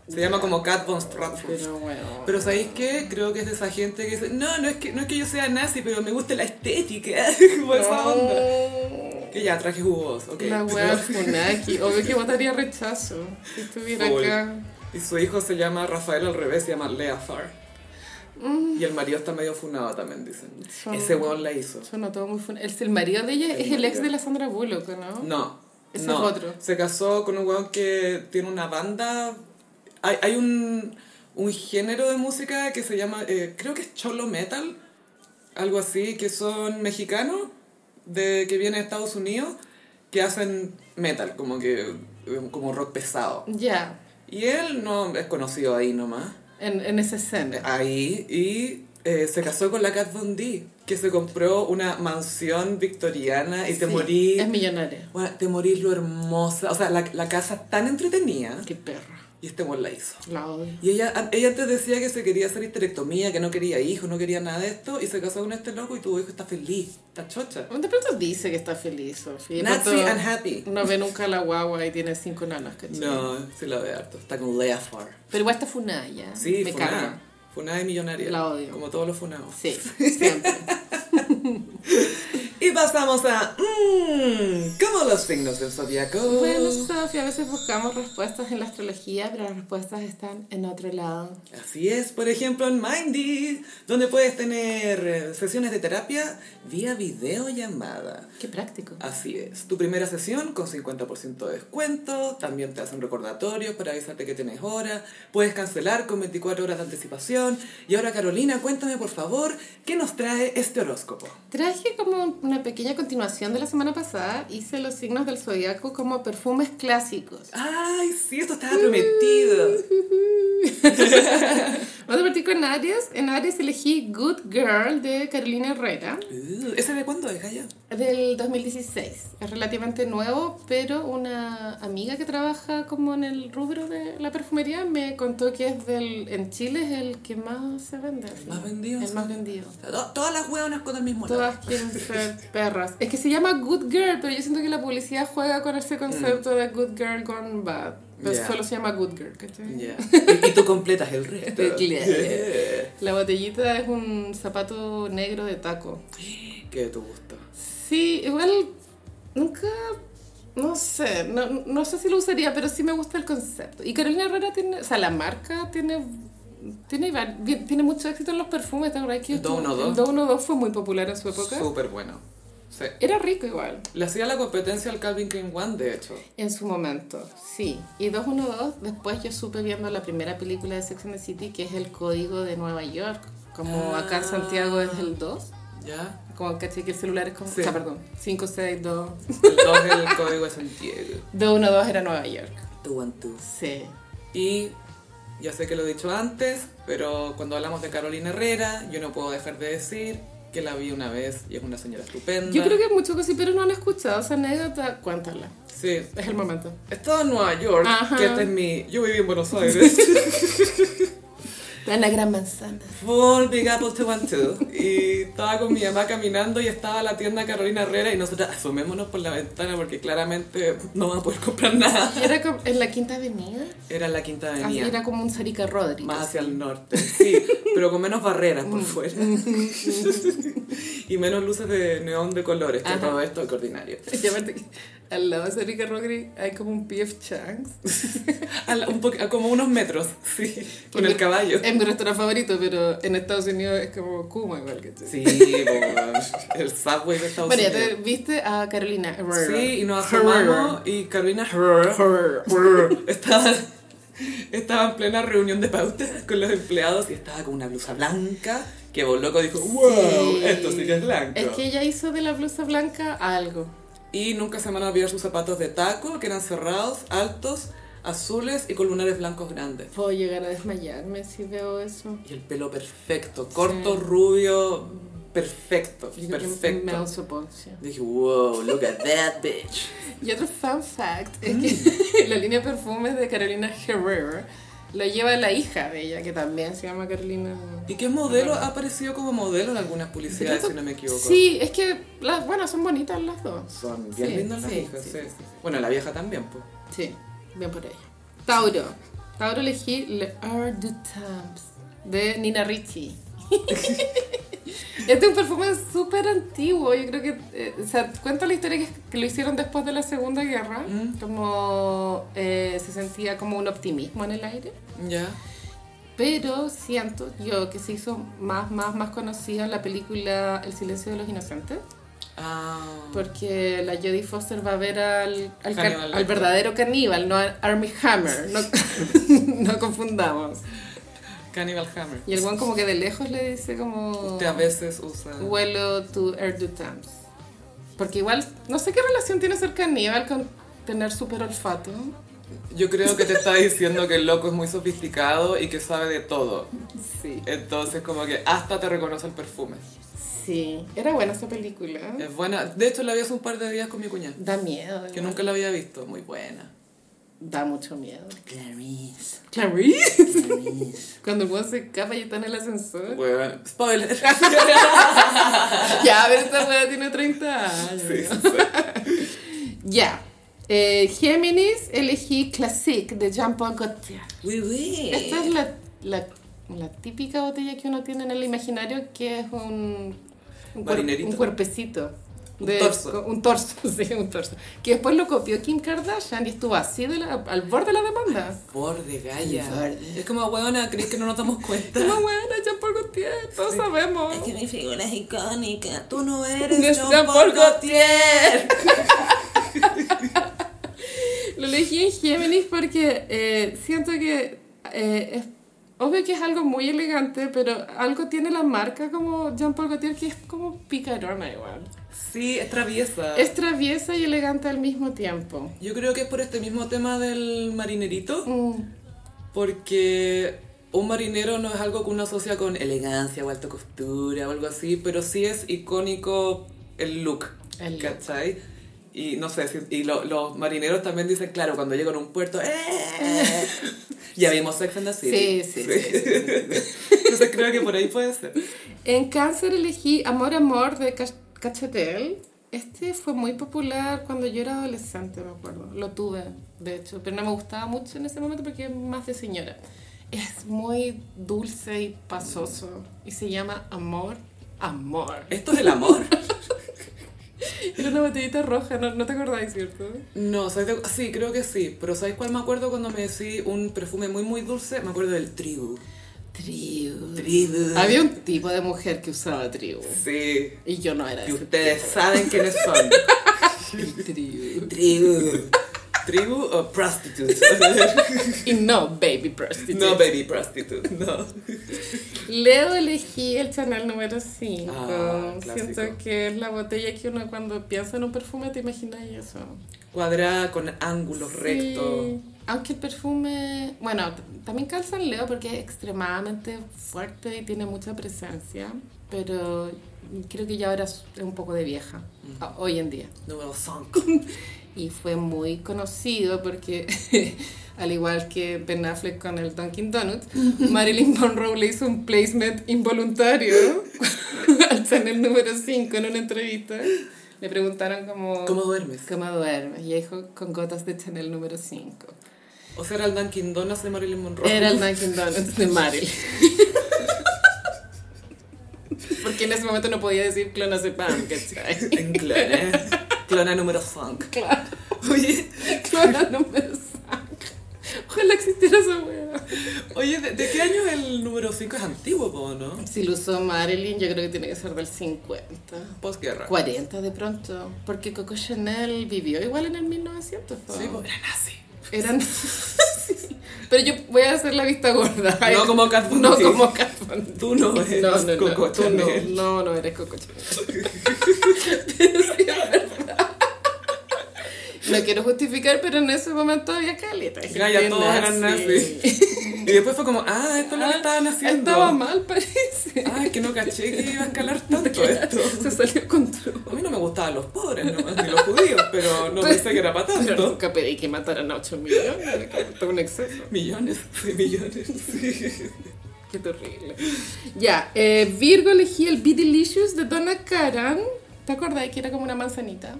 [SPEAKER 1] Se llama como Kat Von Stratford.
[SPEAKER 2] Pero bueno.
[SPEAKER 1] Pero ¿sabéis qué? Creo que es de esa gente que dice, no, no es que, no es que yo sea nazi, pero me gusta la estética. Como esa onda.
[SPEAKER 2] No.
[SPEAKER 1] Que ya, traje jugos, ok.
[SPEAKER 2] La wea Funaki. Obvio que votaría rechazo si estuviera
[SPEAKER 1] Full.
[SPEAKER 2] acá.
[SPEAKER 1] Y su hijo se llama Rafael al revés, se llama Leafar. Y el marido está medio funado también, dicen.
[SPEAKER 2] Mm. Son-
[SPEAKER 1] Ese weón la hizo.
[SPEAKER 2] Suena todo muy fun. El, el marido de ella
[SPEAKER 1] El
[SPEAKER 2] es el ex
[SPEAKER 1] marido.
[SPEAKER 2] de la Sandra Bullock, ¿no?
[SPEAKER 1] No.
[SPEAKER 2] Ese
[SPEAKER 1] no.
[SPEAKER 2] es otro.
[SPEAKER 1] Se casó con un weón que tiene una banda. Hay, hay un, un género de música que se llama, eh, creo que es cholo metal, algo así, que son mexicanos de que vienen de Estados Unidos que hacen metal, como que eh, como rock pesado.
[SPEAKER 2] Ya,
[SPEAKER 1] Y él no es conocido ahí nomás,
[SPEAKER 2] en, en esa
[SPEAKER 1] Ah,
[SPEAKER 2] escena.
[SPEAKER 1] ahí y eh, se casó con la Kat Von D, que se compró una mansión victoriana y te
[SPEAKER 2] Sí,
[SPEAKER 1] morí
[SPEAKER 2] Es millonaria.
[SPEAKER 1] bueno, te morís lo hermosa. O sea, la, la casa tan entretenida.
[SPEAKER 2] Qué perra.
[SPEAKER 1] Y este bol la hizo.
[SPEAKER 2] La odio.
[SPEAKER 1] Y ella, a- ella antes decía que se quería hacer histerectomía, que no quería hijos, no quería nada de esto. Y se casó con este loco y tu hijo está feliz, está chocha.
[SPEAKER 2] De pronto dice que está feliz, Sofía. De
[SPEAKER 1] Nazi
[SPEAKER 2] pronto
[SPEAKER 1] and happy.
[SPEAKER 2] No ve nunca la guagua y tiene cinco nanas, ¿cachai?
[SPEAKER 1] No, sí la ve harto. Está con Lea Farr.
[SPEAKER 2] Pero igual está funada ya.
[SPEAKER 1] Sí,
[SPEAKER 2] Me
[SPEAKER 1] funada.
[SPEAKER 2] carga.
[SPEAKER 1] Funada y millonaria.
[SPEAKER 2] La odio.
[SPEAKER 1] Como todos los funados.
[SPEAKER 2] Sí, siempre.
[SPEAKER 1] Y pasamos a... Mmm, ¿Cómo los signos del zodiaco?
[SPEAKER 2] bueno, Sofía, a veces buscamos respuestas en la astrología, pero las respuestas están en otro lado.
[SPEAKER 1] Así es, por ejemplo en Mindy, donde puedes tener eh, sesiones de terapia vía videollamada.
[SPEAKER 2] Qué práctico.
[SPEAKER 1] Así es, tu primera sesión con 50% de descuento, también te hacen recordatorios para avisarte que tienes hora, puedes cancelar con 24 horas de anticipación. Y ahora Carolina, cuéntame por favor, ¿qué nos trae este horóscopo?
[SPEAKER 2] Traje como una pequeña continuación de la semana pasada. Hice los signos del zodiaco como perfumes clásicos.
[SPEAKER 1] Ay, sí, esto estaba prometido.
[SPEAKER 2] Vamos a partir con Aries. En Aries elegí Good Girl de Carolina Herrera
[SPEAKER 1] Uh, ¿Ese de cuándo es, Gaya?
[SPEAKER 2] del 2016. Es relativamente nuevo, pero una amiga que trabaja como en el rubro de la perfumería me contó que es del en Chile es el que más se vende. así.
[SPEAKER 1] más vendido,
[SPEAKER 2] El
[SPEAKER 1] sí.
[SPEAKER 2] más vendido.
[SPEAKER 1] To- Todas las hueonas con el mismo lado.
[SPEAKER 2] Todas quieren ser perras. Es que se llama Good Girl, pero yo siento que la publicidad juega con ese concepto de Good Girl gone bad. Pero
[SPEAKER 1] Ya.
[SPEAKER 2] solo se llama Good Girl, ¿cachai?
[SPEAKER 1] Ya. Y, y tú completas el resto.
[SPEAKER 2] Claro.
[SPEAKER 1] Yeah.
[SPEAKER 2] La botellita es un zapato negro de taco.
[SPEAKER 1] Que de tu gusto.
[SPEAKER 2] Sí, igual nunca, no sé, no, no sé si lo usaría, pero sí me gusta el concepto. Y Carolina Herrera tiene, o sea, la marca tiene, tiene, var- bien- tiene mucho éxito en los perfumes, ¿te acuerdas que
[SPEAKER 1] El 212?
[SPEAKER 2] el 212 fue muy popular en su época?
[SPEAKER 1] Súper bueno. Sí.
[SPEAKER 2] Era rico igual,
[SPEAKER 1] Le hacía la competencia al Calvin Klein One, de hecho.
[SPEAKER 2] en su momento, sí. Y 212, después yo supe viendo la primera película de Sex and the City, que es El Código de Nueva York, como acá en
[SPEAKER 1] Ah.
[SPEAKER 2] Santiago es el 2.
[SPEAKER 1] ¿Ya?
[SPEAKER 2] Como caché que el celular es como...
[SPEAKER 1] Sí.
[SPEAKER 2] O sea, perdón, 562.
[SPEAKER 1] El 2 es el código de Santiago.
[SPEAKER 2] 212 era Nueva York.
[SPEAKER 1] Two and two.
[SPEAKER 2] Sí.
[SPEAKER 1] Y ya sé que lo he dicho antes, pero cuando hablamos de Carolina Herrera, yo no puedo dejar de decir que la vi una vez y es una señora estupenda.
[SPEAKER 2] Yo creo que muchos gossiperos no han escuchado esa anécdota. Cuéntala.
[SPEAKER 1] Sí.
[SPEAKER 2] Es el momento.
[SPEAKER 1] Estaba en Nueva York,
[SPEAKER 2] Ajá.
[SPEAKER 1] que este es mi... Yo viví en Buenos Aires.
[SPEAKER 2] La, la gran manzana.
[SPEAKER 1] Full Big Apple 212. Y estaba con mi mamá caminando y estaba la tienda Carolina Herrera y nosotros asomémonos por la ventana porque claramente no vamos a poder comprar nada.
[SPEAKER 2] Era como- en la quinta avenida.
[SPEAKER 1] Era la Quinta
[SPEAKER 2] Así
[SPEAKER 1] Avenida.
[SPEAKER 2] Ah, era como un Sarika Rodríguez.
[SPEAKER 1] Más hacia el norte, sí, pero con menos barreras
[SPEAKER 2] Mm.
[SPEAKER 1] por fuera. y menos luces de neón de colores, que
[SPEAKER 2] Ajá.
[SPEAKER 1] todo esto es ordinario.
[SPEAKER 2] Y aparte, al lado de Sarika Rodríguez hay como un PF Changs.
[SPEAKER 1] A la- un poqu- a como unos metros, sí, con el caballo.
[SPEAKER 2] Es mi restaurante favorito, pero en Estados Unidos es como Kuma igual que tú.
[SPEAKER 1] Sí, po, el subway de Estados
[SPEAKER 2] Bueno, ya
[SPEAKER 1] Unidos.
[SPEAKER 2] te viste a Carolina Herrera.
[SPEAKER 1] Sí, y nos
[SPEAKER 2] Herrera.
[SPEAKER 1] asomamos y Carolina Herrera, Herrera, estaba, estaba en plena reunión de pauta con los empleados y estaba con una blusa blanca que Boloco dijo, wow,
[SPEAKER 2] Sí.
[SPEAKER 1] esto sí que es blanco.
[SPEAKER 2] Es que ella hizo de la blusa blanca algo.
[SPEAKER 1] Y nunca se me van a olvidar sus zapatos de taco, que eran cerrados, altos, azules y con lunares blancos grandes.
[SPEAKER 2] Puedo llegar a desmayarme si veo eso.
[SPEAKER 1] Y el pelo perfecto, corto, rubio, perfecto,
[SPEAKER 2] Yo creo que Me da
[SPEAKER 1] perfecto.
[SPEAKER 2] soponcio.
[SPEAKER 1] Dije, wow, look at that bitch.
[SPEAKER 2] Y otro fun fact es que la línea de perfumes de Carolina Herrera lo lleva la hija de ella, que también se llama Carolina.
[SPEAKER 1] ¿Y qué modelo ha aparecido como modelo en algunas publicidades, si no me equivoco?
[SPEAKER 2] Sí, es que, las, bueno, son bonitas las dos.
[SPEAKER 1] Son bien
[SPEAKER 2] Sí,
[SPEAKER 1] lindas las
[SPEAKER 2] sí,
[SPEAKER 1] hijas,
[SPEAKER 2] sí,
[SPEAKER 1] sí.
[SPEAKER 2] sí, sí.
[SPEAKER 1] Bueno, la vieja también, pues.
[SPEAKER 2] Sí, bien por ella. Tauro. Tauro elegí Le Art du Temps de Nina Ricci. este es un perfume súper antiguo. Yo creo que. eh, o sea, cuenta la historia que, que lo hicieron después de la Segunda Guerra.
[SPEAKER 1] Mm.
[SPEAKER 2] Como eh, se sentía como un optimismo en el aire.
[SPEAKER 1] Ya.
[SPEAKER 2] Pero siento yo que se hizo más, más, más conocida en la película El silencio de los inocentes.
[SPEAKER 1] Ah.
[SPEAKER 2] Porque la Jodie Foster va a ver al, al,
[SPEAKER 1] Hannibal
[SPEAKER 2] ca- al
[SPEAKER 1] Lecter.
[SPEAKER 2] verdadero caníbal, no a Army Hammer. No, no confundamos.
[SPEAKER 1] Cannibal Hammer.
[SPEAKER 2] Y el guan como que de lejos le dice como...
[SPEAKER 1] Usted a veces usa.
[SPEAKER 2] Vuelo to Air du Temps. Porque igual, no sé qué relación tiene ser caníbal con tener super olfato.
[SPEAKER 1] Yo creo que te está diciendo que el loco es muy sofisticado y que sabe de todo.
[SPEAKER 2] Sí.
[SPEAKER 1] Entonces, como que hasta te reconoce el perfume.
[SPEAKER 2] Sí. Era buena esa película.
[SPEAKER 1] Es buena. De hecho, la vi hace un par de días con mi cuñada,
[SPEAKER 2] Da miedo.
[SPEAKER 1] que
[SPEAKER 2] igual.
[SPEAKER 1] nunca la había visto. Muy buena.
[SPEAKER 2] Da mucho miedo.
[SPEAKER 3] Clarice,
[SPEAKER 2] Clarice.
[SPEAKER 3] Clarice.
[SPEAKER 2] Cuando el guan se escapa y está en el ascensor.
[SPEAKER 1] Bueno, spoiler.
[SPEAKER 2] Ya, pero esta weá tiene 30 años.
[SPEAKER 1] Sí, sí,
[SPEAKER 2] Ya. Eh, Géminis, elegí Classique de Jean-Paul Gaultier.
[SPEAKER 3] Oui, oui.
[SPEAKER 2] Esta es la, la, la típica botella que uno tiene en el imaginario, que es un, un,
[SPEAKER 1] Marinerito.
[SPEAKER 2] un cuerpecito.
[SPEAKER 1] Un torso.
[SPEAKER 2] co- Un torso, sí, un torso. Que después lo copió Kim Kardashian y estuvo así de la- al borde de la demanda.
[SPEAKER 1] Por de galla.
[SPEAKER 3] Borde.
[SPEAKER 1] Es como, weona, ¿crees que no nos damos cuenta?
[SPEAKER 2] No, bueno, Jean-Paul Gaultier, todos sabemos.
[SPEAKER 3] Es que mi figura es icónica. Tú no
[SPEAKER 2] No es
[SPEAKER 3] eres Jean
[SPEAKER 2] Jean-Paul
[SPEAKER 3] Paul Gaultier.
[SPEAKER 2] Lo elegí en Géminis porque eh, siento que eh, es obvio que es algo muy elegante, pero algo tiene la marca como Jean-Paul Gaultier que es como picarona igual.
[SPEAKER 1] Sí, es traviesa.
[SPEAKER 2] Es traviesa y elegante al mismo tiempo.
[SPEAKER 1] Yo creo que es por este mismo tema del marinerito.
[SPEAKER 2] Mm,
[SPEAKER 1] Porque un marinero no es algo que uno asocia con elegancia o alta costura o algo así, pero sí es icónico el look,
[SPEAKER 2] El look.
[SPEAKER 1] ¿cachai? Y no sé, si- y lo- los marineros también dicen, claro, cuando llegan a un puerto, ¡eh! ya vimos Sex and the City.
[SPEAKER 2] Sí, sí, sí, sí,
[SPEAKER 1] Entonces creo que por ahí puede ser.
[SPEAKER 2] En Cáncer elegí Amor Amor de Cach- Cachetel. Este fue muy popular cuando yo era adolescente, me acuerdo. Lo tuve, de hecho, pero no me gustaba mucho en ese momento porque es más de señora. Es muy dulce y pasoso y se llama Amor Amor.
[SPEAKER 1] Esto es el amor.
[SPEAKER 2] Era una botellita roja, no, no te acordáis, ¿cierto?
[SPEAKER 1] No, ¿sabes de- sí, creo que sí, pero ¿sabes cuál me acuerdo cuando me decí un perfume muy, muy dulce? Me acuerdo del tribu.
[SPEAKER 2] Tribu.
[SPEAKER 1] Tribu.
[SPEAKER 2] Había un tipo de mujer que usaba tribu
[SPEAKER 1] Sí.
[SPEAKER 2] y yo no era
[SPEAKER 1] Y
[SPEAKER 2] ese
[SPEAKER 1] ustedes saben quiénes son.
[SPEAKER 2] tribu.
[SPEAKER 1] Tribu. Tribu o prostitute.
[SPEAKER 2] Y no baby prostitute.
[SPEAKER 1] no, baby prostitute. No.
[SPEAKER 2] Leo elegí el Chanel número 5.
[SPEAKER 1] Ah, clásico.
[SPEAKER 2] Siento que es la botella que uno cuando piensa en un perfume te imagina eso.
[SPEAKER 1] Cuadrada con ángulos
[SPEAKER 2] Sí.
[SPEAKER 1] rectos.
[SPEAKER 2] Aunque el perfume, bueno, t- también calza en Leo porque es extremadamente fuerte y tiene mucha presencia, pero creo que ya ahora es un poco de vieja,
[SPEAKER 1] Mm.
[SPEAKER 2] a- hoy en día.
[SPEAKER 1] Número 5.
[SPEAKER 2] Y fue muy conocido porque, al igual que Ben Affleck con el Dunkin' Donuts, Marilyn Monroe le hizo un placement involuntario al el número 5 en una entrevista. Le preguntaron como...
[SPEAKER 1] ¿Cómo duermes?
[SPEAKER 2] ¿Cómo duermes? Y dijo con gotas de Chanel número 5.
[SPEAKER 1] O sea, era el Dunkin' Donuts de Marilyn Monroe.
[SPEAKER 2] Era el Dunkin' Donuts de Marilyn. Porque en ese momento no podía decir clonazepam, ¿cachai?
[SPEAKER 1] En clona. ¿eh? Clona número 5.
[SPEAKER 2] Claro,
[SPEAKER 1] Oye,
[SPEAKER 2] clona número 5. Ojalá existiera esa weá.
[SPEAKER 1] oye ¿de, de qué año el número 5 es antiguo, po, no?
[SPEAKER 2] Si lo usó Marilyn, yo creo que tiene que ser del 50.
[SPEAKER 1] Postguerra.
[SPEAKER 2] 40 de pronto. Porque Coco Chanel vivió igual en el 1900. po.
[SPEAKER 1] Sí, pues. po, era nazi.
[SPEAKER 2] Eran... Sí. Pero yo voy a hacer la vista gorda.
[SPEAKER 1] No como Kat Von
[SPEAKER 2] No
[SPEAKER 1] D.
[SPEAKER 2] como Kat Von D.
[SPEAKER 1] Tú no eres
[SPEAKER 2] No, no,
[SPEAKER 1] Coco
[SPEAKER 2] no, tú
[SPEAKER 1] Chanel.
[SPEAKER 2] no, no, no eres Coco Chanel. No quiero justificar, pero en ese momento había caleta. de gente
[SPEAKER 1] Gaya, todos eran
[SPEAKER 2] nazi.
[SPEAKER 1] Y después fue como, ah, esto es lo que estaban haciendo.
[SPEAKER 2] Estaba mal, parece.
[SPEAKER 1] Ay, que no caché que iba a escalar tanto esto.
[SPEAKER 2] Se salió de control.
[SPEAKER 1] A mí no me gustaban los pobres nomás, ni los judíos, pero no pensé que era para
[SPEAKER 2] Pues, Pero
[SPEAKER 1] tanto.
[SPEAKER 2] nunca pedí que mataran a 8 millones. Todo un exceso.
[SPEAKER 1] Millones de millones, sí.
[SPEAKER 2] Qué terrible. Ya, eh, Virgo elegí el Be Delicious de Donna Karan. ¿Te acordás que era como una manzanita?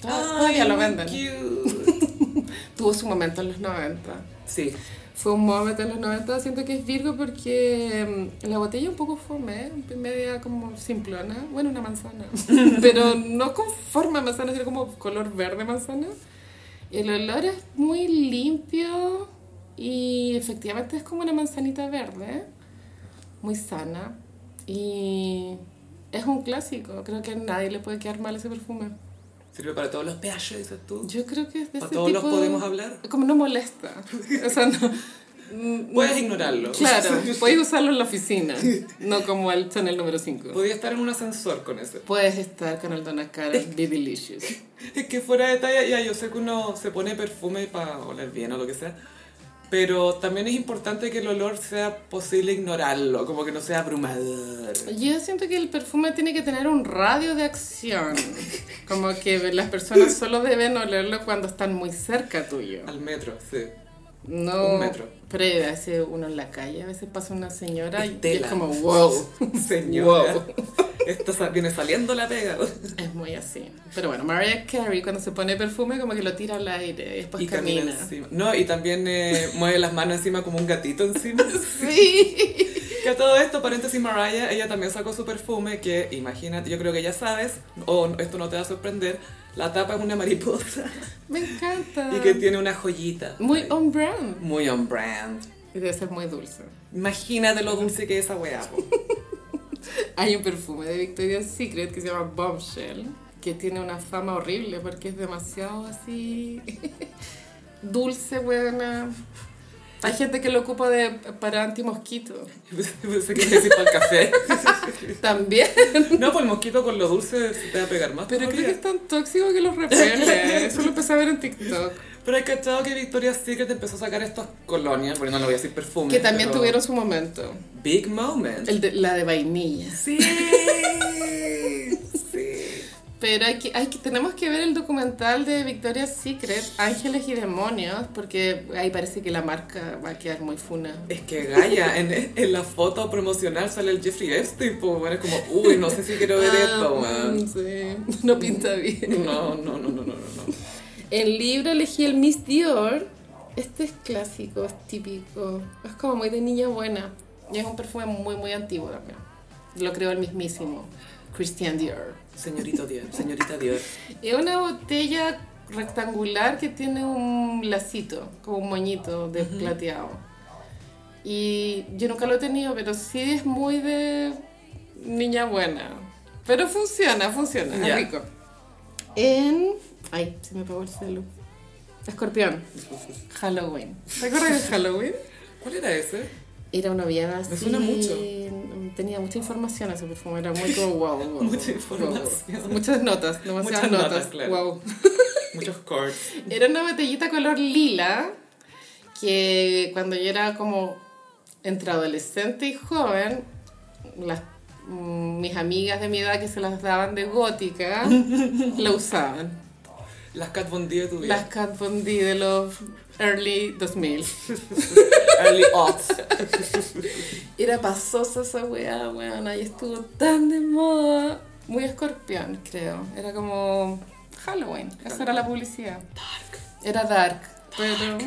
[SPEAKER 2] Todavía lo venden.
[SPEAKER 1] cute.
[SPEAKER 2] Tuvo su momento en los 90.
[SPEAKER 1] Sí,
[SPEAKER 2] Fue un momento en los 90, siento que es Virgo porque mm, la botella un poco fome, media como simplona, bueno, una manzana, pero no con forma de manzana, sino como color verde manzana. Y el olor es muy limpio y efectivamente es como una manzanita verde, muy sana. Y es un clásico, creo que a nadie le puede quedar mal ese perfume.
[SPEAKER 1] sirve para todos los peajes, dices tú.
[SPEAKER 2] Yo creo que es de
[SPEAKER 1] ¿A
[SPEAKER 2] ese
[SPEAKER 1] todos los
[SPEAKER 2] tipo-
[SPEAKER 1] podemos hablar?
[SPEAKER 2] Como no molesta. O sea, no. mm,
[SPEAKER 1] Puedes ignorarlo.
[SPEAKER 2] Claro, puedes usarlo en la oficina, no como el Chanel número 5.
[SPEAKER 1] Podía estar en un ascensor con ese.
[SPEAKER 2] Puedes estar con el Donna Karan, be delicious.
[SPEAKER 1] Es que fuera de talla, ya yo sé que uno se pone perfume para oler bien o lo que sea, pero también es importante que el olor sea posible ignorarlo, como que no sea abrumador.
[SPEAKER 2] Yo siento que el perfume tiene que tener un radio de acción. Como que las personas solo deben olerlo cuando están muy cerca tuyo.
[SPEAKER 1] Al metro, sí.
[SPEAKER 2] No,
[SPEAKER 1] Un metro.
[SPEAKER 2] Pero a veces uno en la calle, a veces pasa una señora y
[SPEAKER 1] Estela.
[SPEAKER 2] es como, wow.
[SPEAKER 1] Señora.
[SPEAKER 2] Wow. Pues
[SPEAKER 1] Esto sa- viene saliendo la pega.
[SPEAKER 2] Es muy así. Pero bueno, Mariah Carey cuando se pone perfume como que lo tira al aire y después
[SPEAKER 1] Y camina
[SPEAKER 2] camina.
[SPEAKER 1] encima. No, y también eh, mueve las manos encima como un gatito encima.
[SPEAKER 2] Sí.
[SPEAKER 1] Que a todo esto, paréntesis, Mariah, ella también sacó su perfume que, imagínate, yo creo que ya sabes, o esto no te va a sorprender, la tapa es una mariposa
[SPEAKER 2] Me encanta.
[SPEAKER 1] y que tiene una joyita.
[SPEAKER 2] Muy
[SPEAKER 1] Ahí.
[SPEAKER 2] on brand.
[SPEAKER 1] Muy on brand.
[SPEAKER 2] Y debe ser muy dulce.
[SPEAKER 1] Imagínate lo dulce que es esa weá. po.
[SPEAKER 2] Hay un perfume de Victoria's Secret que se llama Bombshell, que tiene una fama horrible porque es demasiado así dulce, buena. Hay gente que lo ocupa de, para antimosquito.
[SPEAKER 1] Yo Pensé que iba a decir para el café.
[SPEAKER 2] También.
[SPEAKER 1] No, pues el mosquito con lo dulce se te va a pegar más.
[SPEAKER 2] Pero creo
[SPEAKER 1] todavía.
[SPEAKER 2] que es tan tóxico que los repele. Eso lo empecé a ver en TikTok.
[SPEAKER 1] Pero hay cachado que Victoria's Secret empezó a sacar estas colonias, bueno, no lo voy a decir perfume.
[SPEAKER 2] Que también
[SPEAKER 1] pero-
[SPEAKER 2] tuvieron su momento.
[SPEAKER 1] Big Moment.
[SPEAKER 2] El de- la de vainillas.
[SPEAKER 1] Sí, sí.
[SPEAKER 2] Pero hay que, hay que- tenemos que ver el documental de Victoria's Secret, Ángeles y Demonios, porque ahí parece que la marca va a quedar muy funa.
[SPEAKER 1] Es que Gaia, en, en la foto promocional sale el Jeffrey Epstein, pues bueno, es como, uy, no sé si quiero ver esto,
[SPEAKER 2] Ah,
[SPEAKER 1] man.
[SPEAKER 2] sí, no pinta bien.
[SPEAKER 1] No, no, no, no, no, no. no.
[SPEAKER 2] El libro elegí el Miss Dior. Este es clásico, es típico. Es como muy de niña buena. Y es un perfume muy, muy antiguo también. Lo creó el mismísimo, Christian Dior.
[SPEAKER 1] Señorito Dios, señorita Dios.
[SPEAKER 2] Es una botella rectangular que tiene un lacito, como un moñito de plateado. Y yo nunca lo he tenido, pero sí es muy de niña buena. Pero funciona, funciona, es
[SPEAKER 1] Ya.
[SPEAKER 2] rico. En... Ay, se me apagó el celu. Escorpión. Halloween. ¿Te acuerdas de Halloween?
[SPEAKER 1] ¿Cuál era ese?
[SPEAKER 2] Era una viada así...
[SPEAKER 1] Me suena mucho.
[SPEAKER 2] Tenía mucha información ese perfume, era muy como wow, wow,
[SPEAKER 1] Mucha
[SPEAKER 2] wow,
[SPEAKER 1] información.
[SPEAKER 2] wow. Muchas notas, demasiadas
[SPEAKER 1] Muchas notas,
[SPEAKER 2] notas.
[SPEAKER 1] claro.
[SPEAKER 2] Wow.
[SPEAKER 1] Muchos cortes.
[SPEAKER 2] Era una botellita color lila que cuando yo era como entre adolescente y joven, las mm, mis amigas de mi edad que se las daban de gótica, la usaban.
[SPEAKER 1] Las Cat Von D de tu
[SPEAKER 2] Las
[SPEAKER 1] vida.
[SPEAKER 2] Kat Von D de los early 2000.
[SPEAKER 1] Early Odds.
[SPEAKER 2] Era pasosa esa weá, weón, ahí estuvo tan de moda. Muy escorpión, creo. Era como Halloween, esa era la publicidad.
[SPEAKER 1] Dark.
[SPEAKER 2] Era dark. Pero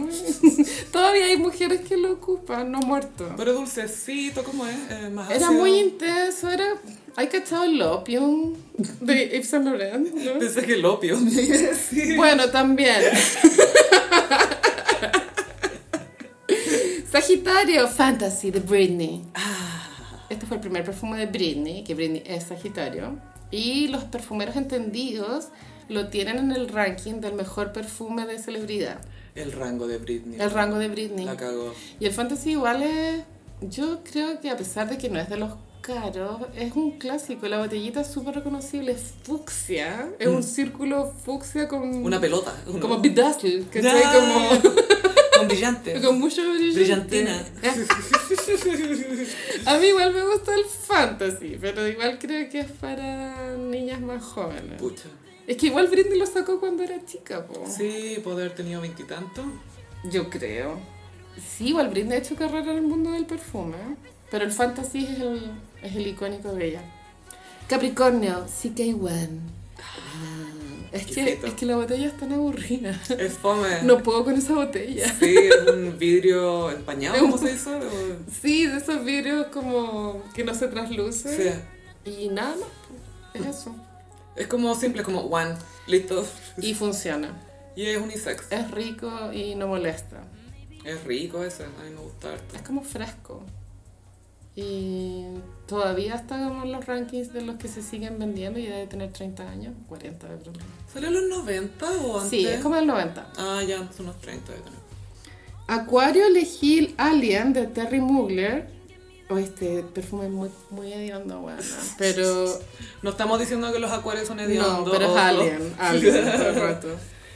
[SPEAKER 2] todavía hay mujeres que lo ocupan, no muerto.
[SPEAKER 1] Pero dulcecito, ¿cómo es? Eh, más
[SPEAKER 2] Era
[SPEAKER 1] ácido.
[SPEAKER 2] muy intenso, era... Hay cachado el opium de Yves Saint Laurent, ¿no?
[SPEAKER 1] Pensé que el opio. sí.
[SPEAKER 2] Bueno, también. Sagitario, Fantasy de Britney.
[SPEAKER 1] Ah.
[SPEAKER 2] Este fue el primer perfume de Britney, que Britney es Sagitario. Y los perfumeros entendidos lo tienen en el ranking del mejor perfume de celebridad.
[SPEAKER 1] El rango de Britney.
[SPEAKER 2] El rango de Britney.
[SPEAKER 1] La cagó.
[SPEAKER 2] Y el fantasy igual es, yo creo que a pesar de que no es de los caros, es un clásico. La botellita es súper reconocible, es fucsia, es un círculo fucsia con...
[SPEAKER 1] Mm. Una pelota. una-
[SPEAKER 2] Como bedazzle, ¿cachai?
[SPEAKER 1] Ya.
[SPEAKER 2] Como...
[SPEAKER 1] Con brillante.
[SPEAKER 2] Con mucho
[SPEAKER 1] Brillantina.
[SPEAKER 2] A mí igual me gusta el fantasy, pero igual creo que es para niñas más jóvenes.
[SPEAKER 1] Pucha.
[SPEAKER 2] Es que igual Britney lo sacó cuando era chica, po.
[SPEAKER 1] Sí, puede haber tenido veintitantos.
[SPEAKER 2] Yo creo. Sí, igual Britney ha hecho carrera en el mundo del perfume, ¿eh? pero el fantasy es el, es el icónico de ella. Capricornio, CK1. Ah, Es que,
[SPEAKER 1] Exquisito.
[SPEAKER 2] es que la botella es tan aburrida.
[SPEAKER 1] Es fome.
[SPEAKER 2] No puedo con esa botella.
[SPEAKER 1] Sí, es un vidrio empañado,
[SPEAKER 2] Es un-
[SPEAKER 1] ¿cómo se dice? O-
[SPEAKER 2] Sí, de esos vidrios como que no se traslucen.
[SPEAKER 1] Sí.
[SPEAKER 2] Y nada más, pues, es eso.
[SPEAKER 1] Es como simple, es como one, listo.
[SPEAKER 2] Y funciona.
[SPEAKER 1] Y es unisex.
[SPEAKER 2] Es rico y no molesta.
[SPEAKER 1] Es rico ese, a mí me gusta harto.
[SPEAKER 2] Es como fresco. Y todavía está como en los rankings de los que se siguen vendiendo y debe tener 30 años, 40 de pronto.
[SPEAKER 1] ¿Salió en los 90 o antes?
[SPEAKER 2] Sí, es como el 90.
[SPEAKER 1] Ah, ya, son unos 30 de tener.
[SPEAKER 2] Acuario elegí Alien de Terry Mugler. O este perfume es muy, muy hediondo, bueno. Pero.
[SPEAKER 1] No estamos diciendo que los acuarios son
[SPEAKER 2] No,
[SPEAKER 1] hediondos.
[SPEAKER 2] pero es
[SPEAKER 1] ojo.
[SPEAKER 2] Alien. Alien, Eh. todo el rato.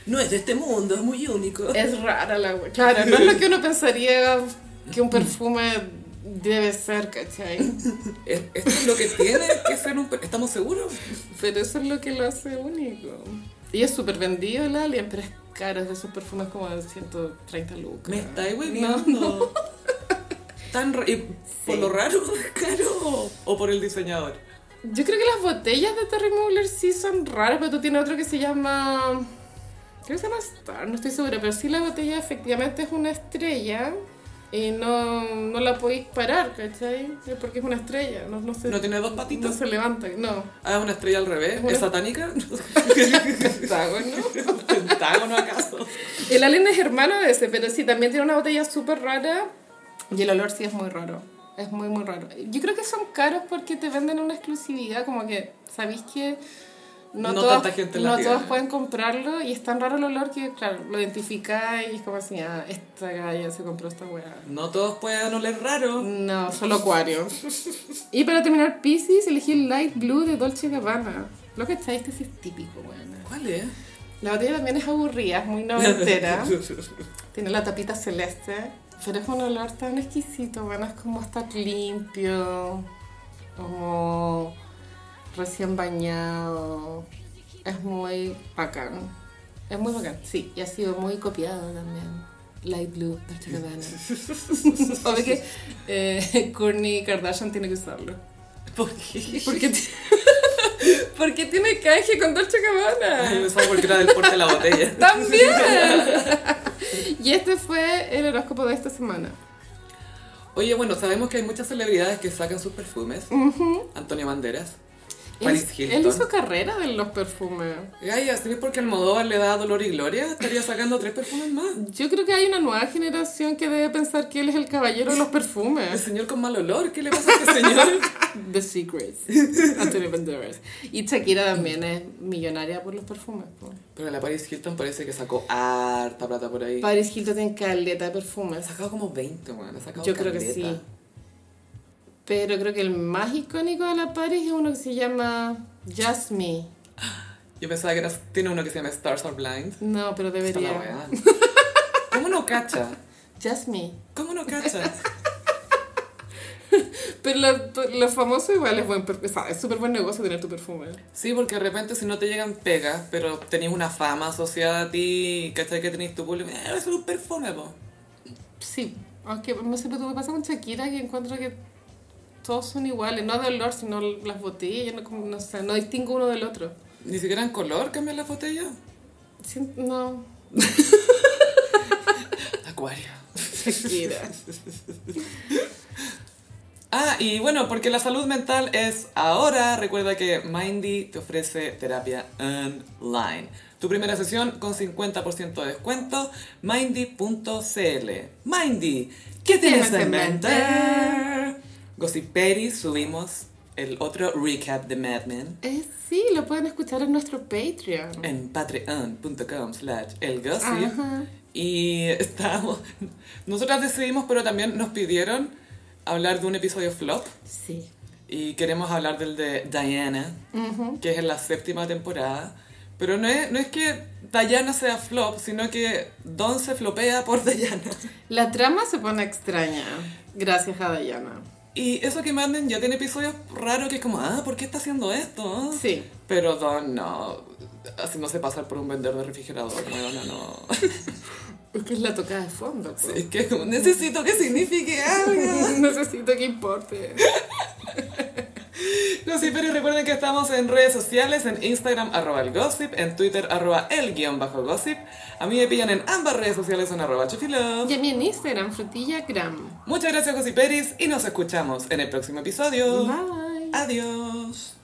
[SPEAKER 3] No es de este mundo, es muy único.
[SPEAKER 2] Es rara la wea. Claro, no es lo que uno pensaría que un perfume debe ser, ¿cachai?
[SPEAKER 1] Es- Esto es lo que tiene que ser un... per- ¿Estamos seguros?
[SPEAKER 2] Pero eso es lo que lo hace único. Y es súper vendido el Alien, pero es caro, es de esos perfumes como de 130 lucas.
[SPEAKER 1] Me estáis
[SPEAKER 2] No,
[SPEAKER 1] hueviando. Tan ra- y ¿Por
[SPEAKER 2] Sí.
[SPEAKER 1] lo raro es caro? ¿O por el diseñador?
[SPEAKER 2] Yo creo que las botellas de Terry Mugler sí son raras, pero tú tienes otro que se llama... Creo que se llama Star, no estoy segura, pero sí la botella efectivamente es una estrella y no, no la podéis parar, ¿cachai? Es Porque es una estrella, no, no se,
[SPEAKER 1] ¿No tiene dos
[SPEAKER 2] no
[SPEAKER 1] patitas?
[SPEAKER 2] se levanta, no.
[SPEAKER 1] Ah, una estrella al revés.
[SPEAKER 2] Bueno.
[SPEAKER 1] ¿Es satánica?
[SPEAKER 2] Pentágono.
[SPEAKER 1] ¿Pentágono acaso?
[SPEAKER 2] El alien es hermano de ese, pero sí, también tiene una botella súper rara. Y el olor sí es muy raro. Es muy, muy raro. Yo creo que son caros porque te venden una exclusividad, como que sabéis que no,
[SPEAKER 1] No
[SPEAKER 2] todas-
[SPEAKER 1] tanta gente la
[SPEAKER 2] no
[SPEAKER 1] tiene.
[SPEAKER 2] todos pueden comprarlo y es tan raro el olor que, claro, lo identificáis y es como así, ah, esta galla se compró esta weá.
[SPEAKER 1] No todos pueden oler raro.
[SPEAKER 2] No, solo acuario. y para terminar, Pisces, elegí el Light Blue de Dolce Gabbana. Lo que está este sí es típico, weón.
[SPEAKER 1] ¿Cuál es?
[SPEAKER 2] La botella también es aburrida, es muy noventera. Tiene la tapita celeste, pero es un olor tan exquisito, bueno, es como estar limpio, como recién bañado. Es muy bacán. Es muy bacán, sí, y ha sido muy copiado también. Light Blue, Dolce Gabbana. Obvio que eh, Kourtney Kardashian tiene que usarlo.
[SPEAKER 1] ¿Por qué?
[SPEAKER 2] Porque, ti- porque tiene canje con Dolce Gabbana.
[SPEAKER 1] Ay, me suena porque era del porte de la botella.
[SPEAKER 2] ¡También! y este fue el horóscopo de esta semana.
[SPEAKER 1] Oye, bueno, sabemos que hay muchas celebridades que sacan sus perfumes. Antonio Banderas, Paris
[SPEAKER 2] Él, él hizo
[SPEAKER 1] Hilton.
[SPEAKER 2] carrera de los perfumes.
[SPEAKER 1] Gaya, ¿sí porque Almodóvar le da dolor y gloria? Estaría sacando tres perfumes más.
[SPEAKER 2] Yo creo que hay una nueva generación que debe pensar que él es el caballero de los
[SPEAKER 1] El
[SPEAKER 2] perfumes.
[SPEAKER 1] señor con mal olor, ¿qué le pasa a este señor?
[SPEAKER 2] The Secrets. Antonio Banderas. Y Shakira también es millonaria por los perfumes. po.
[SPEAKER 1] Pero la Paris Hilton parece que sacó harta plata por ahí.
[SPEAKER 2] Paris Hilton tiene caleta de perfumes.
[SPEAKER 1] Ha sacado como 20, man. Ha sacado
[SPEAKER 2] Yo creo que
[SPEAKER 1] caleta.
[SPEAKER 2] sí. Pero creo que el más icónico de la Paris es uno que se llama Just Me.
[SPEAKER 1] Yo pensaba que era- tiene uno que se llama Stars Are Blind.
[SPEAKER 2] No, pero
[SPEAKER 1] Está la
[SPEAKER 2] debería.
[SPEAKER 1] weá. ¿Cómo no cacha?
[SPEAKER 2] Just Me.
[SPEAKER 1] ¿Cómo no cacha?
[SPEAKER 2] Pero lo, lo famoso igual es buen, per- o sea, es súper buen negocio tener tu perfume.
[SPEAKER 1] Sí, porque de repente si no te llegan pegas, pero tenés una fama asociada a ti, ¿cachai? Que tenés tu público, eh, es un perfume, po.
[SPEAKER 2] Sí, aunque no sé, pero me pasa con Shakira que encuentro que todos son iguales, no de olor, sino las botellas, no, como- no sé, no distingo uno del otro.
[SPEAKER 1] Ni siquiera en color cambian las botellas.
[SPEAKER 2] Sien- no,
[SPEAKER 1] Acuario.
[SPEAKER 2] Shakira.
[SPEAKER 1] Ah, y bueno, porque la salud mental es ahora. Recuerda que Mindy te ofrece terapia online. Tu primera sesión con 50% de descuento. Mindy.cl. Mindy, ¿qué tienes en mente? Gossip Perry, subimos el otro recap de Mad Men
[SPEAKER 2] Eh, sí, lo pueden escuchar en nuestro Patreon.
[SPEAKER 1] en patreon.com slash el
[SPEAKER 2] Ajá.
[SPEAKER 1] Y estábamos... Nosotras decidimos, pero también nos pidieron hablar de un episodio flop.
[SPEAKER 2] Sí.
[SPEAKER 1] Y queremos hablar del de Diana, que es en la séptima temporada. Pero no es, no es que Diana sea flop, sino que Don se flopea por Diana.
[SPEAKER 2] La trama se pone extraña, gracias a Dayana.
[SPEAKER 1] Y eso que manden ya tiene episodios raros que es como, ah, ¿por qué está haciendo esto?
[SPEAKER 2] Sí.
[SPEAKER 1] Pero Don no, haciéndose pasar por un vendedor de refrigerador. No, no, no.
[SPEAKER 2] Es que es la toca de fondo. pues. po.
[SPEAKER 1] Es que es como, necesito que signifique algo.
[SPEAKER 2] Necesito que importe.
[SPEAKER 1] Los hiperos recuerden que estamos en redes sociales, en Instagram, arroba el gossip, en Twitter, arroba el guión bajo gossip. A mí me pillan en ambas redes sociales en arroba chufilove.
[SPEAKER 2] Y a mí en Instagram, frutillagram.
[SPEAKER 1] Oh. Muchas gracias, gossiperis, y nos escuchamos en el próximo episodio.
[SPEAKER 2] Bye.
[SPEAKER 1] Adiós.